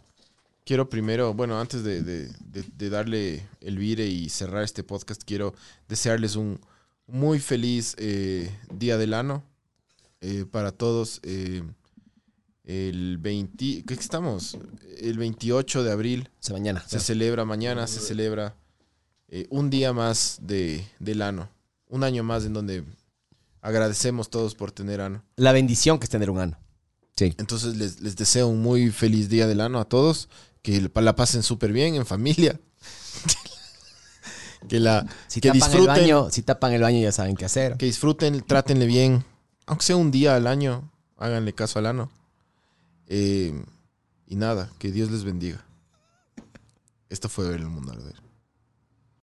quiero primero, bueno, antes de, de- de- de darle el vire y cerrar este podcast, quiero desearles un muy feliz eh, día del ano eh, para todos. eh, el 20, ¿qué estamos? El 28 de abril
Se mañana.
se celebra, mañana se celebra eh, un día más de, del ano, un año más en donde agradecemos todos por tener ano.
La bendición que es tener un ano. Sí.
Entonces les, les deseo un muy feliz día del ano a todos, que la- la pasen súper bien en familia. que la
Si
que
tapan el
disfruten,
baño, si tapan el baño ya saben qué hacer.
que disfruten, trátenle bien, aunque sea un día al año, háganle caso al ano. Eh, y nada, que Dios les bendiga. Esto fue el mundo arder.